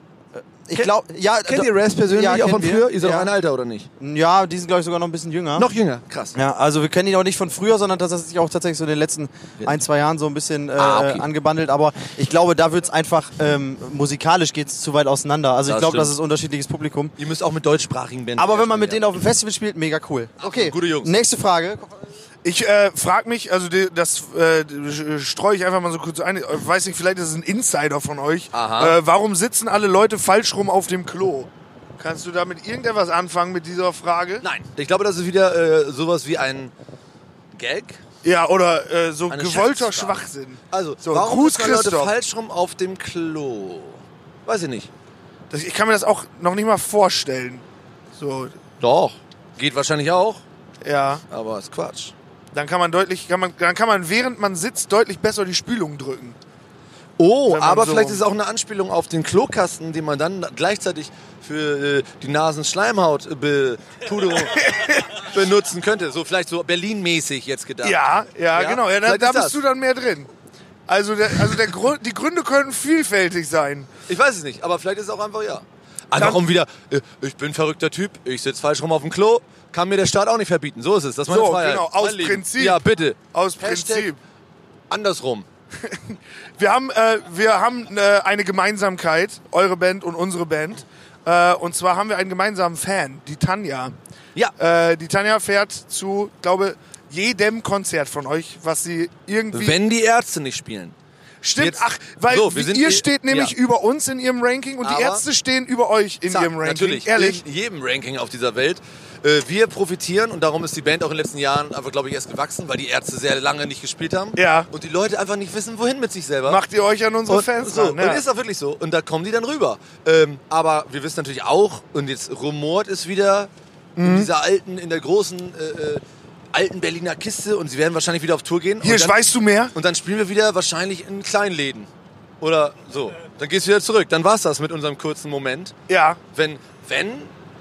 Speaker 3: ich glaube, ja.
Speaker 2: Kennt
Speaker 3: da-
Speaker 2: ihr Raz persönlich
Speaker 3: Ja,
Speaker 2: auch von
Speaker 3: kennen wir.
Speaker 2: früher? Ihr seid
Speaker 3: ja.
Speaker 2: auch ein Alter, oder nicht?
Speaker 3: Ja, die sind, glaube ich, sogar noch ein bisschen jünger.
Speaker 2: Noch jünger. Krass.
Speaker 3: Ja, also wir kennen ihn auch nicht von früher, sondern das hat sich auch tatsächlich so in den letzten ein, zwei Jahren so ein bisschen äh,
Speaker 2: Ah, okay.
Speaker 3: angebandelt. Aber ich glaube, da wird's einfach, ähm, musikalisch geht's zu weit auseinander. Also ich
Speaker 2: Das
Speaker 3: glaube, das
Speaker 2: stimmt.
Speaker 3: ist unterschiedliches Publikum.
Speaker 2: Ihr müsst auch mit deutschsprachigen Bands.
Speaker 3: Aber wenn man mit
Speaker 2: ja.
Speaker 3: denen auf dem Festival spielt, mega cool. Okay,
Speaker 2: gute Jungs.
Speaker 3: nächste Frage.
Speaker 1: Ich äh, frage mich, also die, das äh, streue ich einfach mal so kurz ein. Ich weiß nicht, vielleicht ist es ein Insider von euch.
Speaker 2: Aha.
Speaker 1: Äh, warum sitzen alle Leute falsch rum auf dem Klo? Kannst du damit irgendetwas anfangen mit dieser Frage?
Speaker 2: Nein, ich glaube, das ist wieder äh, sowas wie ein Gag.
Speaker 1: Ja, oder äh, so
Speaker 2: Eine
Speaker 1: gewollter
Speaker 2: Schätzfrage.
Speaker 1: Schwachsinn.
Speaker 2: Also,
Speaker 1: So,
Speaker 2: warum
Speaker 1: Gruß,
Speaker 2: ist man Leute
Speaker 1: Christoph.
Speaker 2: falsch rum auf dem Klo? Weiß ich nicht.
Speaker 1: Das, ich kann mir das auch noch nicht mal vorstellen. So,
Speaker 2: Doch. Geht wahrscheinlich auch,
Speaker 1: ja.
Speaker 2: aber ist Quatsch.
Speaker 1: Dann kann man deutlich, kann man, dann kann man während man sitzt deutlich besser die Spülung drücken.
Speaker 2: Oh,
Speaker 1: Wenn man
Speaker 2: aber
Speaker 1: so-
Speaker 2: vielleicht ist es auch eine Anspielung auf den Klokasten, den man dann gleichzeitig für äh, die Nasenschleimhautbetuderung benutzen könnte. So vielleicht so Berlin-mäßig jetzt gedacht.
Speaker 1: Ja, ja,
Speaker 2: Ja?
Speaker 1: genau. Ja, da,
Speaker 2: Vielleicht
Speaker 1: da
Speaker 2: ist
Speaker 1: bist
Speaker 2: das.
Speaker 1: du dann mehr drin. Also, der, also der Grund, die Gründe können vielfältig sein.
Speaker 2: Ich weiß es nicht, aber vielleicht ist es auch einfach ja. Einfach um wieder, äh, ich bin ein verrückter Typ, ich sitze falsch rum auf dem Klo, kann mir der Staat auch nicht verbieten. So ist es, das ist meine
Speaker 1: So,
Speaker 2: Freiheit.
Speaker 1: genau,
Speaker 2: Mein
Speaker 1: aus
Speaker 2: Leben.
Speaker 1: Prinzip.
Speaker 2: Ja, bitte.
Speaker 1: Aus
Speaker 2: Hashtag-
Speaker 1: Prinzip.
Speaker 2: Andersrum.
Speaker 1: Wir haben, äh, wir haben äh, eine Gemeinsamkeit, eure Band und unsere Band. Äh, und zwar haben wir einen gemeinsamen Fan, die Tanja.
Speaker 2: Ja.
Speaker 1: Äh, die Tanja fährt zu, glaube jedem Konzert von euch, was sie irgendwie.
Speaker 2: Wenn die Ärzte nicht spielen.
Speaker 1: Stimmt,
Speaker 2: Jetzt-
Speaker 1: ach, weil
Speaker 2: So, wir sind
Speaker 1: ihr
Speaker 2: i-
Speaker 1: steht nämlich
Speaker 2: ja.
Speaker 1: über uns in ihrem Ranking und die
Speaker 2: Aber-
Speaker 1: Ärzte stehen über euch in
Speaker 2: Zack,
Speaker 1: ihrem Ranking.
Speaker 2: Natürlich,
Speaker 1: Ehrlich.
Speaker 2: in jedem Ranking auf dieser Welt. Äh, Wir profitieren und darum ist die Band auch in den letzten Jahren einfach, glaube ich, erst gewachsen, weil die Ärzte sehr lange nicht gespielt haben.
Speaker 1: Ja.
Speaker 2: Und die Leute einfach nicht wissen, wohin mit sich selber.
Speaker 1: Macht ihr euch an unsere
Speaker 2: und,
Speaker 1: Fans
Speaker 2: so,
Speaker 1: ran. Ja.
Speaker 2: Und ist auch wirklich so. Und da kommen die dann rüber. Ähm, aber wir wissen natürlich auch, und jetzt rumort ist wieder
Speaker 1: Mhm.
Speaker 2: in dieser alten, in der großen, äh, äh, alten Berliner Kiste und sie werden wahrscheinlich wieder auf Tour gehen.
Speaker 1: Hier,
Speaker 2: und dann,
Speaker 1: weißt du mehr?
Speaker 2: und dann spielen wir wieder wahrscheinlich in Kleinläden. Oder so. Dann gehst du wieder zurück. Dann war's das mit unserem kurzen Moment
Speaker 1: Ja.
Speaker 2: wenn, wenn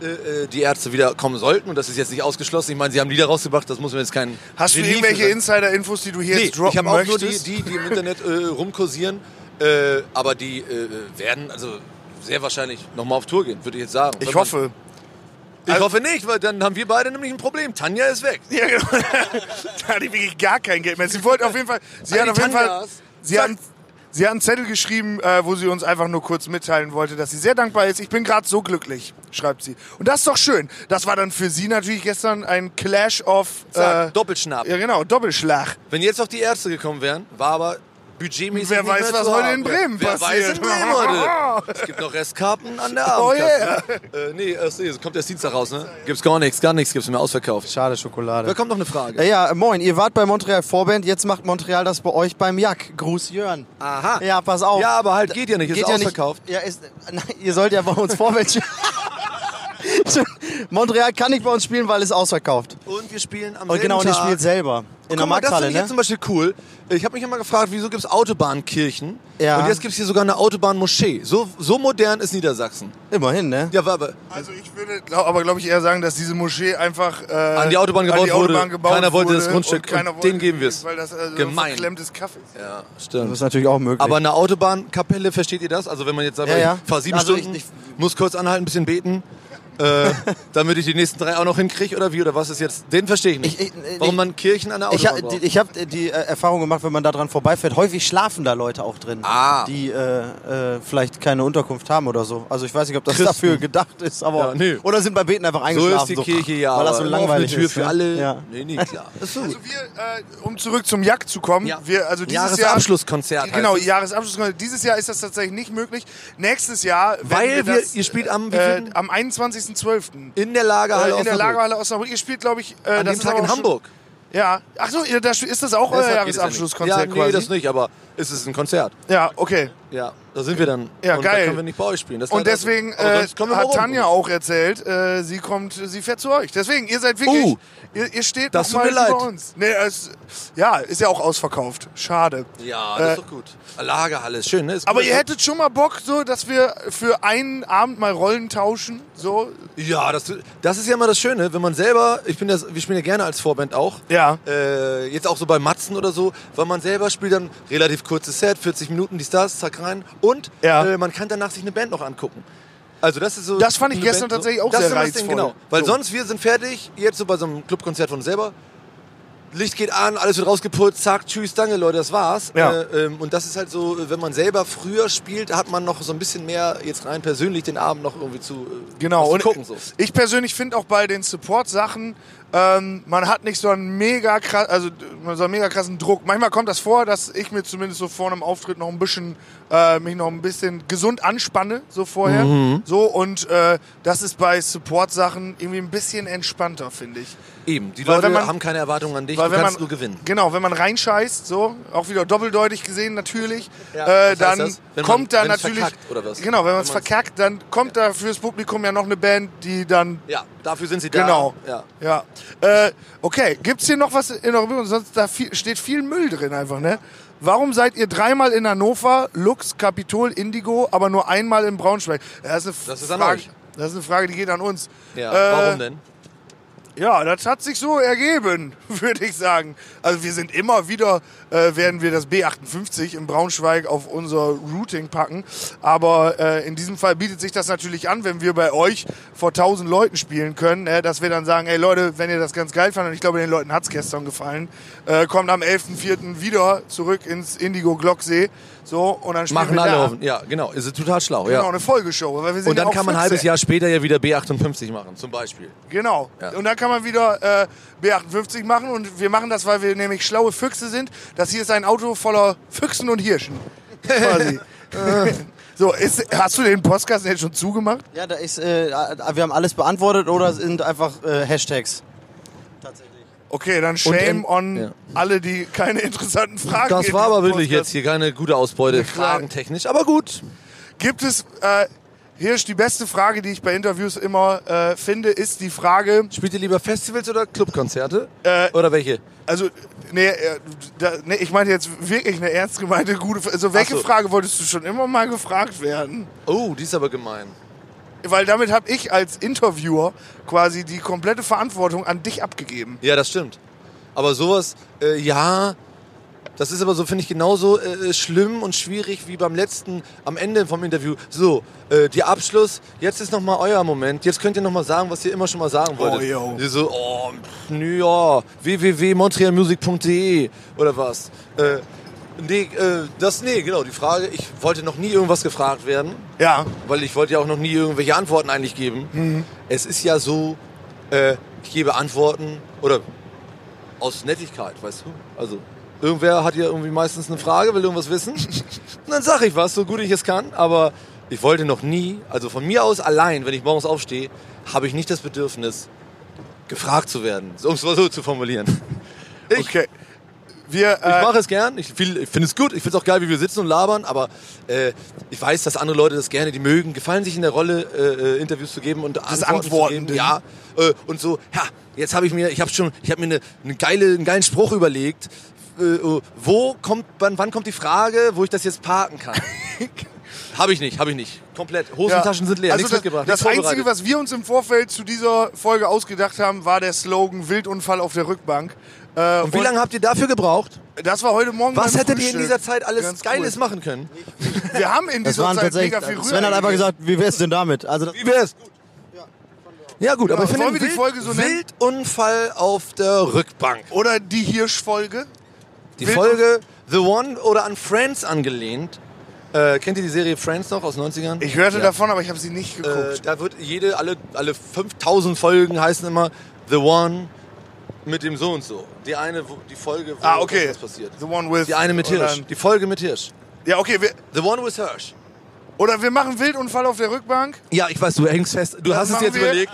Speaker 2: äh, äh, die Ärzte wieder kommen sollten, und das ist jetzt nicht ausgeschlossen, ich meine, sie haben Lieder rausgebracht, das muss man jetzt keinen.
Speaker 1: Hast du
Speaker 2: Genie
Speaker 1: irgendwelche
Speaker 2: für-
Speaker 1: Insider-Infos, die du hier
Speaker 2: Nee,
Speaker 1: jetzt droppen
Speaker 2: ich habe auch nur die,
Speaker 1: möchtest?
Speaker 2: die, die im Internet äh, rumkursieren, äh, aber die äh, werden also sehr wahrscheinlich nochmal auf Tour gehen, würde ich jetzt sagen. Wenn
Speaker 1: ich
Speaker 2: man-
Speaker 1: hoffe.
Speaker 2: Ich hoffe nicht, weil dann haben wir beide nämlich ein Problem. Tanja ist weg.
Speaker 1: Ja, genau. da hatte ich wirklich gar kein Geld mehr. Sie wollte auf jeden Fall. Sie
Speaker 2: Alle
Speaker 1: hat auf jeden Fall.
Speaker 2: Tangas.
Speaker 1: Sie hat, sie hat einen Zettel geschrieben, äh, wo sie uns einfach nur kurz mitteilen wollte, dass sie sehr dankbar ist. Ich bin gerade so glücklich, schreibt sie. Und das ist doch schön. Das war dann für sie natürlich gestern ein Clash of.
Speaker 2: Zack,
Speaker 1: Äh,
Speaker 2: Doppelschnapp.
Speaker 1: ja, genau, Doppelschlag.
Speaker 2: Wenn jetzt noch die Ärzte gekommen wären, war aber budgetmäßig.
Speaker 1: Wer
Speaker 2: nicht
Speaker 1: weiß,
Speaker 2: mehr
Speaker 1: was
Speaker 2: zu
Speaker 1: heute
Speaker 2: haben.
Speaker 1: in Bremen
Speaker 2: Wer Weiß
Speaker 1: passiert.
Speaker 2: in Bremen heute. Es gibt noch Restkarten an der Abendkasse. äh, nee, erst, nee, kommt erst Dienstag raus, ne? Gibt's gar nichts, gar nichts, gibt's mehr ausverkauft.
Speaker 3: Schade, Schokolade.
Speaker 2: Da kommt noch eine Frage.
Speaker 3: Ja, Äh, ja, moin, ihr wart bei Montreal Vorband, jetzt macht Montreal das bei euch beim Jack. Gruß Jörn.
Speaker 2: Aha.
Speaker 3: Ja, pass auf.
Speaker 2: Ah. Ja, aber halt, geht ja nicht, ist
Speaker 3: Geht ja nicht.
Speaker 2: ausverkauft.
Speaker 3: Ja, ist, nein, ihr sollt ja bei uns Vorband spielen. Montreal kann nicht bei uns spielen, weil es ausverkauft.
Speaker 2: Und wir spielen am
Speaker 3: Und
Speaker 2: selben
Speaker 3: genau, und ihr
Speaker 2: Tag.
Speaker 3: spielt selber. In der
Speaker 2: Guck mal, das finde
Speaker 3: Markthalle,
Speaker 2: ich
Speaker 3: ne?
Speaker 2: jetzt zum Beispiel cool. Ich habe mich immer gefragt, wieso gibt's Autobahnkirchen?
Speaker 3: Ja.
Speaker 2: Und jetzt gibt's hier sogar eine Autobahnmoschee. So, so modern ist Niedersachsen.
Speaker 3: Immerhin, ne?
Speaker 2: Ja, aber
Speaker 1: Also ich würde glaub, aber, glaube ich, eher sagen, dass diese Moschee einfach äh,
Speaker 2: An die Autobahn
Speaker 1: an
Speaker 2: gebaut wurde.
Speaker 1: gebaut
Speaker 2: Keiner wollte das
Speaker 1: wurde
Speaker 2: Grundstück
Speaker 1: und keiner
Speaker 2: und
Speaker 1: wollte
Speaker 2: denen geben wir's.
Speaker 1: Weil das also
Speaker 2: Gemein.
Speaker 1: ein verklemmtes Kaff ist.
Speaker 2: ja,
Speaker 3: Das
Speaker 2: stimmt.
Speaker 3: ist natürlich auch möglich.
Speaker 2: Aber eine Autobahnkapelle, versteht ihr das? Also wenn man jetzt sagt,
Speaker 3: Ja, ja.
Speaker 2: ich fahre sieben
Speaker 3: Also ich-
Speaker 2: Stunden,
Speaker 3: ich-
Speaker 2: muss kurz anhalten, ein bisschen beten, äh, damit ich die nächsten drei auch noch hinkriege oder wie? Oder was ist jetzt? Den verstehe ich nicht.
Speaker 3: Ich- ich-
Speaker 2: Warum
Speaker 3: ich-
Speaker 2: man Kirchen an der
Speaker 3: ich
Speaker 2: Autobahn
Speaker 3: habe
Speaker 2: braucht.
Speaker 3: die, ich hab die äh, Erfahrung gemacht, wenn man da dran vorbeifährt, häufig schlafen da Leute auch drin,
Speaker 2: Ah.
Speaker 3: die äh, äh, vielleicht keine Unterkunft haben oder so. Also ich weiß nicht, ob das
Speaker 2: Christen.
Speaker 3: dafür gedacht ist, aber
Speaker 2: Ja, nee.
Speaker 3: oder sind bei Beten einfach
Speaker 2: so
Speaker 3: eingeschlafen.
Speaker 2: ist die Kirche ja.
Speaker 3: weil das
Speaker 2: aber
Speaker 3: so
Speaker 2: immer offene
Speaker 3: langweilig
Speaker 2: Tür
Speaker 3: ist.
Speaker 2: für
Speaker 3: ne?
Speaker 2: alle.
Speaker 3: Ja.
Speaker 2: Nee, nee, klar. Ist so.
Speaker 1: Also wir, äh, um zurück zum Jack zu kommen,
Speaker 2: Ja.
Speaker 1: wir, also dieses Jahr...
Speaker 2: Jahresabschlusskonzert heißt
Speaker 1: Genau,
Speaker 2: es.
Speaker 1: Jahresabschluss. Dieses Jahr ist das tatsächlich nicht möglich. Nächstes Jahr werden
Speaker 2: Weil
Speaker 1: wir
Speaker 2: wir-
Speaker 1: das,
Speaker 2: ihr spielt am- wie
Speaker 1: äh,
Speaker 2: vielen?
Speaker 1: am 21.12.
Speaker 2: In der
Speaker 1: Äh,
Speaker 2: Lagerhalle
Speaker 1: in der
Speaker 2: Osnabrück.
Speaker 1: Lagerhalle Osnabrück. Ihr spielt, glaube ich, äh,
Speaker 2: An
Speaker 1: das
Speaker 2: dem
Speaker 1: ist
Speaker 2: Tag
Speaker 1: aber
Speaker 2: in
Speaker 1: auch schon-
Speaker 2: Hamburg.
Speaker 1: Ja. Achso, das ist das auch euer
Speaker 2: Deshalb geht es ja
Speaker 1: Jahresabschlusskonzert
Speaker 2: nicht. Ja,
Speaker 1: quasi?
Speaker 2: nee, das nicht, aber es ist ein Konzert.
Speaker 1: Ja, okay.
Speaker 2: Ja, da sind wir dann.
Speaker 1: Ja,
Speaker 2: und
Speaker 1: geil.
Speaker 2: Da können wir nicht bei euch spielen. Das ist
Speaker 1: Und
Speaker 2: leider so.
Speaker 1: deswegen
Speaker 2: Aber
Speaker 1: äh,
Speaker 2: sonst kommen wir mal
Speaker 1: hat
Speaker 2: rum.
Speaker 1: Tanja auch erzählt, äh, sie kommt, sie fährt zu euch. Deswegen, ihr seid wirklich,
Speaker 2: Uh,
Speaker 1: ihr, ihr steht
Speaker 2: das
Speaker 1: noch mal
Speaker 2: tut mir
Speaker 1: über
Speaker 2: leid.
Speaker 1: uns. Nee, es, ja, ist ja auch ausverkauft. Schade.
Speaker 2: Ja, das
Speaker 1: Äh,
Speaker 2: ist doch gut. Lagerhalle ist schön, ne? Ist
Speaker 1: Aber
Speaker 2: gut.
Speaker 1: ihr hättet schon mal Bock, so, dass wir für einen Abend mal Rollen tauschen, so.
Speaker 2: Ja, das, das ist ja immer das Schöne, wenn man selber, ich bin das, wir spielen ja gerne als Vorband auch.
Speaker 1: Ja.
Speaker 2: Äh, jetzt auch so bei Matzen oder so, weil man selber spielt dann relativ kurzes Set, 40 Minuten, die Stars, zack rein. Und
Speaker 1: Ja.
Speaker 2: äh, man kann danach sich eine Band noch angucken. Also das ist so.
Speaker 1: Das fand ich
Speaker 2: eine
Speaker 1: gestern
Speaker 2: so-
Speaker 1: tatsächlich auch
Speaker 2: das
Speaker 1: sehr
Speaker 2: ist immer das Ding,
Speaker 1: reizvoll.
Speaker 2: Genau, weil
Speaker 1: So.
Speaker 2: sonst wir sind fertig, jetzt so bei so einem Clubkonzert von uns selber. Licht geht an, alles wird rausgeputzt, zack, tschüss, danke Leute, das war's.
Speaker 1: Ja.
Speaker 2: Äh, ähm, und das ist halt so, wenn man selber früher spielt, hat man noch so ein bisschen mehr jetzt rein persönlich den Abend noch irgendwie zu, äh,
Speaker 1: Genau.
Speaker 2: was zu
Speaker 1: Und
Speaker 2: gucken. So.
Speaker 1: ich persönlich finde auch bei den Support-Sachen, ähm, man hat nicht so einen mega krass, also so einen mega krassen Druck. Manchmal kommt das vor, dass ich mir zumindest so vor einem Auftritt noch ein bisschen, äh, mich noch ein bisschen gesund anspanne, so vorher. So und äh, das ist bei Support-Sachen irgendwie ein bisschen entspannter, finde ich.
Speaker 2: Eben, die
Speaker 1: Weil
Speaker 2: Leute
Speaker 1: wenn man-
Speaker 2: haben keine Erwartungen an dich,
Speaker 1: Weil
Speaker 2: du
Speaker 1: wenn
Speaker 2: kannst
Speaker 1: man,
Speaker 2: nur gewinnen.
Speaker 1: Genau, wenn man reinscheißt, so, auch wieder doppeldeutig gesehen natürlich,
Speaker 2: Ja,
Speaker 1: äh,
Speaker 2: was heißt
Speaker 1: dann
Speaker 2: das? Wenn man-
Speaker 1: kommt da
Speaker 2: wenn es
Speaker 1: natürlich.
Speaker 2: verkackt, oder was?
Speaker 1: Genau, wenn man es
Speaker 2: Wenn man's-
Speaker 1: verkackt, dann kommt da fürs Publikum ja noch eine Band, die dann
Speaker 2: Ja, dafür sind sie da.
Speaker 1: Genau.
Speaker 2: Ja.
Speaker 1: Ja. Äh, okay, gibt's hier noch was in Europa? Sonst da viel, steht viel Müll drin einfach, ne? Warum seid ihr dreimal in Hannover, Lux, Kapitol, Indigo, aber nur einmal in Braunschweig? Das ist eine,
Speaker 2: Das ist an
Speaker 1: Frage,
Speaker 2: euch.
Speaker 1: das ist eine Frage, die geht an uns.
Speaker 2: ja.
Speaker 1: Äh,
Speaker 2: Warum denn?
Speaker 1: Ja, das hat sich so ergeben, würde ich sagen. Also wir sind immer wieder, äh, werden wir das B58 in Braunschweig auf unser Routing packen. Aber äh, in diesem Fall bietet sich das natürlich an, wenn wir bei euch vor 1000 Leuten spielen können, ne, dass wir dann sagen, ey Leute, wenn ihr das ganz geil fandet, und ich glaube, den Leuten hat's gestern gefallen, äh, kommt am 11.04. wieder zurück ins Indigo Glocksee. So, und dann spielen
Speaker 2: Machen
Speaker 1: wir
Speaker 2: alle
Speaker 1: da
Speaker 2: offen. Ja, genau. Ist total schlau.
Speaker 1: genau,
Speaker 2: ja.
Speaker 1: eine Folgeshow. Weil wir sind
Speaker 2: Und
Speaker 1: ja
Speaker 2: dann
Speaker 1: auch
Speaker 2: kann man ein
Speaker 1: 14.
Speaker 2: halbes Jahr später ja wieder B58 machen, zum Beispiel.
Speaker 1: Genau.
Speaker 2: Ja.
Speaker 1: Und dann kann kann man wieder äh, B58 machen und wir machen das, weil wir nämlich schlaue Füchse sind. Das hier ist ein Auto voller Füchsen und Hirschen. Quasi. so, ist, hast du den Podcast jetzt schon zugemacht?
Speaker 3: Ja, da ist, äh, wir haben alles beantwortet
Speaker 2: Mhm.
Speaker 3: oder sind einfach äh, Hashtags. Tatsächlich.
Speaker 1: Okay, dann shame
Speaker 2: ähm,
Speaker 1: on
Speaker 2: ja.
Speaker 1: alle, die keine interessanten Fragen
Speaker 2: Das
Speaker 1: in
Speaker 2: war aber
Speaker 1: diesem
Speaker 2: wirklich
Speaker 1: Podcast
Speaker 2: jetzt hier keine gute Ausbeute, fragentechnisch, aber gut.
Speaker 1: Gibt es, äh, Hirsch, die beste Frage, die ich bei Interviews immer äh, finde, ist die Frage,
Speaker 2: Spielt ihr lieber Festivals oder Clubkonzerte?
Speaker 1: Äh,
Speaker 2: oder welche?
Speaker 1: also, nee, äh, da, nee ich meine jetzt wirklich eine ernst gemeinte, gute Frage. Also, welche
Speaker 2: Ach so.
Speaker 1: Frage wolltest du schon immer mal gefragt werden?
Speaker 2: Oh, die ist aber gemein.
Speaker 1: Weil damit habe ich als Interviewer quasi die komplette Verantwortung an dich abgegeben.
Speaker 2: Ja, das stimmt. Aber sowas, äh, ja, das ist aber so, finde ich, genauso äh, schlimm und schwierig wie beim letzten, am Ende vom Interview. So, äh, der Abschluss, jetzt ist nochmal euer Moment. Jetzt könnt ihr nochmal sagen, was ihr immer schon mal sagen wolltet.
Speaker 1: yo.
Speaker 2: Ihr So, oh, pff, nö, ja, www.montrealmusic.de oder was. Äh, nee, äh, das, nee, genau, die Frage, ich wollte noch nie irgendwas gefragt werden
Speaker 1: Ja.
Speaker 2: weil ich wollte ja auch noch nie irgendwelche Antworten eigentlich geben. Es ist ja so, äh, ich gebe Antworten oder aus Nettigkeit, weißt du? Also irgendwer hat ja irgendwie meistens eine Frage, will irgendwas wissen. Und dann sage ich was, so gut ich es kann. Aber ich wollte noch nie, also von mir aus allein, wenn ich morgens aufstehe, habe ich nicht das Bedürfnis, gefragt zu werden. Um es mal so zu formulieren. Ich,
Speaker 1: Okay. Wir,
Speaker 2: ich
Speaker 1: äh,
Speaker 2: mache es gern, ich, viel- ich finde es gut, ich finde es auch geil, wie wir sitzen und labern, aber äh, ich weiß, dass andere Leute das gerne, die mögen, gefallen sich in der Rolle, äh, äh, Interviews zu geben und das
Speaker 1: Antworten,
Speaker 2: Antworten zu geben. Ja, äh, und so, ja, jetzt habe ich mir, ich habe schon, ich habe mir eine, eine geile, einen geilen Spruch überlegt, äh, äh, wo kommt, wann, wann kommt die Frage, wo ich das jetzt parken kann? habe ich nicht, habe ich nicht. Komplett,
Speaker 1: ja. Also
Speaker 2: Hosentaschen sind leer, nichts
Speaker 1: das,
Speaker 2: mitgebracht,
Speaker 1: das
Speaker 2: nichts vorbereitet.
Speaker 1: Einzige, was wir uns im Vorfeld zu dieser Folge ausgedacht haben, war der Slogan Wildunfall auf der Rückbank. Äh,
Speaker 2: und wie lange habt ihr dafür gebraucht?
Speaker 1: Das war heute Morgen.
Speaker 2: Was
Speaker 1: beim
Speaker 2: hättet ihr in
Speaker 1: Frühstück.
Speaker 2: dieser Zeit alles
Speaker 1: Ganz
Speaker 2: Geiles
Speaker 1: cool.
Speaker 2: machen können?
Speaker 1: Wir haben in
Speaker 3: Das
Speaker 1: dieser
Speaker 3: waren
Speaker 2: halt
Speaker 1: Zeit
Speaker 3: tatsächlich.
Speaker 1: mega viel Rührei.
Speaker 3: Sven hat einfach
Speaker 1: gegessen.
Speaker 3: gesagt, wie wär's denn damit? Also das,
Speaker 2: Wie wär's? Ja, gut, aber ich finde
Speaker 1: wollen wir die
Speaker 2: Wild-
Speaker 1: Folge so nennen?
Speaker 2: Wildunfall auf der Rückbank.
Speaker 1: Oder die Hirschfolge.
Speaker 2: Die
Speaker 1: Wild-
Speaker 2: Folge The One oder an Friends angelehnt. Äh, kennt ihr die Serie Friends noch aus 90ern?
Speaker 1: Ich hörte
Speaker 2: Ja.
Speaker 1: davon, aber ich habe sie nicht
Speaker 2: Äh,
Speaker 1: geguckt.
Speaker 2: da wird jede, alle, alle 5000 Folgen heißen immer The One mit dem so und so. Die eine, wo- die Folge, wo
Speaker 1: ah, okay.
Speaker 2: das passiert.
Speaker 1: The one with.
Speaker 2: Die eine mit
Speaker 1: oder-
Speaker 2: Hirsch. Die Folge mit Hirsch.
Speaker 1: Ja, okay. Wir,
Speaker 2: The One with Hirsch.
Speaker 1: oder wir machen Wildunfall auf der Rückbank.
Speaker 2: Ja, ich weiß, du hängst fest. Du hast es
Speaker 1: machen
Speaker 2: jetzt
Speaker 1: wir.
Speaker 2: überlegt.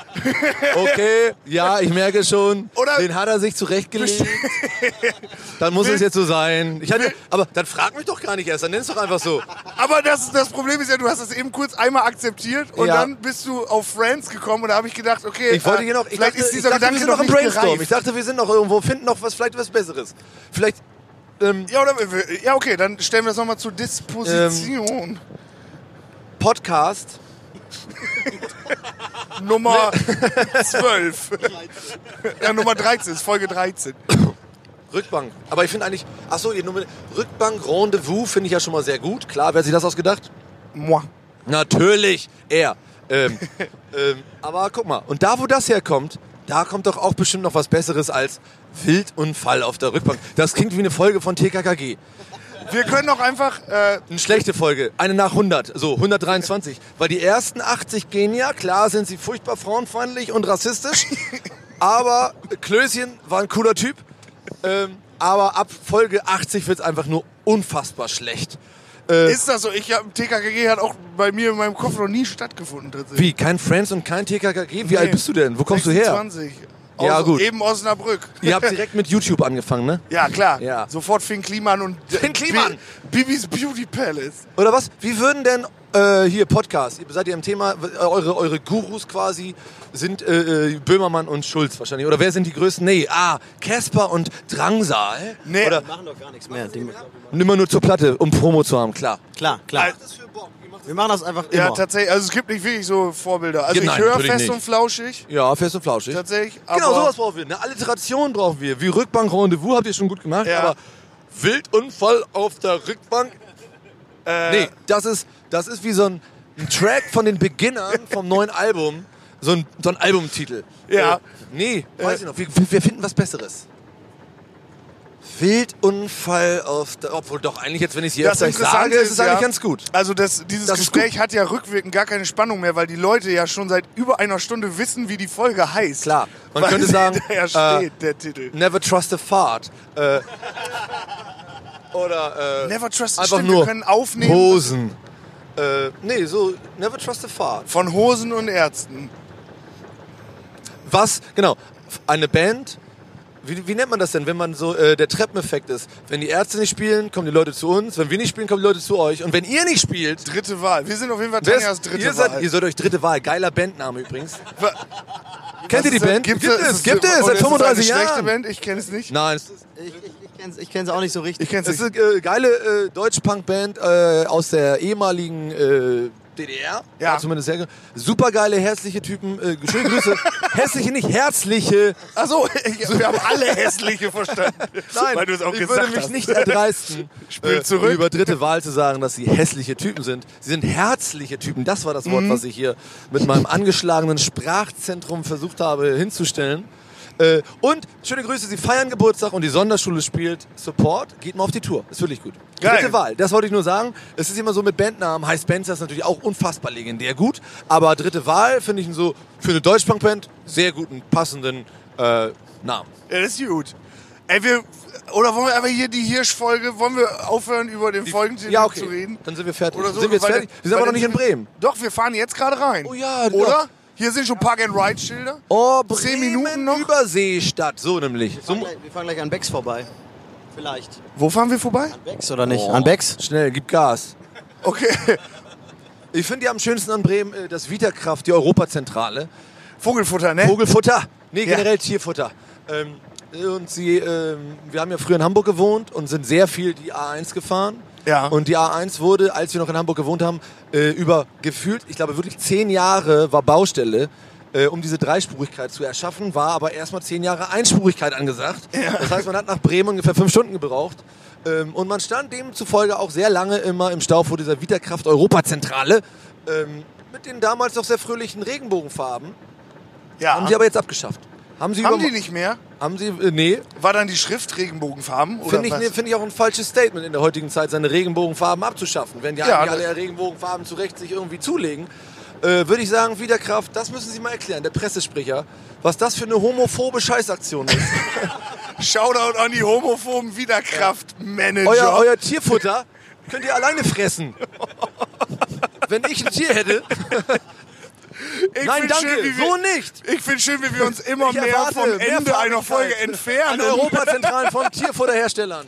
Speaker 2: Okay, ja, ich merke schon.
Speaker 1: Oder-
Speaker 2: den hat er sich zurechtgelegt. dann muss es jetzt so sein. Ich hatte, aber dann frag mich doch gar nicht erst. Dann nenn es doch einfach so.
Speaker 1: Aber das, das Problem ist ja, du hast das eben kurz einmal akzeptiert und
Speaker 2: Ja.
Speaker 1: dann bist du auf Friends gekommen und da habe ich gedacht, okay,
Speaker 2: Ich wollte
Speaker 1: äh,
Speaker 2: hier noch. Ich
Speaker 1: vielleicht
Speaker 2: dachte,
Speaker 1: ist dieser
Speaker 2: ich dachte, wir
Speaker 1: Gedanke
Speaker 2: sind
Speaker 1: noch
Speaker 2: noch im
Speaker 1: nicht
Speaker 2: Brainstorm.
Speaker 1: gereift.
Speaker 2: Ich dachte, wir sind noch irgendwo, finden noch was, vielleicht was Besseres. Vielleicht. Ähm,
Speaker 1: Ja, oder, wir- ja, okay, dann stellen wir das nochmal zur
Speaker 2: Ähm.
Speaker 1: Disposition.
Speaker 2: Podcast.
Speaker 1: Nummer 12. ja, Nummer 13, ist Folge 13.
Speaker 2: Rückbank. Aber ich finde eigentlich. Achso, ihr Nummer. Rückbank Rendezvous finde ich ja schon mal sehr gut. Klar, wer hat sich das ausgedacht?
Speaker 1: Moi.
Speaker 2: Natürlich, er. Ähm, ähm, aber guck mal, und da, wo das herkommt, da kommt doch auch bestimmt noch was Besseres als Wildunfall auf der Rückbank. Das klingt wie eine Folge von TKKG.
Speaker 1: Wir können auch einfach, äh,
Speaker 2: Eine schlechte Folge, eine nach 100, so 123. Weil die ersten 80 gehen ja, klar sind sie furchtbar frauenfeindlich und rassistisch, aber Klößchen war ein cooler Typ. Ähm, aber ab Folge 80 wird es einfach nur unfassbar schlecht. Äh,
Speaker 1: ist das so? Ich hab, TKKG hat auch bei mir in meinem Kopf noch nie stattgefunden. Tatsächlich.
Speaker 2: wie, kein Friends und kein TKKG? Wie alt
Speaker 1: Nee.
Speaker 2: bist du denn? Wo kommst du her?
Speaker 1: 26. Aus,
Speaker 2: Ja, gut.
Speaker 1: Eben Osnabrück.
Speaker 2: Ihr habt direkt mit YouTube angefangen, ne?
Speaker 1: Ja, klar.
Speaker 2: Ja.
Speaker 1: Sofort Finn Kliman und äh,
Speaker 2: Finn Kliman!
Speaker 1: Bi Bibis Beauty Palace.
Speaker 2: Oder was? Wie würden denn äh, hier Podcast, ihr seid ihr im Thema, w- äh, eure, eure Gurus quasi sind äh, äh, Böhmermann und Schulz wahrscheinlich. Oder wer sind die größten? Nee, ah, Casper und Drangsal.
Speaker 1: Nee,
Speaker 2: Oder
Speaker 3: die machen doch gar nichts mehr. Die,
Speaker 2: nimmer nur zur Platte, um Promo zu haben, klar.
Speaker 3: klar, klar.
Speaker 2: Also-
Speaker 3: Wir machen das einfach immer.
Speaker 1: ja, tatsächlich. Also es gibt nicht wirklich so Vorbilder. Also
Speaker 2: Ja, nein,
Speaker 1: ich höre
Speaker 2: Genau, natürlich
Speaker 1: fest
Speaker 2: nicht.
Speaker 1: und flauschig.
Speaker 2: Ja, fest und flauschig.
Speaker 1: Tatsächlich. Aber
Speaker 2: Genau, sowas brauchen wir. Eine Alliteration brauchen wir. Wie Rückbank Rendezvous habt ihr schon gut gemacht,
Speaker 1: Ja.
Speaker 2: aber Wildunfall auf der Rückbank. Äh, nee, das ist, das ist wie so ein, ein Track von den Beginnern vom neuen Album. So ein, so ein Albumtitel.
Speaker 1: Ja.
Speaker 2: Äh, nee, weiß ich noch. Wir, wir wir finden was Besseres. Wildunfall auf der, obwohl doch eigentlich jetzt, wenn ich es hier
Speaker 1: Das
Speaker 2: jetzt gleich
Speaker 1: Interessante
Speaker 2: sage, ist es
Speaker 1: ist ja-
Speaker 2: eigentlich ganz gut.
Speaker 1: Also das, dieses
Speaker 2: Das ist
Speaker 1: Gespräch hat ja rückwirkend gar keine Spannung mehr, weil die Leute ja schon seit über einer Stunde wissen, wie die Folge heißt.
Speaker 2: Klar. Man
Speaker 1: Weil
Speaker 2: könnte
Speaker 1: sie
Speaker 2: sagen,
Speaker 1: da ja
Speaker 2: äh,
Speaker 1: steht, der Titel.
Speaker 2: Never trust a fart. Äh, oder äh,
Speaker 1: Never Trust
Speaker 2: einfach
Speaker 1: stimmt,
Speaker 2: nur
Speaker 1: wir können aufnehmen
Speaker 2: Hosen. Äh, nee, so never trust a fart.
Speaker 1: von Hosen und Ärzten.
Speaker 2: Was? Genau. Eine Band. Wie, wie nennt man das denn, wenn man so äh, der Treppeneffekt ist? Wenn die Ärzte nicht spielen, kommen die Leute zu uns. Wenn wir nicht spielen, kommen die Leute zu euch. Und wenn ihr nicht spielt,
Speaker 1: Dritte Wahl. Wir sind auf jeden Fall
Speaker 2: wer ist-
Speaker 1: Tanjas dritte
Speaker 2: ihr, seid,
Speaker 1: Wahl.
Speaker 2: ihr seid euch dritte Wahl. Geiler Bandname übrigens.
Speaker 1: Wa-
Speaker 2: Kennt ihr die
Speaker 1: Ist das-
Speaker 2: Band?
Speaker 1: Gibt,
Speaker 2: es, gibt es,
Speaker 1: und
Speaker 2: seit
Speaker 1: ist eine
Speaker 2: 35
Speaker 1: schlechte
Speaker 2: Jahren.
Speaker 1: Band? Ich kenne es nicht.
Speaker 2: Nein, es ist,
Speaker 3: Ich, ich, ich kenn's, ich kenn's auch nicht so richtig.
Speaker 1: Ich kenne
Speaker 2: es
Speaker 1: es nicht.
Speaker 2: ist eine äh, geile äh, Deutsch-Punk-Band äh, aus der ehemaligen äh, DDR.
Speaker 1: Ja.
Speaker 2: War Zumindest sehr, super geile, herzliche Typen. Äh, schöne Grüße. hässliche, nicht herzliche.
Speaker 1: Achso, wir haben alle hässliche verstanden. weil du es auch
Speaker 2: ich
Speaker 1: gesagt
Speaker 2: würde mich
Speaker 1: hast.
Speaker 2: nicht erdreisten, Äh, um
Speaker 1: Spiel zurück.
Speaker 2: über dritte Wahl zu sagen, dass sie hässliche Typen sind. Sie sind herzliche Typen. Das war das
Speaker 1: Mhm.
Speaker 2: Wort, was ich hier mit meinem angeschlagenen Sprachzentrum versucht habe hinzustellen. Äh, und schöne Grüße, sie feiern Geburtstag und die Sonderschule spielt Support. Geht mal auf die Tour, ist wirklich gut.
Speaker 1: Geil.
Speaker 2: Dritte Wahl, das wollte ich nur sagen. Es ist immer so mit Bandnamen. High Spencer ist natürlich auch unfassbar legendär gut, aber dritte Wahl finde ich einen so für eine Deutschpunk-Band sehr guten, passenden äh, Namen.
Speaker 1: Ja, das ist gut. Ey, wir, oder wollen wir einfach hier die Hirsch-Folge, wollen wir aufhören, über den Folgentitel
Speaker 2: ja, okay.
Speaker 1: zu reden?
Speaker 2: Dann sind wir fertig.
Speaker 1: Oder so,
Speaker 2: sind wir jetzt
Speaker 1: weil-
Speaker 2: fertig? Wir sind aber
Speaker 1: weil
Speaker 2: noch nicht in
Speaker 1: dann-
Speaker 2: Bremen.
Speaker 1: Doch, wir fahren jetzt gerade rein.
Speaker 2: Oh ja,
Speaker 1: Oder?
Speaker 2: doch.
Speaker 1: Hier sind schon Park-and-Ride-Schilder.
Speaker 2: Oh,
Speaker 1: Zehn
Speaker 2: Bremen
Speaker 1: Minuten noch?
Speaker 2: Überseestadt, so nämlich.
Speaker 3: Wir
Speaker 2: So,
Speaker 3: fahren gleich- wir fahren gleich an Becks vorbei. Vielleicht. Oh.
Speaker 1: Wo fahren wir vorbei?
Speaker 3: An Becks oder nicht? An Becks?
Speaker 2: schnell, gib Gas.
Speaker 1: Okay.
Speaker 2: Ich finde ja am schönsten an Bremen äh, das Vitakraft, die Europazentrale.
Speaker 1: Vogelfutter, ne?
Speaker 2: Vogelfutter, nee, generell Tierfutter. Ähm, und sie, ähm, wir haben ja früher in Hamburg gewohnt und sind sehr viel die A1 gefahren.
Speaker 1: Ja.
Speaker 2: Und die A1 wurde, als wir noch in Hamburg gewohnt haben, äh, über gefühlt, ich glaube wirklich zehn Jahre war Baustelle, äh, um diese Dreispurigkeit zu erschaffen, war aber erstmal zehn Jahre Einspurigkeit angesagt. Das heißt, man hat nach Bremen ungefähr fünf Stunden gebraucht. Ähm, und man stand demzufolge auch sehr lange immer im Stau vor dieser Vitakraft Europazentrale ähm, mit den damals noch sehr fröhlichen Regenbogenfarben.
Speaker 1: ja.
Speaker 2: Haben sie aber jetzt abgeschafft. Haben sie
Speaker 1: Haben
Speaker 2: über-
Speaker 1: die nicht mehr?
Speaker 2: Haben sie äh, nee,
Speaker 1: War dann die Schrift Regenbogenfarben? oder
Speaker 2: finde ich,
Speaker 1: was?
Speaker 2: ne, finde ich auch ein falsches Statement in der heutigen Zeit, seine Regenbogenfarben abzuschaffen. Wenn die
Speaker 1: Ja,
Speaker 2: eigentlich
Speaker 1: das-
Speaker 2: alle Regenbogenfarben zu Recht sich irgendwie zulegen, äh, würde ich sagen, Wiederkraft, das müssen Sie mal erklären, der Pressesprecher, was das für eine homophobe Scheißaktion ist.
Speaker 1: Shoutout an die homophoben Wiederkraftmanager.
Speaker 2: euer, euer Tierfutter könnt ihr alleine fressen. Wenn ich ein Tier hätte,
Speaker 1: ich
Speaker 2: nein,
Speaker 1: find
Speaker 2: danke,
Speaker 1: schön, wie wir,
Speaker 2: so nicht.
Speaker 1: Ich finde schön, wie wir uns immer
Speaker 2: Ich
Speaker 1: mehr
Speaker 2: erwarte
Speaker 1: vom
Speaker 2: mehr
Speaker 1: Ende einer
Speaker 2: Farbigkeit
Speaker 1: Folge
Speaker 2: An
Speaker 1: entfernen.
Speaker 2: Europazentralen von Tierfutterherstellern.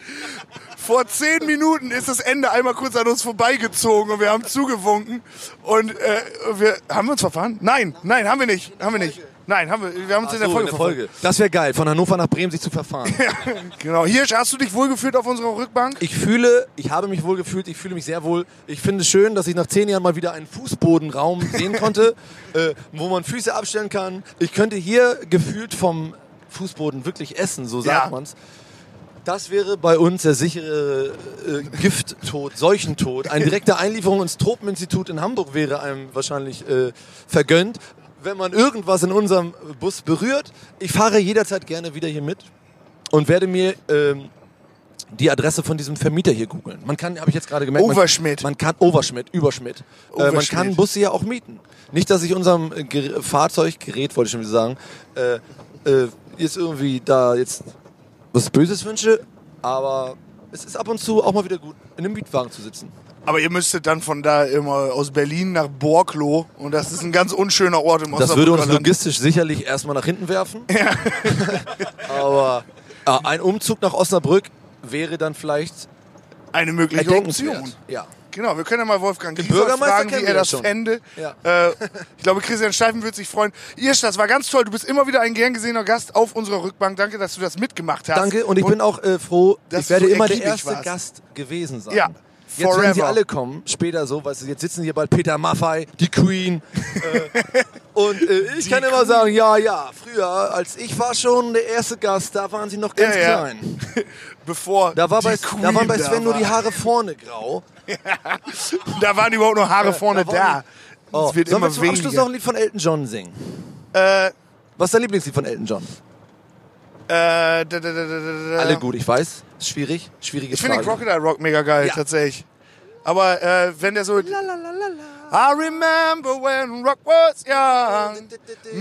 Speaker 1: Vor zehn Minuten ist das Ende einmal kurz an uns vorbeigezogen und wir haben zugewunken. Und äh, wir haben wir uns verfahren? Nein, nein, haben wir nicht. Haben wir nicht. Nein, haben wir. Wir haben uns in der
Speaker 2: So,
Speaker 1: Folge verfahren.
Speaker 2: Das wäre geil, von Hannover nach Bremen sich zu verfahren.
Speaker 1: Genau. Hirsch, hast du dich wohlgefühlt auf unserer Rückbank?
Speaker 2: Ich fühle, ich habe mich wohl gefühlt, ich fühle mich sehr wohl. Ich finde es schön, dass ich nach zehn Jahren mal wieder einen Fußbodenraum sehen konnte, äh, wo man Füße abstellen kann. Ich könnte hier gefühlt vom Fußboden wirklich essen, so sagt
Speaker 1: Ja.
Speaker 2: man's. Das wäre bei uns der sichere äh, Gifttod, Seuchentod. Eine direkte Einlieferung ins Tropeninstitut in Hamburg wäre einem wahrscheinlich äh, vergönnt, wenn man irgendwas in unserem Bus berührt. Ich fahre jederzeit gerne wieder hier mit und werde mir ähm, die Adresse von diesem Vermieter hier googeln. Man kann, habe ich jetzt gerade gemerkt,
Speaker 1: Overschmidt.
Speaker 2: Man, man kann Overschmidt, Überschmidt. Äh, man
Speaker 1: Overschmidt.
Speaker 2: kann Busse ja auch mieten. Nicht, dass ich unserem äh, Ger Fahrzeug, Gerät wollte ich schon wieder sagen, äh, äh, jetzt irgendwie da jetzt was Böses wünsche, aber es ist ab und zu auch mal wieder gut, in einem Mietwagen zu sitzen.
Speaker 1: Aber ihr müsstet dann von da immer aus Berlin nach Borklo. Und das ist ein ganz unschöner Ort im
Speaker 2: Das würde uns
Speaker 1: Osnabrücker Land.
Speaker 2: logistisch sicherlich erstmal nach hinten werfen. aber äh, ein Umzug nach Osnabrück wäre dann vielleicht
Speaker 1: eine mögliche
Speaker 2: erdenkenswert.
Speaker 1: Option.
Speaker 2: Ja.
Speaker 1: Genau, wir können ja mal Wolfgang Gieser
Speaker 2: Bürgermeister
Speaker 1: fragen, wie
Speaker 2: kennen
Speaker 1: er
Speaker 2: wir ja
Speaker 1: das
Speaker 2: schon.
Speaker 1: fände.
Speaker 2: Ja.
Speaker 1: Äh, ich glaube, Christian Steifen wird sich freuen. Irsch, das war ganz toll. Du bist immer wieder ein gern gesehener Gast auf unserer Rückbank. Danke, dass du das mitgemacht hast.
Speaker 2: Danke und ich bin auch äh, froh,
Speaker 1: dass
Speaker 2: ich werde
Speaker 1: du so
Speaker 2: immer der
Speaker 1: ergiebig
Speaker 2: erste
Speaker 1: warst.
Speaker 2: Gast gewesen sein.
Speaker 1: Ja,
Speaker 2: Jetzt
Speaker 1: forever.
Speaker 2: werden sie alle kommen, später so, weißt du, jetzt sitzen hier bald Peter Maffei, die Queen. äh, und äh, ich kann immer sagen, ja, ja, früher, als ich war schon der erste Gast, da waren sie noch ganz
Speaker 1: Ja, ja.
Speaker 2: klein.
Speaker 1: Bevor
Speaker 2: Da, war
Speaker 1: die
Speaker 2: bei,
Speaker 1: Queen
Speaker 2: da waren bei Sven nur
Speaker 1: war.
Speaker 2: die Haare vorne grau.
Speaker 1: Da waren überhaupt nur Haare vorne
Speaker 2: da
Speaker 1: da.
Speaker 2: waren- Oh.
Speaker 1: Es wird
Speaker 2: Sollen wir
Speaker 1: immer
Speaker 2: zum Abschluss
Speaker 1: weniger.
Speaker 2: noch ein Lied von Elton John singen?
Speaker 1: Äh,
Speaker 2: Was ist dein Lieblingslied von Elton John?
Speaker 1: Äh, da, da, da, da, da, da.
Speaker 2: Alle gut, ich weiß. Ist schwierig. Schwierige
Speaker 1: Äh, Ich finde den
Speaker 2: Frage.
Speaker 1: Crocodile Rock mega geil,
Speaker 2: Ja.
Speaker 1: tatsächlich. Aber äh, wenn der so. I remember when rock was young.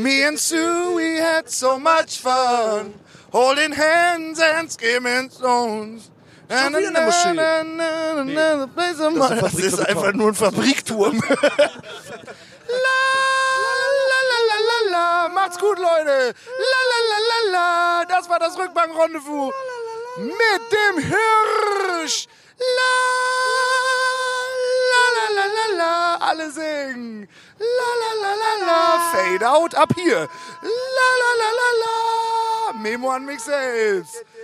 Speaker 1: Me and Sue, we had so much fun. Holding hands and skimming stones. Na, na,
Speaker 2: wieder eine
Speaker 1: na,
Speaker 2: Moschee.
Speaker 1: na, na, na, na, place of my- Das ist einfach nur ein Fabrikturm. La, la, la, la, la, la. Macht's gut, Leute. La, la, la, la, la. Das war das Rückbank-Rendezvous. Mit dem Hirsch. La, la, la, la, la, la. Alle singen. La, la, la, la, la. Fade out ab hier. La, la, la, la, la. Memo an mich selbst.